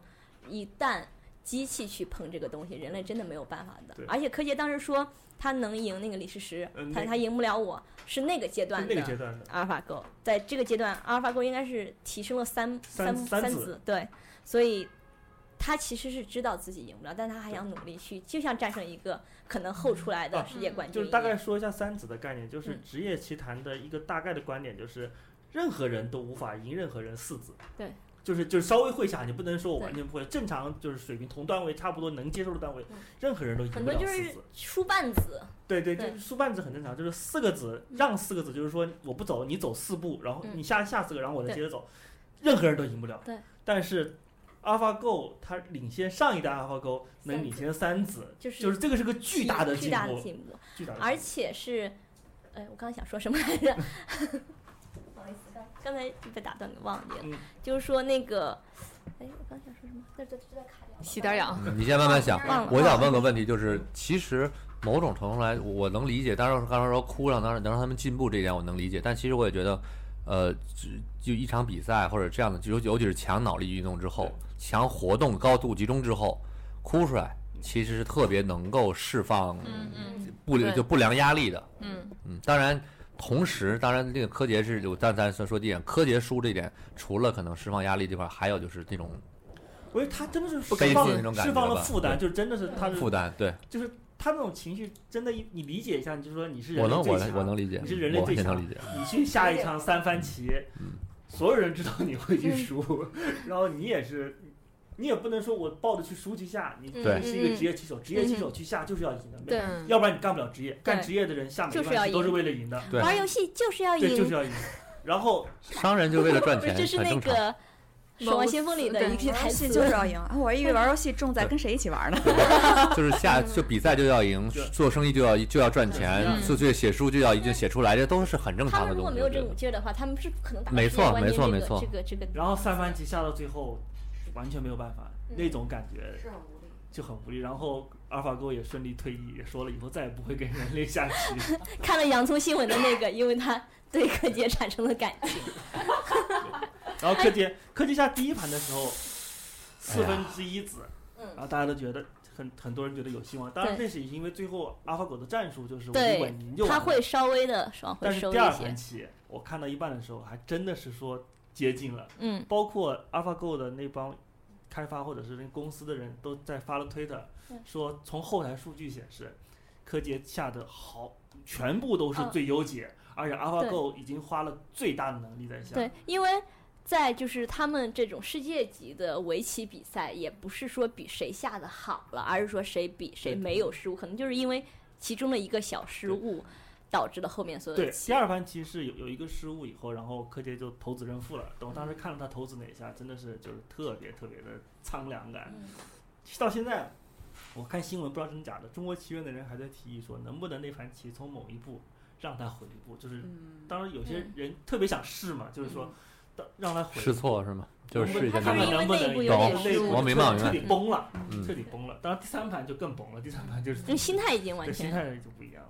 E: 一旦机器去碰这个东西，人类真的没有办法的
D: 对。
E: 而且柯洁当时说他能赢那个李世石
D: 嗯，
E: 他
D: 那
E: 他赢不了我，是那个阶段
D: 那
E: 的
D: 个阶段的
E: 阿尔法狗，在这个阶段，阿尔法狗应该是提升了三
D: 三
E: 三
D: 三子
E: 子，对，所以他其实是知道自己赢不了，但他还想努力去，就像战胜一个可能后出来的世界冠军
D: 嗯啊就
E: 一样，
D: 是大概说一下三子的概念，就是
E: 嗯
D: 职业棋坛的一个大概的观点，就是任何人都无法赢任何人四子。
E: 对。
D: 就是就是稍微会一下，你不能说我
E: 对
D: 完全不会。正常就是水平同段位差不多能接受的段位，任何人都赢不
E: 嗯很多
D: 了
E: 就
D: 四
E: 是
D: 子。
E: 输半子，
D: 对对，就
E: 对
D: 是输半子很正常，就是四个子让四个子，就是说我不走，你走四步，然后
E: 嗯
D: 你下下四个，然后我
E: 对
D: 再接着走，任何人都赢不了。
E: 对，
D: 但是 AlphaGo 它领先上一代 AlphaGo 能领先三子，
E: 就
D: 就是这个是个巨大的
E: 巨
D: 进
E: 大的
D: 步，
E: 进步，
D: 巨大的进步
E: 而且是，哎，我刚刚想说什么来着？不好意思，刚刚才被打断给忘记了，
D: 嗯
E: 就是说那个，哎，我刚想说什么？这这这在卡掉了，
C: 洗点儿痒。
F: 嗯你先慢慢想
E: 忘了。
F: 我想问个问题，就是其实某种程度上来，我能理解。当然，刚才说哭让，当然能让他们进步这一点我能理解。但其实我也觉得，呃，就就一场比赛或者这样的，尤尤其是强脑力运动之后，强活动高度集中之后，哭出来其实是特别能够释放
C: 嗯嗯
F: 不
C: 对
F: 就不良压力的。
C: 嗯，
F: 嗯，当然，同时，当然，这个柯洁是有，但咱说说这一点，柯洁输这一点，除了可能释放压力这块儿，还有就是这种
D: 我觉得他真的是
F: 不甘心
D: 释放
F: 那种
D: 了
F: 感觉
D: 释放了
F: 吧
D: 负担，就真的是他是
F: 负担。对，
D: 就是他那种情绪，真的你理解一下，你就说你是人
F: 我
D: 类
F: 能，
D: 最
F: 我能，
D: 强，
F: 我能理解，
D: 你是人类
F: 我
D: 最
F: 也
D: 强
F: 能嗯理解。
D: 你去下一场三番棋，所有人知道你会
E: 嗯
D: 去输，然后你也是，你也不能说我抱着去输去下，你
E: 对
D: 是一个职业棋手，职业棋手去下就是要赢的，
E: 嗯对，
D: 要不然你干不了职业，干职业的人下每一
E: 就是要
D: 盘棋
E: 赢
D: 都是为了赢的，
F: 对
E: 玩游戏就是要
D: 对，就是
E: 赢，
D: 要赢。然后
F: 商人就为了赚
E: 不是
F: 钱，
E: 这是
F: 很
E: 那
F: 正常。
E: 个《守望先锋》里的
C: 对
E: 一句台
B: 游
E: 词，
B: 戏就是要赢 啊！我还以为玩游戏重在跟谁一起 玩呢。
F: 就是下
E: 嗯
F: 就比赛就要赢
D: 对，
F: 做生意就要就要赚钱，
C: 嗯
F: 就就写书就要一定写出来，这都是很正
E: 他
F: 常
E: 们
F: 的
E: 如果
F: 东西
E: 没。有
F: 我
E: 这
F: 觉
E: 股
F: 得
E: 劲儿的话，他们是不可能打到
F: 没
E: 世界
F: 错
E: 冠
F: 没
E: 军
F: 错
E: 这
F: 没
E: 个
F: 错
E: 这个这个。
D: 然后三盘棋下到最后，完全没有办法，
E: 嗯
D: 那种感觉
H: 是很无力。
D: 就很无力。然后阿尔法狗也顺利退役，也说了以后再也不会跟人类下棋。
E: 看了洋葱新闻的那个，因为他对柯洁产生了感情。
D: 然后柯洁柯洁下第一盘的时候，四分之一子，
E: 嗯
D: 然后大家都觉得很很多人觉得有希望，当然那是因为最后阿尔法狗的战术就是我一
E: 对
D: 稳赢就，完
E: 他
D: 了。
E: 会稍微的往回
D: 但是
E: 收
D: 第二
E: 一些
D: 盘。棋我看到一半的时候，还真的是说接近了，
E: 嗯，
D: 包括 AlphaGo 的那帮开发或者是那公司的人都在发了推特
E: 嗯，
D: 说从后台数据显示，柯洁下的好全部都是最优解，而且 AlphaGo 已经花了最大的能力在下。
E: 对，因为在就是他们这种世界级的围棋比赛，也不是说比谁下的好了，而是说谁比谁
D: 对
E: 没有失误，可能就是因为其中的一个小失误，导致了后面所有
D: 对，
E: 的
D: 第
E: 棋。
D: 二盘其实是有有一个失误以后，然后柯洁就投子认负了。等我当时看了他投子那一下，真的是就是特别特别的苍凉感。到现在，我看新闻不知道真的假的，中国棋院的人还在提议说，能不能那盘棋从某一步让他回一步，就是当然有
B: 嗯
D: 些人特别想试嘛，就是说当让他回
F: 试错是吗？就是试一下
E: 他
D: 看
E: 是
D: 看
E: 因为
D: 能不
E: 内
D: 能
E: 部有
D: 有
E: 点
D: 内
E: 失
D: 部
E: 误
F: 我明白我明白
D: 彻底崩了，彻
F: 嗯，
D: 底崩了。当然第三盘就更崩了，第三盘就是
E: 就嗯心态已经完
D: 对心
E: 全。
D: 态就不一样了。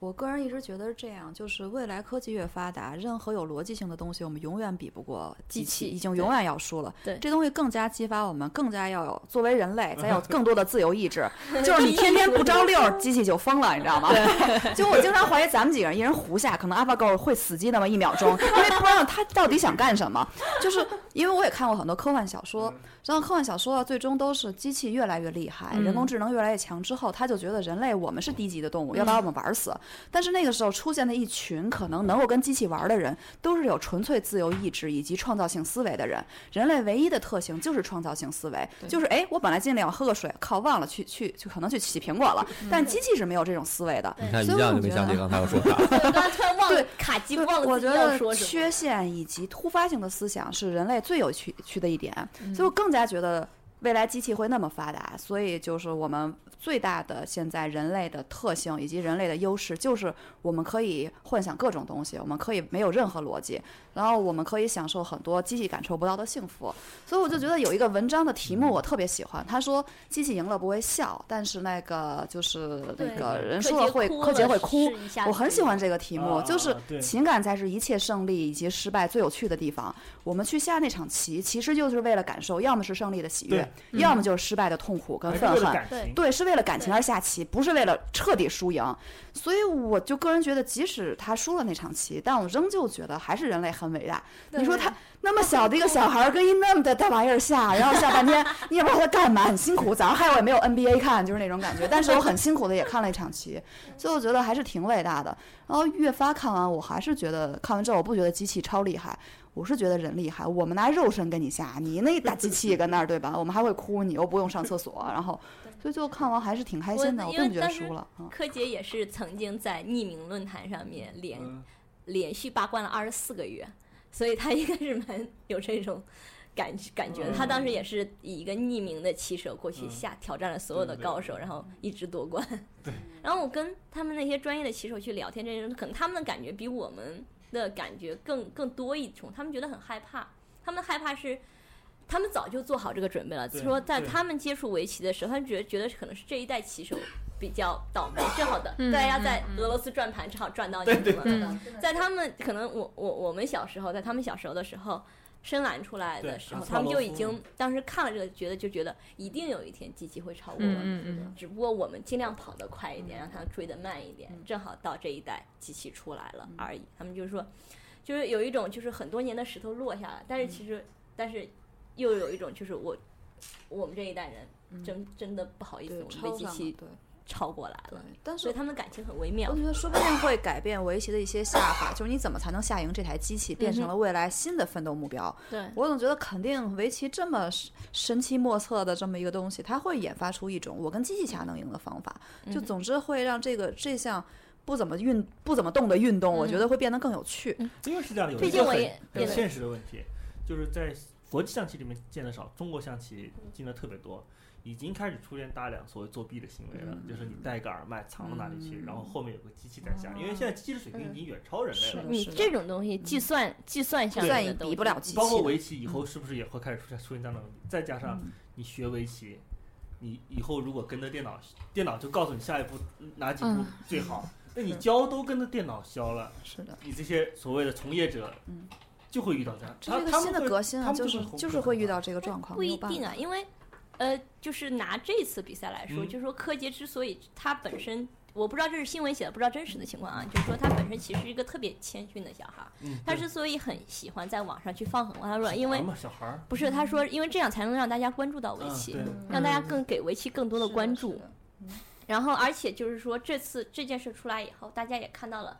B: 我个人一直觉得是这样，就是未来科技越发达，任何有逻辑性的东西，我们永远比不过机
E: 机器
B: 已经永远要输了。
E: 对
B: 这东西更加激发我们，更加要有作为人 类，咱有更多的自由意志。就是你天天不着六儿，机器就疯了，你知道吗？ 就我经常怀疑咱们几个人，一人胡下，可能 AlphaGo 会死机那么一秒钟，因为不知道他到底想干什么。就是因为我也看过很多科幻小说，然后科幻小说啊，最终都是机器越来越厉害，人工智能越来越强之后，他就觉得人类我们是低级的动物，要把我们玩死。但是那个时候出现的一群可能能够跟机器玩的人，都是有纯粹自由意志以及创造性思维的人。人类唯一的特性就是创造性思维，就是哎，我本来进来要喝个水，靠，忘了去去去，可能去洗苹果了。但机器是没有这种思维的。
F: 你看一
B: 所以我
F: 样就没
B: 觉得
F: 想起刚才我说啥。
E: 我刚刚突然忘了
B: 对
E: 卡机，忘了
B: 我
E: 自
B: 觉
E: 己要说
B: 得
E: 什么。嗯
B: 缺陷以及突发性的思想是人类最有趣趣的一点，所以我更加觉得。未来机器会那么发达，所以就是我们最大的现在人类的特性以及人类的优势，就是我们可以幻想各种东西，我们可以没有任何逻辑，然后我们可以享受很多机器感受不到的幸福。所以我就觉得有一个文章的题目我特别喜欢，他说机器赢了不会笑，但是那个就是那个
E: 对
B: 人
E: 柯
B: 输了
E: 洁
B: 会
E: 哭
B: 柯洁
E: 了
B: 会哭
E: 是一下，
B: 我
E: 子
B: 很喜
E: 哭
B: 欢这个题目，就是
D: 啊对
B: 情感才是一切胜利以及失败最有趣的地方。我们去下那场棋，其实就是为了感受，要么是胜利的喜悦，
D: 对嗯啊
B: 要么就是失败的痛苦跟
D: 还是
B: 愤
D: 为了
B: 恨
D: 感。情
B: 对，是为了感情而下棋，不是为了彻底输赢。所以我就个人觉得，即使他输了那场棋，但我仍旧觉得还是人类很伟大。你说他那么小的一个小孩儿跟一那么的大玩意儿下，然后下半天你也不知道他干嘛，很辛苦。早上害我也没有 NBA 看，就是那种感觉。但是我很辛苦的也看了一场棋，所以我觉得还是挺伟大的。然后越发看完，我还是觉得看完之后，我不觉得机器超厉害。我是觉得人厉害，我们拿肉身跟你下，你那大机器跟那儿对吧？我们还会哭，你又不用上厕所，然后，所以最后看完还是挺开心的，我
E: 因为
B: 并不觉得
E: 当时
B: 输了。嗯
E: 柯洁也是曾经在匿名论坛上面
C: 嗯
E: 连、连续八冠了二十四个月，所以他应该是蛮有这种感感觉的。他当时也是以一个匿名的棋手过
C: 嗯
E: 去下、挑战了所有的高手，然后一直夺冠。对。 然后我跟他们那些专业的棋手去聊天，这些可能他们的感觉比我们的感觉更更多一种，他们觉得很害怕，他们害怕是。他们早就做好这个准备了，
C: 对
E: 说在
C: 对
E: 他们接触围棋的时候，他们觉得觉得可能是这一代棋手比较倒霉，正好的
C: 嗯
E: 大家
C: 嗯
E: 在
C: 嗯
E: 俄罗斯转盘正好转到你们了。
C: 对嗯
E: 在他们可能我我我们小时候，在他们小时候的时候，深蓝出来的
C: 对
E: 时候，
C: 啊
E: 他们就已
C: 萨洛
E: 经
C: 夫
E: 当时看了这个，觉得就觉得一定有一天机器会超过我
C: 嗯
E: 们，
C: 嗯嗯
E: 只不过我们尽量跑得快一点，让它追得慢一点，
C: 嗯
E: 正好到这一代机器出来了而已。他们就是说，就是有一种就是很多年的石头落下来，但
C: 嗯
E: 是其实、但是又有一种就是我我们这一代人
C: 嗯
E: 真、真的不好意思，我们被
B: 超
E: 机
B: 上
E: 器
B: 了对
E: 超过来了，
B: 但
E: 所以他们感情很微妙。
B: 我觉得说不定会改变围棋的一些下法，就是你怎么才能下赢这台机器，变
E: 嗯
B: 成了未来新的奋斗目标。
E: 对
B: 我总觉得肯定围棋这么神神奇莫测的这么一个东西，它会研发出一种我跟机器下能赢的方法。就
E: 嗯
B: 总之会让这个这项不怎么运不怎么动的运动，
E: 嗯
B: 我觉得会变得更有趣。
D: 因为是这样的，有
B: 毕
D: 一
B: 竟
D: 个
B: 我
D: 很
B: 也
D: 很
B: 变得
D: 现实的问题，就是在国际象棋里面见的少，中国象棋进的特别多，已经开始出现大量所谓作弊的行为了，就是
B: 嗯
D: 你带一个耳麦藏到哪里去，然后后面有个机器在下，因为现在机器的水平已经远超人类了。嗯
E: 你这种东西计算、计算上
D: 对
E: 面的东西嗯
D: 包括围棋以后是不是也会开始出现出现这样的问题？再加上你学围棋，你以后如果跟着电脑，电脑就告诉你下一步哪几步
C: 嗯
D: 最好，那你教都跟着电脑教了，
B: 是的，
D: 你这些所谓的从业者，
E: 嗯
D: 就会遇到这样，
B: 这是一
D: 他
B: 个
D: 他
B: 新的
D: 们会
B: 革新啊，
D: 他们
B: 就是
D: 会
B: 就是会遇到这个状况，
E: 不
B: 没
E: 一
B: 有办
E: 定啊
B: 法，
E: 因为呃，就是拿这次比赛来说，
D: 嗯
E: 就是说柯洁之所以他本身，我不知道这是新闻写的，不知道真实的情况啊，就是说他本身其实是一个特别谦逊的小孩儿，
D: 嗯
E: 他
D: 对
E: 之所以很喜欢在网上去放狠话，他说因为
D: 小孩嘛小孩儿
E: 不是他说因为这样才能让大家关注到围
D: 嗯
E: 棋
D: 对，
E: 啊让大家更给围棋更多的关注。然后，而且就是说，这次这件事出来以后，大家也看到了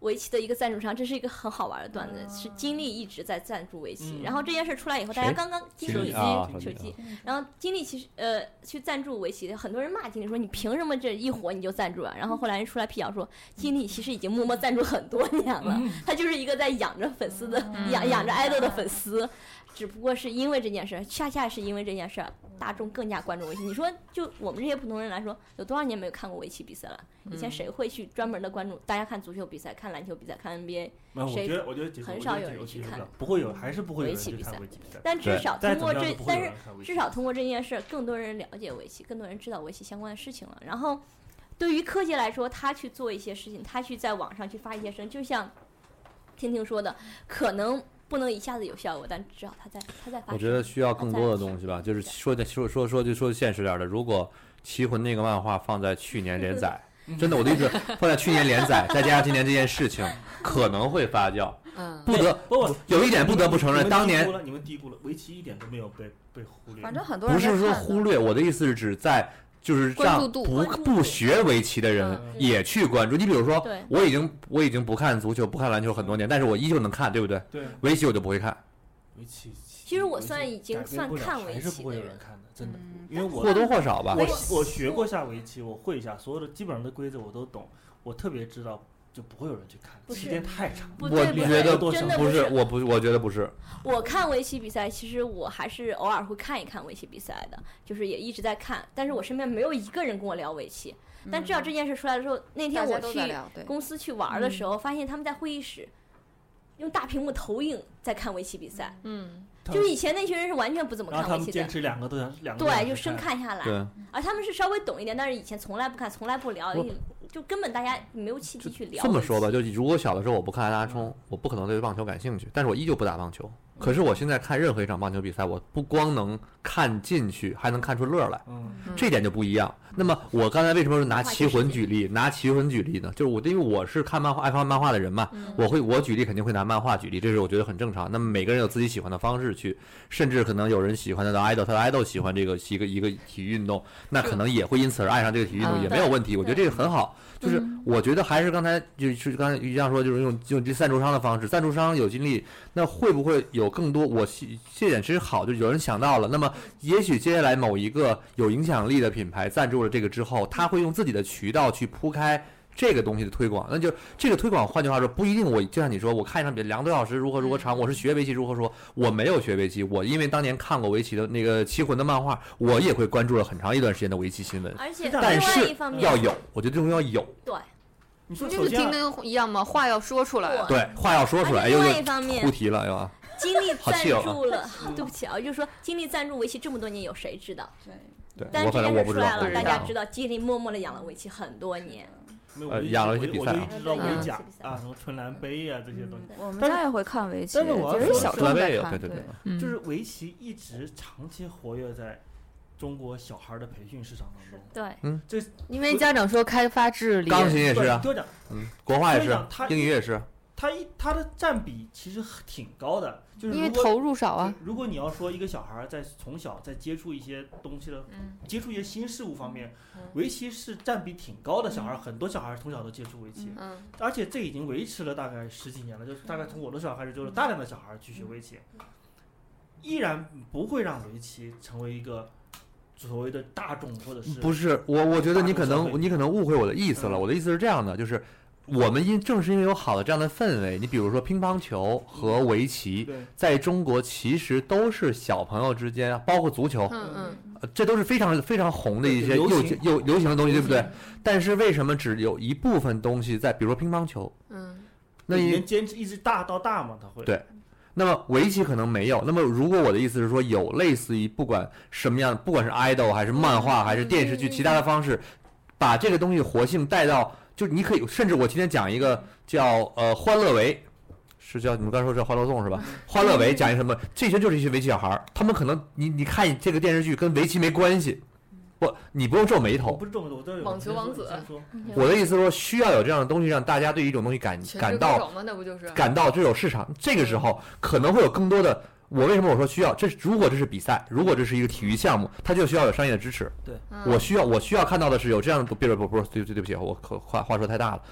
E: 围棋的一个赞助商，这是一个很好玩的段子，是金立一直在赞助围棋。
C: 嗯
E: 然后这件事出来以后，
C: 谁
E: 大家刚刚金
C: 金立
E: 立已
C: 啊
E: 经手
C: 金立
E: 机，然后金立其实呃去赞助围棋，很多人骂金立说你凭什么这一火你就赞助啊？然后后来人出来辟谣说金立其实已经默默赞助很多年了，
C: 嗯
E: 他就是一个在养着粉丝的养养着 idol 的粉丝。只不过是因为这件事，恰恰是因为这件事，大众更加关注围棋。你说，就我们这些普通人来说，有多少年没有看过围棋比赛了？以前
D: 嗯
E: 谁会去专门的关注？大家看足球比赛、看篮球比赛、看 NBA，
D: 没有，我
E: 谁
D: 觉得我觉得解决
E: 很少有
D: 我觉得
E: 人
D: 解
E: 去
D: 决不
E: 看
D: 了。不会有，还是不会有
E: 围
D: 人
E: 棋
D: 去
E: 比
D: 看
E: 赛
D: 围棋比赛。
E: 但至少
D: 再
E: 通过
D: 怎么样
E: 这
D: 都，不会
E: 但
D: 有
E: 是
D: 人看围棋
E: 至少通过这件事，更多人了解围棋，更多人知道围棋相关的事情了。然后，对于柯洁来说，他去做一些事情，他去在网上去发一些声，就像听听说的，可能不能一下子有效果，但至少他在他在发声。，
F: 我觉得需要更多的东西吧，就是说的说说说就说现实点儿的，如果《棋魂》那个漫画放在去年连载
E: 嗯
F: 真的我的意思，放在去年连载，再加上今年这件事情，可能会发酵。不得
D: 不不
F: 有一点不得不承认，当
D: 你们低估
F: 年
D: 了你们低估了围棋一点都没有被被忽略。
B: 反正很多人
F: 不是
B: 在
F: 说
B: 看嗯
F: 忽略，我的意思是指在就是让
B: 关注度
F: 不
B: 关注度
F: 不学围棋的
E: 嗯
F: 人也去关注。你比如说
B: 对，
F: 我已经我已经不看足球、不看篮球很多年，但是我依旧能看，对不对？
D: 对
F: 围棋我就不会看。
D: 围棋，其
E: 其实我算已经算看围
D: 还是
E: 棋
D: 不会
E: 的
D: 有
E: 人
D: 人看的，真的，因为嗯我
F: 或多或少吧
D: 我我学过下围棋，我会一下所有的基本上的规则我都懂，我特别知道就不会有人去看，
E: 不是
D: 时间太长。
E: 不
F: 我
E: 对不
F: 觉得
E: 对真的
F: 不
E: 是
F: 是，我不，我觉得不是。
E: 我看围棋比赛，其实我还是偶尔会看一看围棋比赛的，就是也一直在看。但是我身边没有一个人跟我聊围棋。但至少这件事出来的时候，那天
B: 嗯大家
E: 我
B: 都
E: 去
B: 在聊对嗯
E: 公司去玩的时候，发现他们在会议室用大屏幕投影在看围棋比赛。
C: 嗯，
E: 就是以前那群人是完全不怎么
D: 然后
E: 看
D: 他
E: 围
D: 们
E: 棋
D: 坚
E: 的，
D: 持两个多小时，两个多小时
E: 对，就深看下来。
D: 对
E: 而他们是稍微懂一点，但是以前从来不看，从来不聊，
F: 我
E: 就根本大家没有契机去聊。
F: 这么说吧，就如果小的时候我不看安达充，我不可能对棒球感兴趣，但是我依旧不打棒球。可是我现在看任何一场棒球比赛，我不光能看进去，还能看出乐儿来，
D: 嗯
F: 这点就不一样。那么我刚才为什么说拿棋魂举例？拿棋魂举例呢？就是我因为我是看漫画、爱看漫画的人嘛，
B: 嗯
F: 我会我举例肯定会拿漫画举例，这是我觉得很正常。那么每个人有自己喜欢的方式去，甚至可能有人喜欢的 idol，他的 idol 喜欢这个一个一个体育运动，那可能也会因此而爱上这个体育运
G: 嗯
F: 动，也没有问题。我觉得这个很好，
E: 嗯
F: 就是我觉得还是刚才就是刚才于酱说，就是用用这赞助商的方式，赞助商有精力，那会不会有更多？我希这点其实好，就有人想到了，那么也许接下来某一个有影响力的品牌赞助了这个之后，他会用自己的渠道去铺开。这个东西的推广，那就这个推广，换句话说，不一定我就像你说，我看一场比赛两个多小时如何如何长，我是学围棋如何说，我没有学围棋，我因为当年看过围棋的那个《棋魂》的漫画，我也会关注了很长一段时间的围棋新闻。
E: 而且
F: 但
E: 另外
F: 是
E: 一方面
F: 要有，我觉得这种要有，
E: 对，
D: 你
C: 不就是
D: 啊
C: 听跟一样吗？话要说出来，
F: 对，话要说出来，哎
E: 啊另
F: 呦
E: 外一方，面
F: 出题了，又啊。
E: 经历
F: 好
E: 赞
F: 气哦
E: 助了， 对不起啊，就是说经历赞助围棋这么多年，有谁知道？
F: 对
E: 但
F: 我反
E: 是这
F: 正
E: 件
F: 我
E: 事
F: 不
E: 出
F: 知道啊
E: 来
F: 我不
E: 了，
F: 知
E: 大家
F: 道
E: 知道，经历默默的养了围棋很多年。
D: 没有
F: 呃
D: 我就
F: 养了
D: 一
F: 一些
D: 直
F: 比
D: 我
F: 赛啊
D: 就一直知道我就
B: 嗯
D: 讲啊，什么春兰杯啊这些东西。
B: 我们
D: 但是
B: 家也会看围棋，
D: 但是我
B: 也
D: 要
B: 是
D: 说
B: 小时候在看，对，
E: 嗯
C: 嗯
D: 就是围棋一直长期活跃在中国小孩的培训市场当中。
E: 对，
F: 嗯，
D: 这
C: 因为家长说开发智力，
F: 钢琴也是啊
D: 对就讲，
F: 嗯，国画也
D: 就是讲他，
F: 英语也是，
D: 他一他的占比其实挺高的，就是
C: 因为
D: 如果
C: 投入少啊。
D: 如果你要说一个小孩儿在从小在接触一些东西的，接触一些新事物方面，
C: 嗯
D: 围棋是占比挺高的。小孩儿很多小孩儿从小都接触围棋，
C: 嗯
D: 而且这已经维持了大概十几年了，就是大概从我的小孩开始，就是大量的小孩儿去
C: 嗯
D: 学围棋，依然不会让围棋成为一个所谓的大众或者是
F: 不是我，我觉得你可
D: 嗯大众消
F: 能
D: 费
F: 你可能误会我的意思了。我的意思是这样的，就是我们因正是因为有好的这样的氛围，你比如说乒乓球和围棋
D: 嗯对，
F: 在中国其实都是小朋友之间，包括足球，
C: 嗯嗯，
F: 呃这都是非常非常红的一些
D: 对
F: 又
D: 流行
F: 又流行的东西，对不对？但是为什么只有一部分东西在，比如说乒乓球，
C: 嗯，
F: 那
D: 你
F: 你
D: 能坚持一直大到大嘛？他会
F: 对，那么围棋可能没有。那么如果我的意思是说，有类似于不管什么样，不管是 idol 还是漫画还是电视剧，其他的方式，把这个东西活性带到，就你可以，甚至我今天讲一个叫呃《欢乐围》。是叫你们刚才说叫《欢乐颂》是吧？《欢乐围》
A: 嗯
F: 讲一什么？这些就是一些围棋小孩儿，他们可能你你看这个电视剧跟围棋没关系，不，你不用皱眉头，
D: 不是这么多，我都有
C: 网球王子
D: 先 说先说
F: 我的意思是说，需要有这样的东西，让大家对一种东西感
C: 全职
F: 感
C: 歌
F: 到
C: 手嘛那不就是
F: 感到这有市场。这个时候可能会有更多的。我为什么我说需要？这是如果这是比赛，如果这是一个体育项目，它就需要有商业的支持。
D: 对
C: 嗯
F: 我需要我需要看到的是有这样的，不不不不，对对对不起，我可话话说太大了。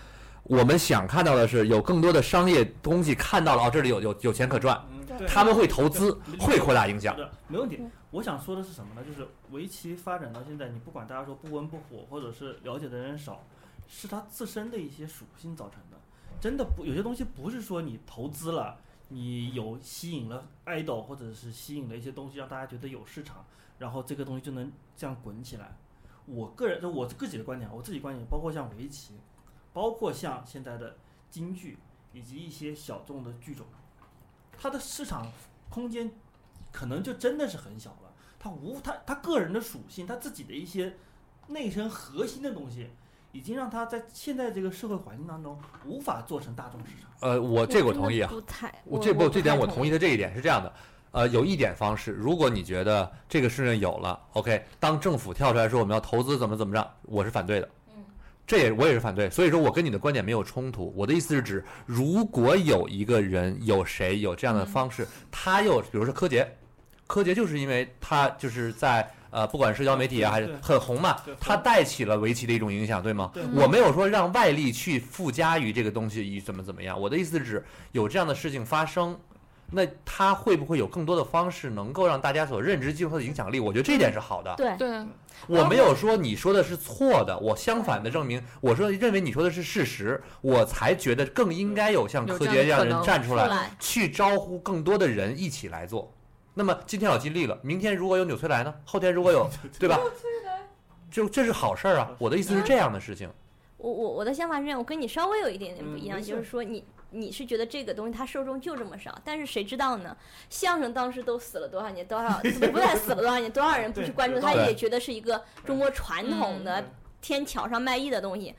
F: 我们想看到的是有更多的商业东西看到了，哦，这里有有有钱可赚，
D: 嗯对
F: 他们会投资，
D: 对
F: 会扩大影响。
D: 是的没问题。我想说的是什么呢？就是围棋发展到现在，你不管大家说不温不火，或者是了解的人少，是它自身的一些属性造成的。真的不，有些东西不是说你投资了，你有吸引了 idol，或者是吸引了一些东西，让大家觉得有市场，然后这个东西就能这样滚起来。我个人，就我自己的观点啊，我自己观点，包括像围棋，包括像现在的京剧以及一些小众的剧种，它的市场空间可能就真的是很小了。他无他他个人的属性，他自己的一些内生核心的东西，已经让他在现在这个社会环境当中无法做成大众市场。
F: 呃，我这个我同意啊
E: 我真的不太，
F: 我
E: 我
F: 这
E: 我
F: 不
E: 不
F: 这点
E: 太
F: 我
E: 同
F: 同
E: 意
F: 意的这一点是这样的，呃，有一点方式，如果你觉得这个事情有了，OK，当政府跳出来说我们要投资怎么怎么着，我是反对的，这也我也是反对，所以说我跟你的观点没有冲突。我的意思是指，如果有一个人有谁有这样的方式，他又比如说柯洁，柯洁就是因为他就是在呃不管社交媒体啊还是
G: 对
F: 很红嘛，他带起了围棋的一种影响，对吗？
G: 对
C: 嗯
F: 我没有说让外力去附加于这个东西以怎么怎么样，我的意思是指有这样的事情发生。那他会不会有更多的方式能够让大家所认知进入他的影响力？我觉得这一点是好的。
E: 对
C: 对，
F: 我没有说你说的是错的，我相反的证明，我说认为你说的是事实，我才觉得更应该有像
C: 有
F: 柯
C: 这样
F: 洁
C: 的
F: 这样
C: 可
F: 的人
C: 能
F: 站出
E: 出
F: 来
E: 来，
F: 去招呼更多的人一起来做。那么今天有金立了，明天如果有纽崔莱呢？后天如果有，对吧？就这是好事儿啊！我的意思是这样的事情，
E: 我我我的想法是这样，我跟你稍微有一点点不一样，
D: 嗯没事
E: 就是说你你是觉得这个东西它受众就这么少，但是谁知道呢？相声当时都死了多少年，多少不是死了多少年，多少人不去关注，
D: 对
E: 他
F: 对
E: 也觉得是一个中国传统
D: 嗯
E: 的天桥上卖艺的东西。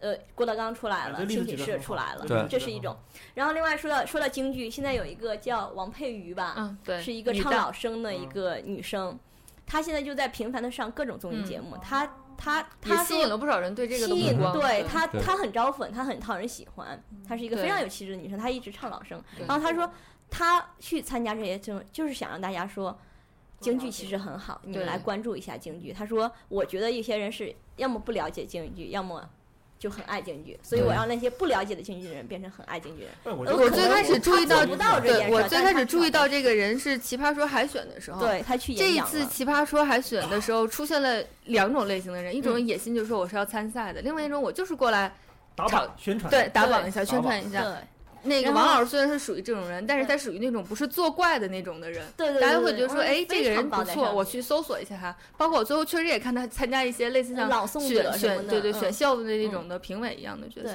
E: 呃，郭德纲出来
D: 啊
E: 了，
D: 这例
E: 清
D: 子
E: 水
D: 举得
E: 市
D: 很好
E: 出来了，
F: 对
E: 这是一种。然后另外说到说到京剧，现在有一个叫王佩瑜吧，
C: 嗯对，
E: 是一个
C: 女
E: 唱
C: 的
E: 老生
D: 嗯
E: 的一个女生，她现在就在频繁的上各种综艺节
C: 嗯
E: 目，她她
C: 也
E: 她
C: 吸
E: 说
C: 引了不少人对这个的
E: 吸引
C: 目光。
E: 对她
F: 对
E: 她很招粉，她很讨人喜欢，她是一个
C: 对
E: 非常有气质的女生，她一直唱老生
C: 对。
E: 然后她说，她去参加这些就就是想让大家说。京剧其实很好，你们
C: 对
E: 来关注一下京剧。她说，我觉得有些人是要么不了解京剧，要么就很爱京剧，所以我
F: 对
E: 让那些不了解的京剧的人变成很爱京剧的人。
D: 哎我
E: 呃
D: 就
C: 我
E: 可
C: 最
E: 能
C: 开始注意
E: 她做
C: 到
E: 不到这
C: 对
E: 件事
C: 我
E: 儿
C: 最
E: 但
C: 开
E: 她
C: 始注意
E: 想
C: 到这个人是《奇葩说》海选的时候，
E: 对他去
C: 哦这
E: 演
C: 一
E: 讲
C: 次
E: 了
C: 《奇葩说》海选的时候，出现了两种类型的人，一种
E: 嗯
C: 野心就是说我是要参赛的，另外一种我就是过来
D: 打
C: 炒
D: 榜宣传，
C: 对打
E: 对
C: 榜一下、宣传一下。
E: 对
C: 那个
E: 然
C: 王
E: 后
C: 老师虽然是属于这种人，但是他属于那种不是作怪的那种的人。
E: 对对，
C: 大家
E: 对
C: 会
E: 对
C: 觉
E: 对
C: 得说，
E: 嗯
C: 哎，这
E: 非
C: 个
E: 常
C: 人不
E: 棒在
C: 错，
E: 上
C: 我
E: 面
C: 去搜索一下他。包括我最后确实也看他参加一些类似
E: 嗯
C: 像
E: 朗诵者
C: 选
E: 什么
C: 选
E: 的
C: 对对
E: 嗯
C: 选秀的那种的评委一样的角色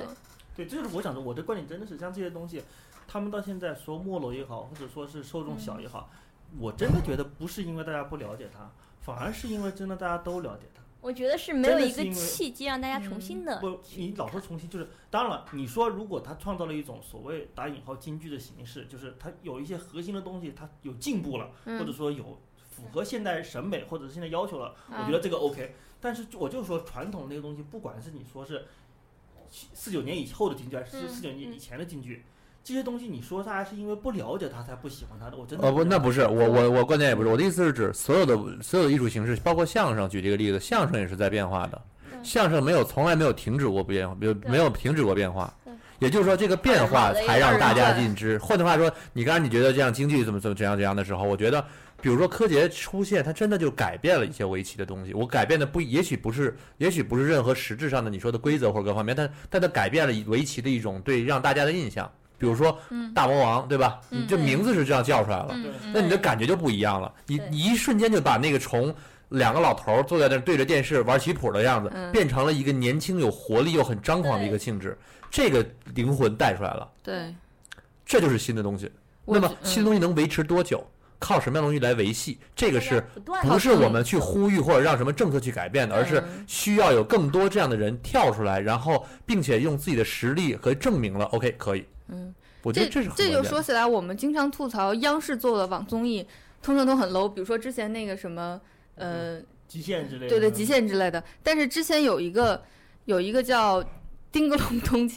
E: 对。
D: 对，这就是我想说，我的观点真的是像这些东西，他们到现在说没落也好，或者说是受众小也好，
E: 嗯
D: 我真的觉得不是因为大家不了解它，反而是因为真的大家都了解它。
E: 我觉得是没
D: 真
E: 有
D: 的
E: 一
D: 是
E: 个
D: 因为
E: 契机让大家重新
C: 啊嗯
E: 的，
D: 不，你老说重新就是，当然了，你说如果他创造了一种所谓打引号京剧的形式，就是他有一些核心的东西，他有进步了，或者
C: 嗯，
D: 说有符合现代审美或者是现在要求了，我
C: 啊
D: 觉得这个 OK。但是就我就说传统那个东西，不管是你说是四九年以后的京剧，还是
C: 嗯
D: 四九年以
C: 嗯
D: 前的京剧，这些东西你说大家是因为不了解他才不喜欢他的，我真的
F: 呃，不，
D: 觉
F: 那
D: 得
F: 不是我，我我观点也不是，我的意思是指所有的所有的艺术形式，包括相声，举这个例子，相声也是在变化的，相声没有从来没有停止过变化，没有没有停止过变化
E: 对，
F: 也就是说这个变化
E: 二人转
F: 才让大家
C: 二人转
F: 认知。换句话说，你刚才你觉得这样京剧怎么怎么怎样怎样的时候，我觉得，比如说柯洁出现，他真的就改变了一些围棋的东西。我改变的不，也许不是，也许不是任何实质上的你说的规则或者各方面，但但他改变了围棋的一种对让大家的印象。比如说
C: 嗯
F: 大魔王，对吧？
C: 嗯
F: 你这名字是这样叫出来了，
C: 嗯
F: 那你的
E: 对
F: 感觉就不一样了。你
E: 对
F: 你一瞬间就把那个从两个老头儿坐在那儿对着电视玩棋谱的样子，
C: 嗯
F: 变成了一个年轻有活力又很张狂的一个性质，这个灵魂带出来了，
C: 对。
F: 这就是新的东西。
C: 我
F: 那么
C: 觉
F: 新
C: 嗯
F: 的东西能维持多久？靠什么样的东西来维系？这个
E: 大家
F: 是
E: 不断
F: 不
E: 地
F: 是我们去呼吁或者让什么政策去改变的，而是
C: 嗯
F: 需要有更多这样的人跳出来，然后并且用自己的实力和证明了 OK 可以。
C: 嗯，
F: 我觉
C: 这
F: 得是很
C: 这就
F: 关键
C: 说
F: 的
C: 起来，我们经常吐槽央视做的网综艺，通常都很 low。比如说之前那个什么，呃，
D: 嗯极限之类的，
C: 对对，极限之类的。但是之前有一个有一个叫《叮个隆咚锵》，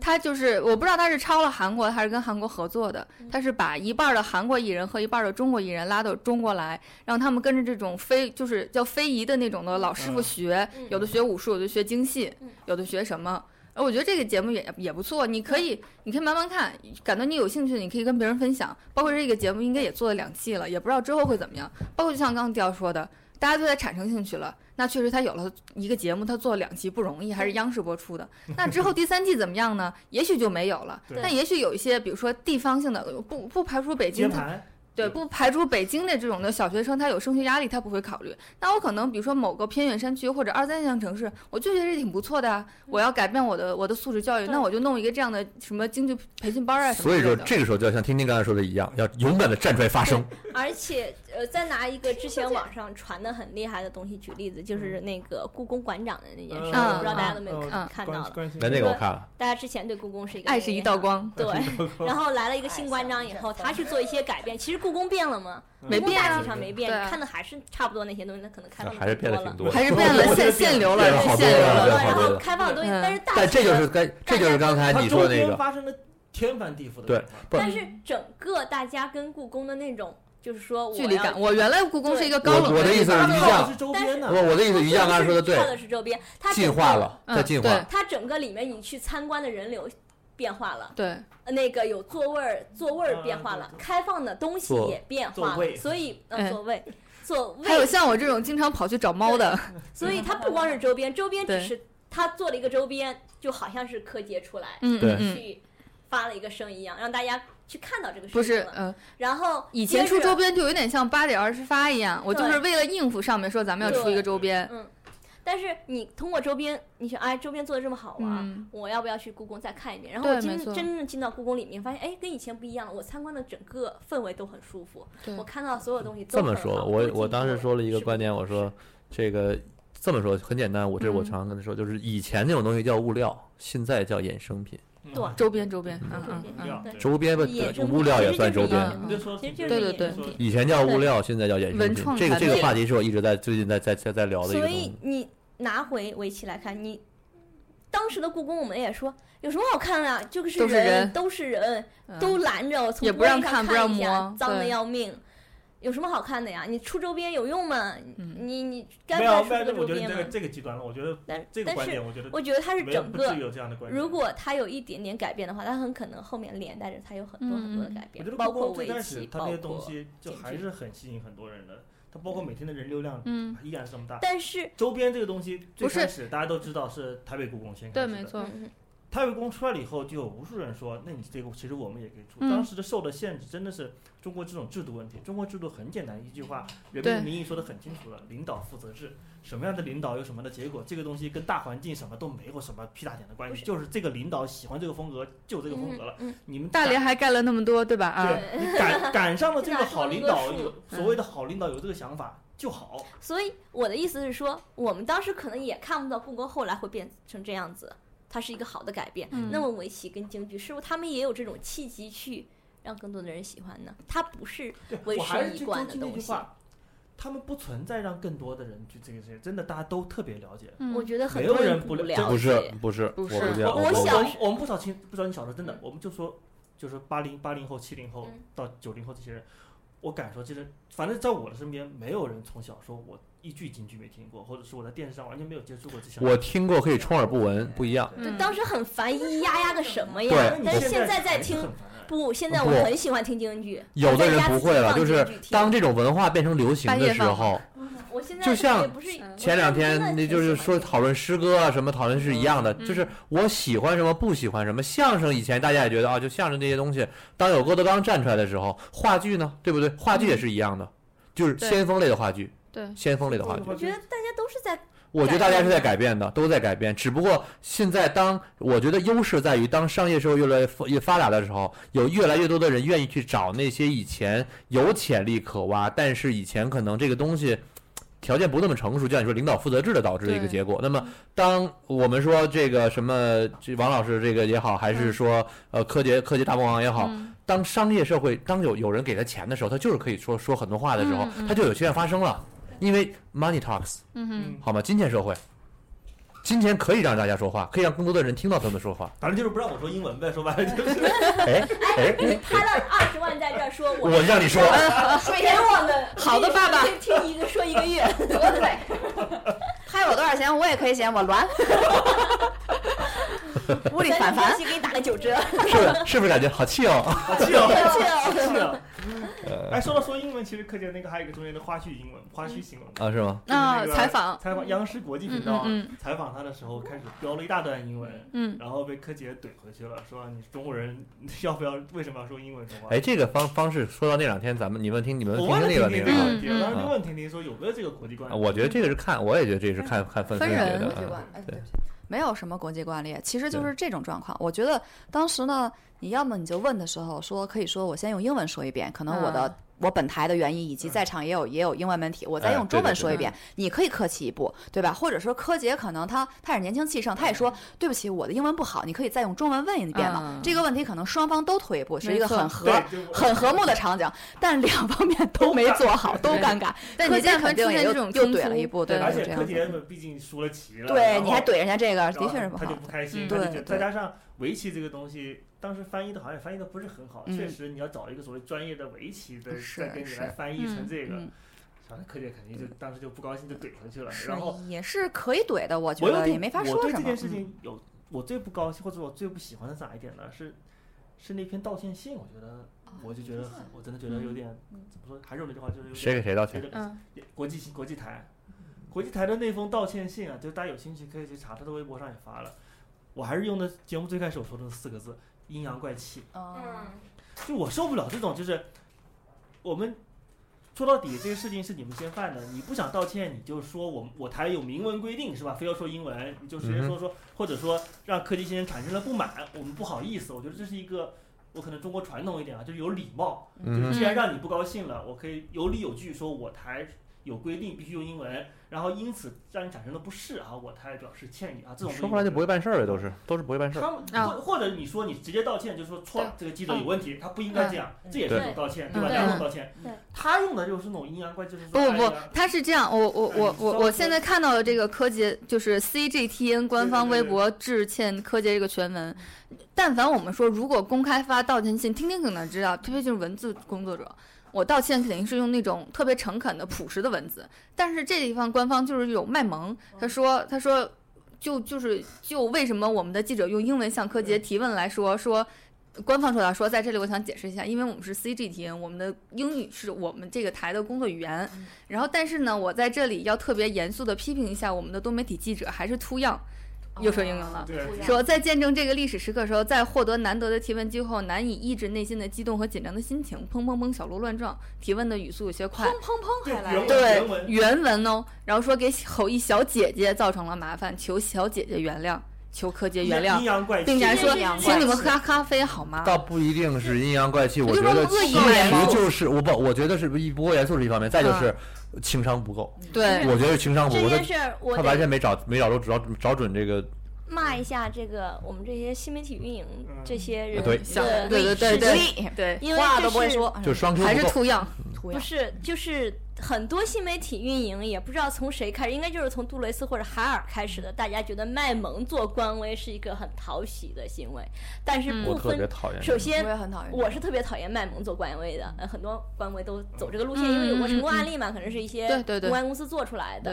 C: 他就是我不知道他是抄了韩国的还是跟韩国合作的，他是把一半儿的韩国艺人和一半儿的中国艺人拉到中国来，让他们跟着这种非就是叫非遗的那种的老师傅
D: 嗯
C: 学，
E: 嗯
C: 有的学武术，有的学京戏
E: 嗯，
C: 有的学什么。呃我觉得这个节目也也不错，你可以，你可以慢慢看，感到你有兴趣，你可以跟别人分享。包括这个节目应该也做了两季了，也不知道之后会怎么样。包括就像刚刚迪奥说的，大家对它产生兴趣了，那确实他有了一个节目，他做了两期不容易，还是央视播出的。那之后第三季怎么样呢？也许就没有了。
D: 对
C: 但也许有一些，比如说地方性的，不不排除北
D: 接
C: 京它，
D: 盘，
C: 对，不排除北京的这种的小学生，他有升学压力，他不会考虑。那我可能比如说某个偏远山区或者二三
B: 嗯
C: 线城市，我就觉得这挺不错的啊。我要改变我的我的素质教育，
E: 对
C: 那我就弄一个这样的什么京剧培训班啊什么
F: 所
C: 之
F: 以
C: 类的。
F: 说，这个时候就要像听听刚才说的一样，要勇敢的站出来发声。
E: 而且呃，再拿一个之前网上传的很厉害的东西举例子，就是那个故宫馆长的那件事，
D: 嗯
E: 我不知道大家有没有
D: 嗯
E: 看
C: 嗯
E: 看
D: 关
E: 到了。
D: 关心
F: 那那个我看啊了，
E: 大家之前对故宫是一个
C: 爱是一道光，
E: 那个印象，对。然后来了一个新馆长以后，他去做一些改变。其实故宫变了吗？
C: 没
E: 故宫
C: 变
E: 大
C: 啊
E: 体上没
C: 对啊
E: 变，看的还是差不多那些东西，那可能开放
F: 还是变得
E: 了
F: 挺。多的。
C: 还是变了限限流
F: 变了
C: 了，
F: 好多了
C: 是限流
E: 对，
F: 变
C: 了。
F: 了好
E: 然
F: 多
E: 后
F: 了
E: 开放的东西
C: 嗯，
E: 但是大
F: 但这就
E: 体
F: 是该，这就是刚才
D: 它
F: 你说
D: 中
F: 的那
D: 间
F: 个，
D: 发生了天翻地覆的
F: 对
D: 变化
F: 不
E: 但是整个大家跟故宫的那种，就是说我
C: 距离
E: 要
C: 感，我原来故宫是一个高
F: 我
C: 冷
F: 我的意
C: 地
F: 思
C: 方
F: 是
D: 它
F: 一
D: 靠的
F: 样
D: 是周边的
F: 不，，我的意思，于酱刚才说的对
E: 靠，的是周边，它整
F: 进
E: 个
F: 化了，
C: 嗯
F: 在进化。
C: 对
E: 它整个里面你去参观的人流变化了，
C: 对，
E: 呃那个有座位儿，座位儿变
C: 啊
E: 化了，开放的东西
C: 座
E: 也变
C: 座
E: 化了，
C: 位
E: 所以呃
C: 哎
E: 座位，座位，
C: 还有像我这种经常跑去找猫的，
E: 所
C: 嗯
E: 以它不光是周边，周边只
C: 对
E: 是它做了一个周边，就好像是柯洁出来，
C: 嗯对
E: 去发了一个声一样，让大家去看到这个事情
C: 不是
E: 了
C: 呃，
E: 然后
C: 以前
E: 接
C: 出
E: 着
C: 周边就有点像八点二十发一样，我就是
E: 对
C: 为了应付上面说咱们要出一个周边，
E: 嗯，但是你通过周边，你说哎，周边做的这么好玩，
C: 嗯
E: 我要不要去故宫再看一遍？然后我
C: 对
E: 真
C: 没错
E: 真正进到故宫里面，发现哎，跟以前不一样了。我参观的整个氛围都很舒服，我看到所有东西都
F: 这么
E: 很
F: 说吧，
E: 好
F: 我
E: 都
F: 我
E: 进
F: 当时说了一个观点，我
E: 是
F: 说这个这么说很简单，我这是我
C: 嗯
F: 常常跟他说，就是以前那种东西叫物料，现在叫衍生品，
E: 对
C: 周边周边，嗯嗯
D: 对
C: 嗯，
D: 对
F: 周边吧，
E: 衍
F: 对
E: 生
F: 物料
E: 品
F: 也
E: 其实
F: 算
E: 就
F: 周
E: 是
F: 边。
C: 嗯
D: 你这说
E: 其实就是
C: 对对
E: 衍
C: 对
E: 生品
F: 以前叫物
E: 对
F: 料，现在叫衍生
C: 文
F: 品
C: 创。
F: 这个
C: 产
F: 这个
C: 品
F: 话题是我一直在最近在在在在聊的一个
E: 所
F: 东西
E: 以。你拿回围棋来看，你当时的故宫，我们也说有什么好看啊？就是
C: 都是
E: 人，
C: 人嗯
E: 都是人，都拦着，从
C: 也不让
E: 玻璃上看，
C: 看不让
E: 一下
C: 摸
E: 脏的
C: 对
E: 要命。有什么好看的呀？你出周边有用吗？
C: 嗯
E: 你你该
D: 没
E: 不
D: 有
E: 该，
D: 但
E: 出
D: 是
E: 个
D: 我
E: 周
D: 觉得你
E: 边
D: 这个
E: 吗？
D: 这个极端了，我觉得
E: 但
D: 这个
E: 但
D: 观
E: 是
D: 点，我觉得
E: 我觉得它是
D: 没有
E: 整
D: 不
E: 个
D: 至于有这样的观点。
E: 如果它有一点点改变的话，它很可能后面连带着它有很多很
C: 嗯
E: 多的改
D: 我
E: 变
D: 觉，得
E: 包
D: 故
E: 括
D: 宫最
E: 围
D: 开
E: 棋，
D: 始它
E: 包括
D: 那些东西就
E: 剪
D: 还
E: 纸
D: 是很吸引很多人的，它包括每天的人流量，
C: 嗯，
D: 依然是这么大。
E: 但是
D: 周边这个东西最
C: 不是
D: 开始大家都知道是台北故宫先开
C: 对，
D: 始的，
C: 没错，
E: 嗯
D: 太白宫出来了以后，就有无数人说，那你这个其实我们也可以出。
C: 嗯
D: 当时的受的限制真的是中国这种制度
E: 嗯
D: 问题。中国制度很简单，一句话，人民
C: 对
D: 的名义说的很清楚了，领导负责制，什么样的领导有什么的结果，这个东西跟大环境什么都没有什么屁大点的关
E: 不
D: 系，
E: 是
D: 就是这个领导喜欢这个风格，就这个风格了。
E: 嗯嗯嗯嗯
D: 你们
C: 大
D: 敢
C: 连还盖了那么多，对吧？啊，
D: 对你赶赶上了这个好领导，
E: 这哪是
D: 有所谓的好领导有这个想法就好。
E: 所以我的意思是说，我们当时可能也看不到故宫后来会变成这样子，它是一个好的改变。
C: 嗯
E: 那么围棋跟京剧是不是他们也有这种契机去让更多的人喜欢呢？它不是
D: 对，
E: 嗯为
D: 我还是
E: 时一
D: 去
E: 贯
D: 纠
E: 的
D: 结那
E: 东
D: 句
E: 西，
D: 话，他们不存在让更多的人去这个这个，真的大家都特别了解。
C: 嗯
E: 我觉得很
D: 没
E: 多
D: 有人
E: 不
D: 不
E: 解。
D: 了解
F: 不是不是，
C: 不
F: 我
C: 是
F: 不这样。
E: 我
D: 我
F: 不
E: 小
D: 们我们不找亲，不找你小时候，真的，我们就说，就是八零八零后、七零后
E: 嗯
D: 到九零后这些人，我敢说，这些人，反正在我的身边，没有人从小说我一句京剧没听过，或者是我在电视上完全没有接触过这项。
F: 我听过可以充耳不闻，不一样。
E: 就
C: 嗯
E: 当时很烦，咿咿呀呀个什么
F: 对
E: 呀？
D: 你
E: 但是
D: 现
E: 在在
D: 还是
E: 听
D: 很，烦啊人
E: 不，现在我
F: 不
E: 很喜欢听京剧。
F: 有的
E: 在
F: 人
E: 家
F: 不
E: 自己
F: 会了，
E: 放
F: 就是
E: 京剧听
F: 当这种文化变成流行
C: 半
F: 的
C: 夜
F: 时
C: 放
F: 候，
E: 我现在
F: 就像
E: 也不是
C: 嗯
F: 前两天那就是说
E: 讨
F: 讨论诗歌啊什么讨论是一样的，
C: 嗯
F: 就是我喜欢什么不喜欢什么。相声以前大家也觉得啊，就相声这些东西，当有郭德纲站出来的时候，话剧呢，对不对？话剧也是一样的，就是
C: 嗯对
F: 先锋类的话剧，
C: 对
F: 先锋类的话剧。
E: 我觉得大家都是在
F: 我觉得大家是在改变的，都在改变。只不过现在当我觉得优势在于，当商业社会越来越发越发达的时候，有越来越多的人愿意去找那些以前有潜力可挖，但是以前可能这个东西。条件不那么成熟，就像你说领导负责制的导致的一个
C: 对
F: 结果。那么，当我们说这个什么，这王老师这个也好，还是说呃柯洁柯洁大魔王也好，
C: 嗯
F: 当商业社会当有有人给他钱的时候，他就是可以说说很多话的时候
C: 嗯，嗯
F: 他就有现象发生了，因为 money talks。
C: 嗯哼，
D: 嗯，
F: 好吗？金钱社会，金钱可以让大家说话，可以让更多的人听到他们说话。
D: 反正就是不让我说英文呗，说白了就是。
F: 哎哎，
E: 拍了二十万在这儿说，我
F: 我让你说，
E: 给我们
B: 好的爸爸
E: 听一个说一个月，
B: 多对，拍我多少钱我也亏钱，我 栾，屋里
E: 咱
B: 反烦
E: 这。期给你打个九折。
F: 是不是是不是感觉好气哦？
D: 好气哦，
E: 好 气哦
D: 气哦！
F: 呃
D: 哎，说到说英文，其实柯洁那个还有一个中间的花絮英文，花絮
E: 嗯
D: 新闻。
F: 啊，是吗？
D: 就是那
C: 啊
D: 个
C: 采访
D: 采访央视国际频道啊
C: 嗯嗯
D: 采访他的时候，开始飙了一大段英文，
C: 嗯，
D: 然后被柯洁怼回去了，说你中国人要不要为什么要说英文说话？
F: 哎，这个方方式说到那两天，咱们你们听你们
D: 我
F: 听
D: 问
F: 听
D: 了
F: 那
D: 婷
F: 个
D: 婷
F: 那个啊
D: 这个嗯问题，我当时就
F: 嗯
D: 问婷婷说有没有这个国际观
F: 啊，？我觉得这个是看，我也觉得这是看看分
C: 分
F: 分
C: 人
F: 解
B: 国
F: 的
B: 际
F: 啊。
B: 惯，哎，对不起，没有什么国际惯例，其实就
F: 对
B: 是这种状况。我觉得当时呢，你要么你就问的时候说，可以说我先用英文说一遍，可能我的、
C: 嗯
B: 我本台的原因，以
D: 嗯
B: 及在场也有、也有英文媒体，我再
F: 哎
B: 用
F: 对
B: 中
F: 对
B: 文
F: 对
B: 说一遍，你可以客气一步，对吧？或者说柯洁可能他他也是年轻气盛，他也说对不起，我的英文不好，你可以再用中文问一遍嘛。
C: 嗯
B: 这个问题可能双方都退一步，是一个
C: 没错
B: 很和
D: 对就
B: 很和睦的场景，但两方面都没做好，都
C: 对
B: 尴尬。
C: 但
B: 柯
C: 你
B: 洁
C: 但凡
B: 肯定
C: 出
B: 也
C: 现
B: 又
C: 这种
B: 又
C: 冲
B: 怼了
C: 突
B: 一步，
C: 对
B: 吧？
D: 而
B: 就
D: 且
B: 这
D: 柯
B: 样
D: 洁
B: 子。
D: 毕竟输了棋了，
B: 对，
D: 然
B: 你
D: 后
B: 还怼人家这个，
D: 然后
B: 的确是不好
D: 他就。不开心，
C: 嗯
D: 他就
B: 对
D: 觉得
B: 对
D: 再加上围棋这个东西，当时翻译的好像也翻译的不是很好，
B: 嗯
D: 确实你要找一个所谓专业的围棋的，
B: 是
D: 再给你
B: 是
D: 来翻译成这个
B: 嗯，
D: 反正柯洁肯定就当时就不高兴，就怼回去了。
B: 是
D: 然后
B: 也是可以怼的，我觉
D: 我有
B: 得
D: 点
B: 也没法
D: 我
B: 说
D: 对
B: 什
D: 这
B: 么嗯
D: 件。事情有我最不高兴或者我最不喜欢的是哪一点呢？是是那篇道歉信，我觉得
B: 哦
D: 我就觉得很我真的觉得有点
B: 嗯
D: 怎么说，还是我那句话，就是有点
A: 谁给谁道歉
D: 有点
C: 嗯
D: 国际国际台，
B: 嗯
D: 国际台的那封道歉信啊，就大家有兴趣可以去查，他的微博上也发了。我还是用的节目最开始我说的四个字：阴阳怪气。
B: 嗯，
D: 就我受不了这种，就是我们说到底，这个事情是你们先犯的，你不想道歉，你就说我我台有明文规定是吧？非要说英文，你就直
A: 嗯
D: 接说说，或者说让柯基先生产生了不满，我们不好意思，我觉得这是一个。我可能中国传统一点啊，就是有礼貌，
A: 嗯
D: 就是既然让你不高兴了，我可以有理有据说我台有规定必须用英文，然后因此让你产生了不适啊，我台表示歉意啊，这种
A: 说出来就不会办事儿了，都是都是不会办事儿。
D: 他们啊或或者你说你直接道歉，就说错了，这个记者有问题，他不应该这样，这也是一种道歉，对吧？
C: 对
D: 两种道歉
E: 对，
D: 他用的就是那种阴阳怪气，就是
C: 不
D: 说
C: 不不
D: 哎呀，
C: 他是这样，我我我我我现在看到的这个柯洁就是 CGTN 官方微博致歉柯洁这个全文，但凡我们说如果公开发道歉信，听听就能知道，特别就是文字工作者，我道歉肯定是用那种特别诚恳的朴实的文字，但是这地方官方就是有卖萌，他说他说就就是就为什么我们的记者用英文向柯洁提问来说说。官方说到说，在这里我想解释一下，因为我们是 CGTN，我们的英语是我们这个台的工作语言。然后，但是呢，我在这里要特别严肃的批评一下我们的多媒体记者，还是 too young，又说英文了。
D: 对
C: 说在见证这个历史时刻的时候，在获得难得的提问机会后，难以抑制内心的激动和紧张的心情，砰砰砰，小鹿乱撞。提问的语速有些快，
D: 对
B: 还来
D: 原文
C: 对
D: 原文
C: 原文哦，然后说给口译小姐姐造成了麻烦，求小姐姐原谅，求柯洁原
D: 阴
C: 谅，
D: 阳怪气，
C: 并且还说
E: 阴阳，怪气
C: 请你们喝咖啡好吗？
A: 倒不一定是阴阳怪气，我
C: 就
A: 觉
C: 是
A: 得
C: 恶
A: 其
C: 意严
A: 实
C: 肃
A: 就是我不，我觉得是不不够严肃是一方面，再就是情商不够。
C: 对，
A: 我觉得是情商不够，
E: 这
A: 我觉
E: 件
A: 得
E: 事儿我
A: 他完
E: 得
A: 全没找没找着找找准这个
E: 骂一下这个我们这些新媒体运营
D: 嗯
E: 这些
A: 呃
E: 人
A: 对
E: 的
C: 想对对对
E: 实
C: 对
E: 力
B: 力
C: 对，
E: 因为
B: 话
E: 这
B: 都不会
E: 是
B: 说，
A: 就是双 Q
C: 还是
A: 不够。
C: 图样，
B: 图
E: 不
B: 样。
E: 是，就是很多新媒体运营也不知道从谁开始，应该就是从杜蕾斯或者海尔开始的。大家觉得卖萌做官微是一个很讨喜的行为，但是
C: 嗯
E: 不
A: 我特
E: 分。
A: 别讨厌这
E: 首
A: 个。
E: 先
B: 我，也很讨厌这
E: 我
B: 种。
E: 是特别讨厌卖萌做官微的，呃很多官微都走这个路线，
C: 嗯
E: 因为有过成功案例嘛，可能是一些
C: 对对对
E: 公关公司做出来的。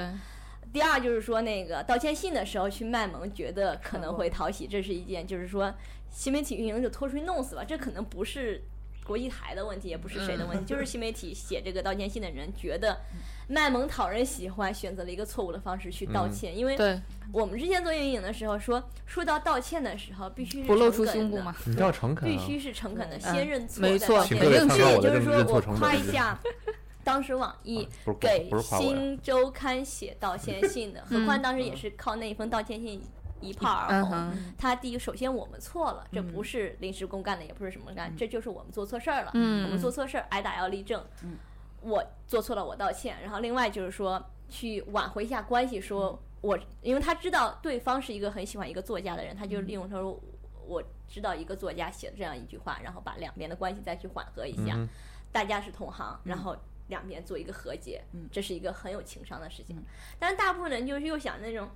C: 对，
E: 第二就是说，那个道歉信的时候去卖萌，觉得可能
C: 嗯
E: 会讨喜，这是一件，就是说新媒体运营就拖出去弄死吧，这可能不是国际台的问题，也不是谁的问题，
C: 嗯
E: 就是新媒体写这个道歉信的人觉得卖萌讨人喜欢，选择了一个错误的方式去道歉，因为
C: 嗯对，
E: 我们之前做运营的时候说，说到道歉的时候必须是
C: 不露
E: 诚
C: 出
E: 恳
C: 胸部
E: 的
C: 嘛，
A: 你要诚恳
E: 必
A: 啊！
E: 须是诚恳的，
B: 嗯
E: 先认错。
C: 没错
A: 请
C: 肯
A: 各位
C: 定
A: 参
E: 这
A: 考
E: 也
A: 我的
E: 就
A: 认
E: 是说
A: 认错
E: 我
A: 成
E: 夸
A: 本
E: 一。下，当时网易
A: 不是
E: 给
A: 不是夸我呀，
E: 新周刊写道歉信 的，
C: 嗯
E: 何况当时也是靠那一封道歉信一炮而
C: 嗯
E: 红。
C: 哼，
E: 他第一，首先我们错了，这
B: 嗯
E: 不是临时工干的，也不是什么干，这就是我们做错事儿了。
C: 嗯
E: 我们做错事儿，挨打要立正。
B: 嗯
E: 我做错了，我道歉。然后另外就是说，去挽回一下关系，
C: 嗯
E: 说我，因为他知道对方是一个很喜欢一个作家的人，他就
C: 嗯
E: 利用他说我知道一个作家写了这样一句话，然后把两边的关系再去缓和一下。
A: 嗯
E: 大家是同行，然后两边做一个和解，
B: 嗯
E: 这是一个很有情商的事情。
B: 嗯
E: 但是大部分人就是又想那种，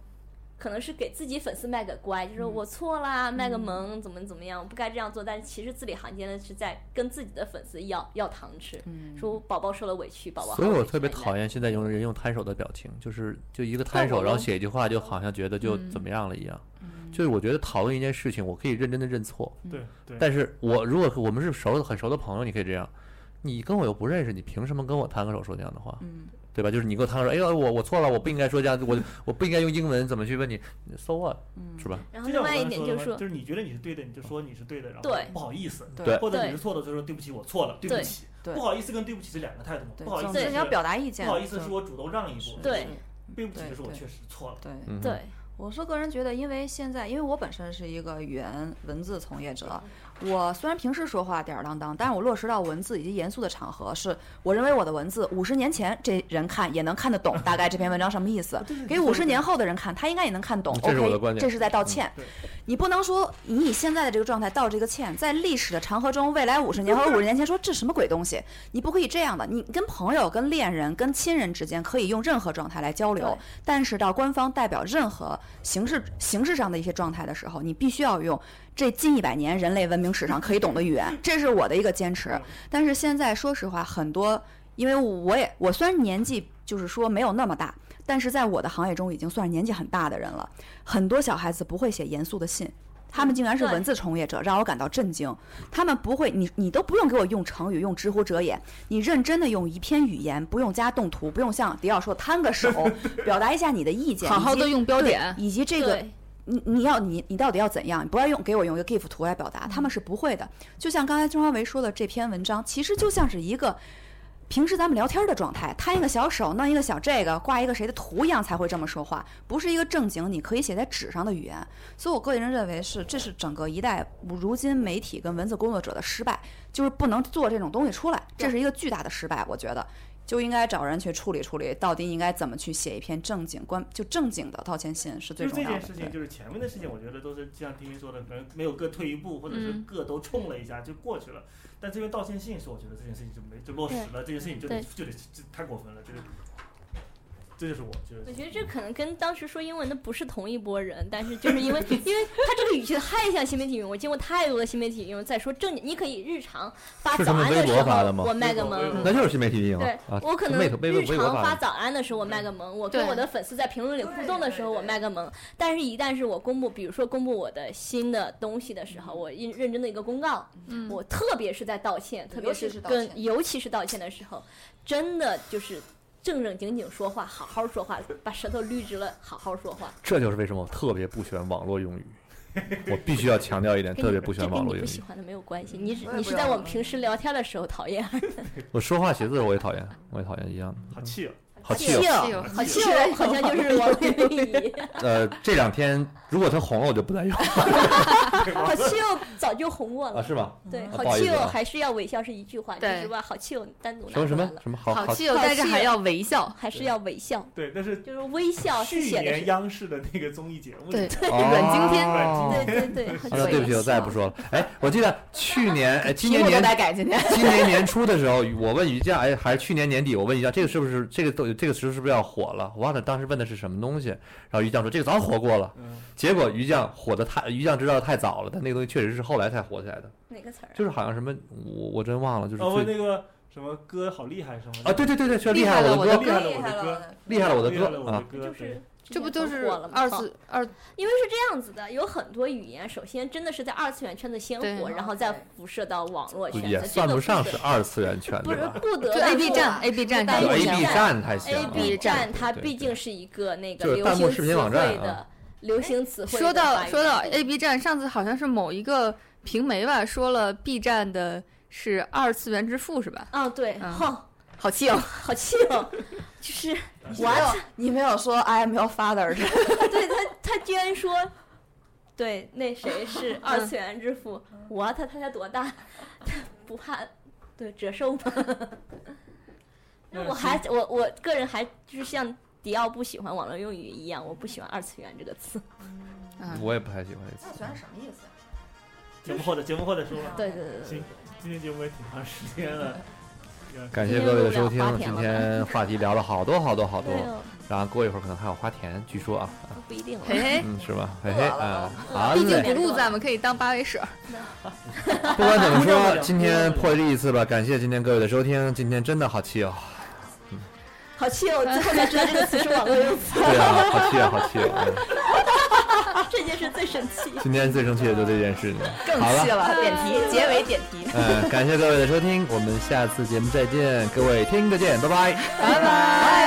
E: 可能是给自己粉丝卖个乖，就是
B: 嗯
E: 我错啦，卖个萌，怎么怎么样，我不该这样做。但是其实字里行间的是在跟自己的粉丝要要糖吃，
B: 嗯
E: 说宝宝受了委屈，宝宝好
A: 所以
E: 委屈
A: 我特别讨
E: 厌。
A: 厌现在用人用摊手的表情，就是就一个摊手，
C: 我
A: 然后写一句话，就好像觉得就
C: 嗯
A: 怎么样了一样。
B: 嗯
A: 就是我觉得讨论一件事情，我可以认真的认错，
D: 对对，
A: 但是我如果我们是熟的很熟的朋友，你可以这样，你跟我又不认识，你凭什么跟我摊个手说那样的话？
B: 嗯，
A: 对吧？就是你给我摊个手，哎呦，我我错了，我不应该说这样，我我不应该用英文怎么去问你，so what，是
B: 嗯
A: 吧？
E: 然后
D: 就
E: 另
D: 像我
E: 外
D: 刚
E: 一
D: 才
E: 点就
D: 说的
E: 是说，
D: 嘛，就是你觉得你是对的，你就说你是对的，然后
E: 对
D: 不好意思，
B: 对
A: 对
D: 或者你
E: 对
D: 是错的，就说对不起，我错了，对不
E: 对
D: 起，
B: 对
D: 不好意思跟对不起是两个态度嘛，
B: 对，
D: 不好意
B: 总
D: 思
B: 之
E: 对
B: 你要表达意
D: 是，
B: 见。
D: 不好意思
B: 就是
D: 我主动让一步，
E: 对
D: 对不起
B: 对
D: 是我
B: 对
D: 确实错了，
B: 对，
A: 嗯，
E: 对，
B: 我是个人觉得，因为现在，因为我本身是一个语言文字从业者，我虽然平时说话吊儿郎当，但是我落实到文字以及严肃的场合，是我认为我的文字五十年前这人看也能看得懂，大概这篇文章什么意思，给五十年后的人看，他应该也能看懂。
A: 这是我的观点
B: OK，这是在道歉
D: 嗯对。
B: 你不能说你以现在的这个状态道这个歉，在历史的长河中，未来五十年或者五十年前说这什么鬼东西，你不可以这样的。你跟朋友、跟恋人、跟亲人之间可以用任何状态来交流
E: 对，
B: 但是到官方代表任何形式形式上的一些状态的时候，你必须要用这近一百年人类文明史上可以懂的语 言，这是我的一个坚
C: 嗯
B: 持。但是现在说实话，很多因为我也我虽然年纪就是说没有那么大，但是在我的行业中已经算是年纪很大的人了，很多小孩子不会写严肃的信。他
C: 嗯
B: 们竟然是文字从业者，让我感到震惊。他们不会，你你都不用给我用成语，用“知乎者也”，你认真的用一篇语言，不用加动图，不用像迪奥说摊个手， 表达一下你的意见，
C: 好好
B: 以及
C: 地用标
B: 对
C: 点
B: 以及这个
C: 对。
B: 你你要你你到底要怎样？你不要用给我用一个 GIF 图来表达，他们是不会的。就像刚才钟华维说的这篇文章，其实就像是一个平时咱们聊天的状态，摊一个小手，弄一个小这个，挂一个谁的图一样才会这么说话，不是一个正经你可以写在纸上的语言。所以我个人认为是，这是整个一代如今媒体跟文字工作者的失败，就是不能做这种东西出来，这是一个巨大的失败，我觉得。就应该找人去处理处理，到底应该怎么去写一篇正经关就正经的道歉信是最
D: 就是
B: 重
D: 这
B: 要的。
D: 件事情，就是前面的事情，我觉得都是就像听听说的，可能没有各退一步，或者是
C: 嗯
D: 各都冲了一下就过去了。但这边道歉信是，我觉得这件事情就没就落实了，这件事情就
E: 对
D: 就得这太过分了，就是这就是我觉得
E: 我觉得这可能跟当时说英文的不是同一拨人，但是就是因为因为他这个语气太像新媒体语言，我见过太多的新媒体语言在说正经，你可以日常发
F: 是
E: 早
F: 他们
E: 安
F: 微
E: 的时
F: 博
E: 候，
F: 发的吗？
E: 我卖个萌。
F: 那就是新媒体运营
E: 对
F: 了啊，。
E: 我可能
F: 微微
E: 日
F: 微博
E: 常
F: 发
E: 发
F: 的。
E: 早安的时候我卖个萌，我跟
C: 对
E: 我的粉丝在评论里互动的时候我卖个萌，但是一旦是我公布，比如说公布我的新的东西的时候，我认认真的一个公告，
C: 嗯
E: 我特别是在道歉，特别
B: 尤其是道歉
E: 跟尤其是道歉的时候，真的就是正正经经说话，好好说话，把舌头捋直了，好好说话。
F: 这就是为什么我特别不喜欢网络用语， 我必须要强调一点，
E: 跟
F: 特
E: 你
F: 别不喜
E: 这
F: 欢
E: 跟
F: 网络
E: 你
F: 用
E: 不
F: 语。
E: 喜欢的没有关系，你只
B: 我也
E: 你是
B: 不喜
E: 在
B: 欢
E: 我们平时聊天的时候讨厌，
F: 我说话写字我也讨厌，我也讨厌一样的。
D: 好气哦。
F: 好气
B: 气
F: 哦！
B: 哦
C: 有
E: 好气哦，好像就是我跟你一样。
F: 呃，这两天如果它红了，我就不再用 了
E: 好气哦，早就红过了
F: 啊，。是吗？
E: 对，
F: 啊
E: 好
F: 不好意
E: 气
F: 思啊
E: 哦，还是要微笑是一句话，
C: 对
E: 这句话好气哦，单独拿
F: 什么什
E: 出来
F: 么
E: 了，
F: 什么好
C: 好
F: 好
C: 气哦，但是还要微笑。
E: 还是要微笑，
D: 对，但是
E: 就是微笑是
D: 去
E: 写的
D: 年
E: 是，
D: 央视的那个综艺节目里，
C: 对，
F: 哦
C: 阮经天
F: 哦
E: 对对对，好
F: 好的，
E: 气
F: 对不起，我再也不说了。哎，我记得去年，哎，今
B: 题
F: 年
B: 目都
F: 年
B: 得改今天。
F: 今年年初的时候，我问于酱，哎，还是去年年底，我问于酱，这个是不是这个都这个词是不是要火了？我忘了当时问的是什么东西，然后于酱说这个早火过了。
D: 嗯，
F: 结果于酱火的太，于酱知道的太早了，但那个东西确实是后来才火起来的，
E: 哪个词儿啊？
F: 就是好像什么我我真忘了，就是
D: 哦，我
F: 最
D: 那个什么歌好厉害什么的
F: 啊，对对对对，确实
C: 厉
F: 厉
C: 害
F: 害
C: 了
F: 我
C: 我
F: 的
C: 的
F: 歌，
D: 厉害了我的歌，
F: 厉害了我的
D: 厉害了
F: 歌
D: 我的
F: 啊，
D: 歌，
E: 就
D: 对
E: 是
C: 这不
E: 之前
C: 就
E: 很
C: 是
E: 火了吗
C: 二次二
E: 因为是这样子的，有很多语言，首先真的是在二次元圈子先火，
C: 对
E: 然后再辐射到网络圈子，
F: 也
E: 这
F: 算
E: 个
F: 不上
E: 得
F: 是二次元圈
E: 不
F: 对
E: 是
F: 吧？
E: 不得
C: 就 A B 站 A B 站
E: 不
C: 上
F: 就
E: 耽误
C: 面
F: A
E: 一
F: B
E: 下
F: 站还行
E: A
F: 啊
E: B 站它
F: 对
E: 毕
F: 对
E: 竟是一个那
F: 就是
E: 个流
F: 弹幕
E: 行
F: 视
E: 词
F: 频网
E: 汇
F: 站
E: 的
F: 啊
E: 流行词汇的
C: 说到
E: 发源
C: 说到
E: 地
C: A B 站，上次好像是某一个评媒吧，说了 B 站的是二次元之父是吧？
E: 啊，对，
C: 嗯
E: 哼，
C: 好气哦！
E: 好气哦， 就是
B: 我 没有，你没有说 I am your father，
E: 对他，他居然说，嗯对，那谁 是二次元之父？我他他才多大？ 不怕对折寿吗？那我还我我个人还就是像迪奥不喜欢网络用语一样，我不喜欢二次元这个词。
F: 我也不太喜欢这个词。
B: 喜欢什么意思？
D: 节目后的节目后再说吧。
E: 对啊对对对
D: 行，今天节目也挺长时间了，
F: 感谢各位的收听，
E: 今天
F: 今
E: 又聊花田
F: 天
E: 了
F: 话题聊了好多好多好多
E: 对，哦，
F: 然后过一会儿可能还有花田，据说啊，
E: 不一定了。
C: 嘿嘿，
F: 嗯，是吧？嘿嘿啊，好
C: 毕竟
F: 嘞，
C: 不录咱们可以当八尾使。
F: 不管怎么说，今天破例一次吧，感谢今天各位的收听，今天真的好气哦，
E: 好气哦！最后才知道这个词是网络用词，
F: 对啊，好气啊，好气啊，嗯
E: 这件事最神奇。
F: 今天最生气的就这件事情，好了，
B: 了，点题，结尾点题。
F: 嗯，感谢各位的收听，我们下次节目再见，各位听得见，拜拜。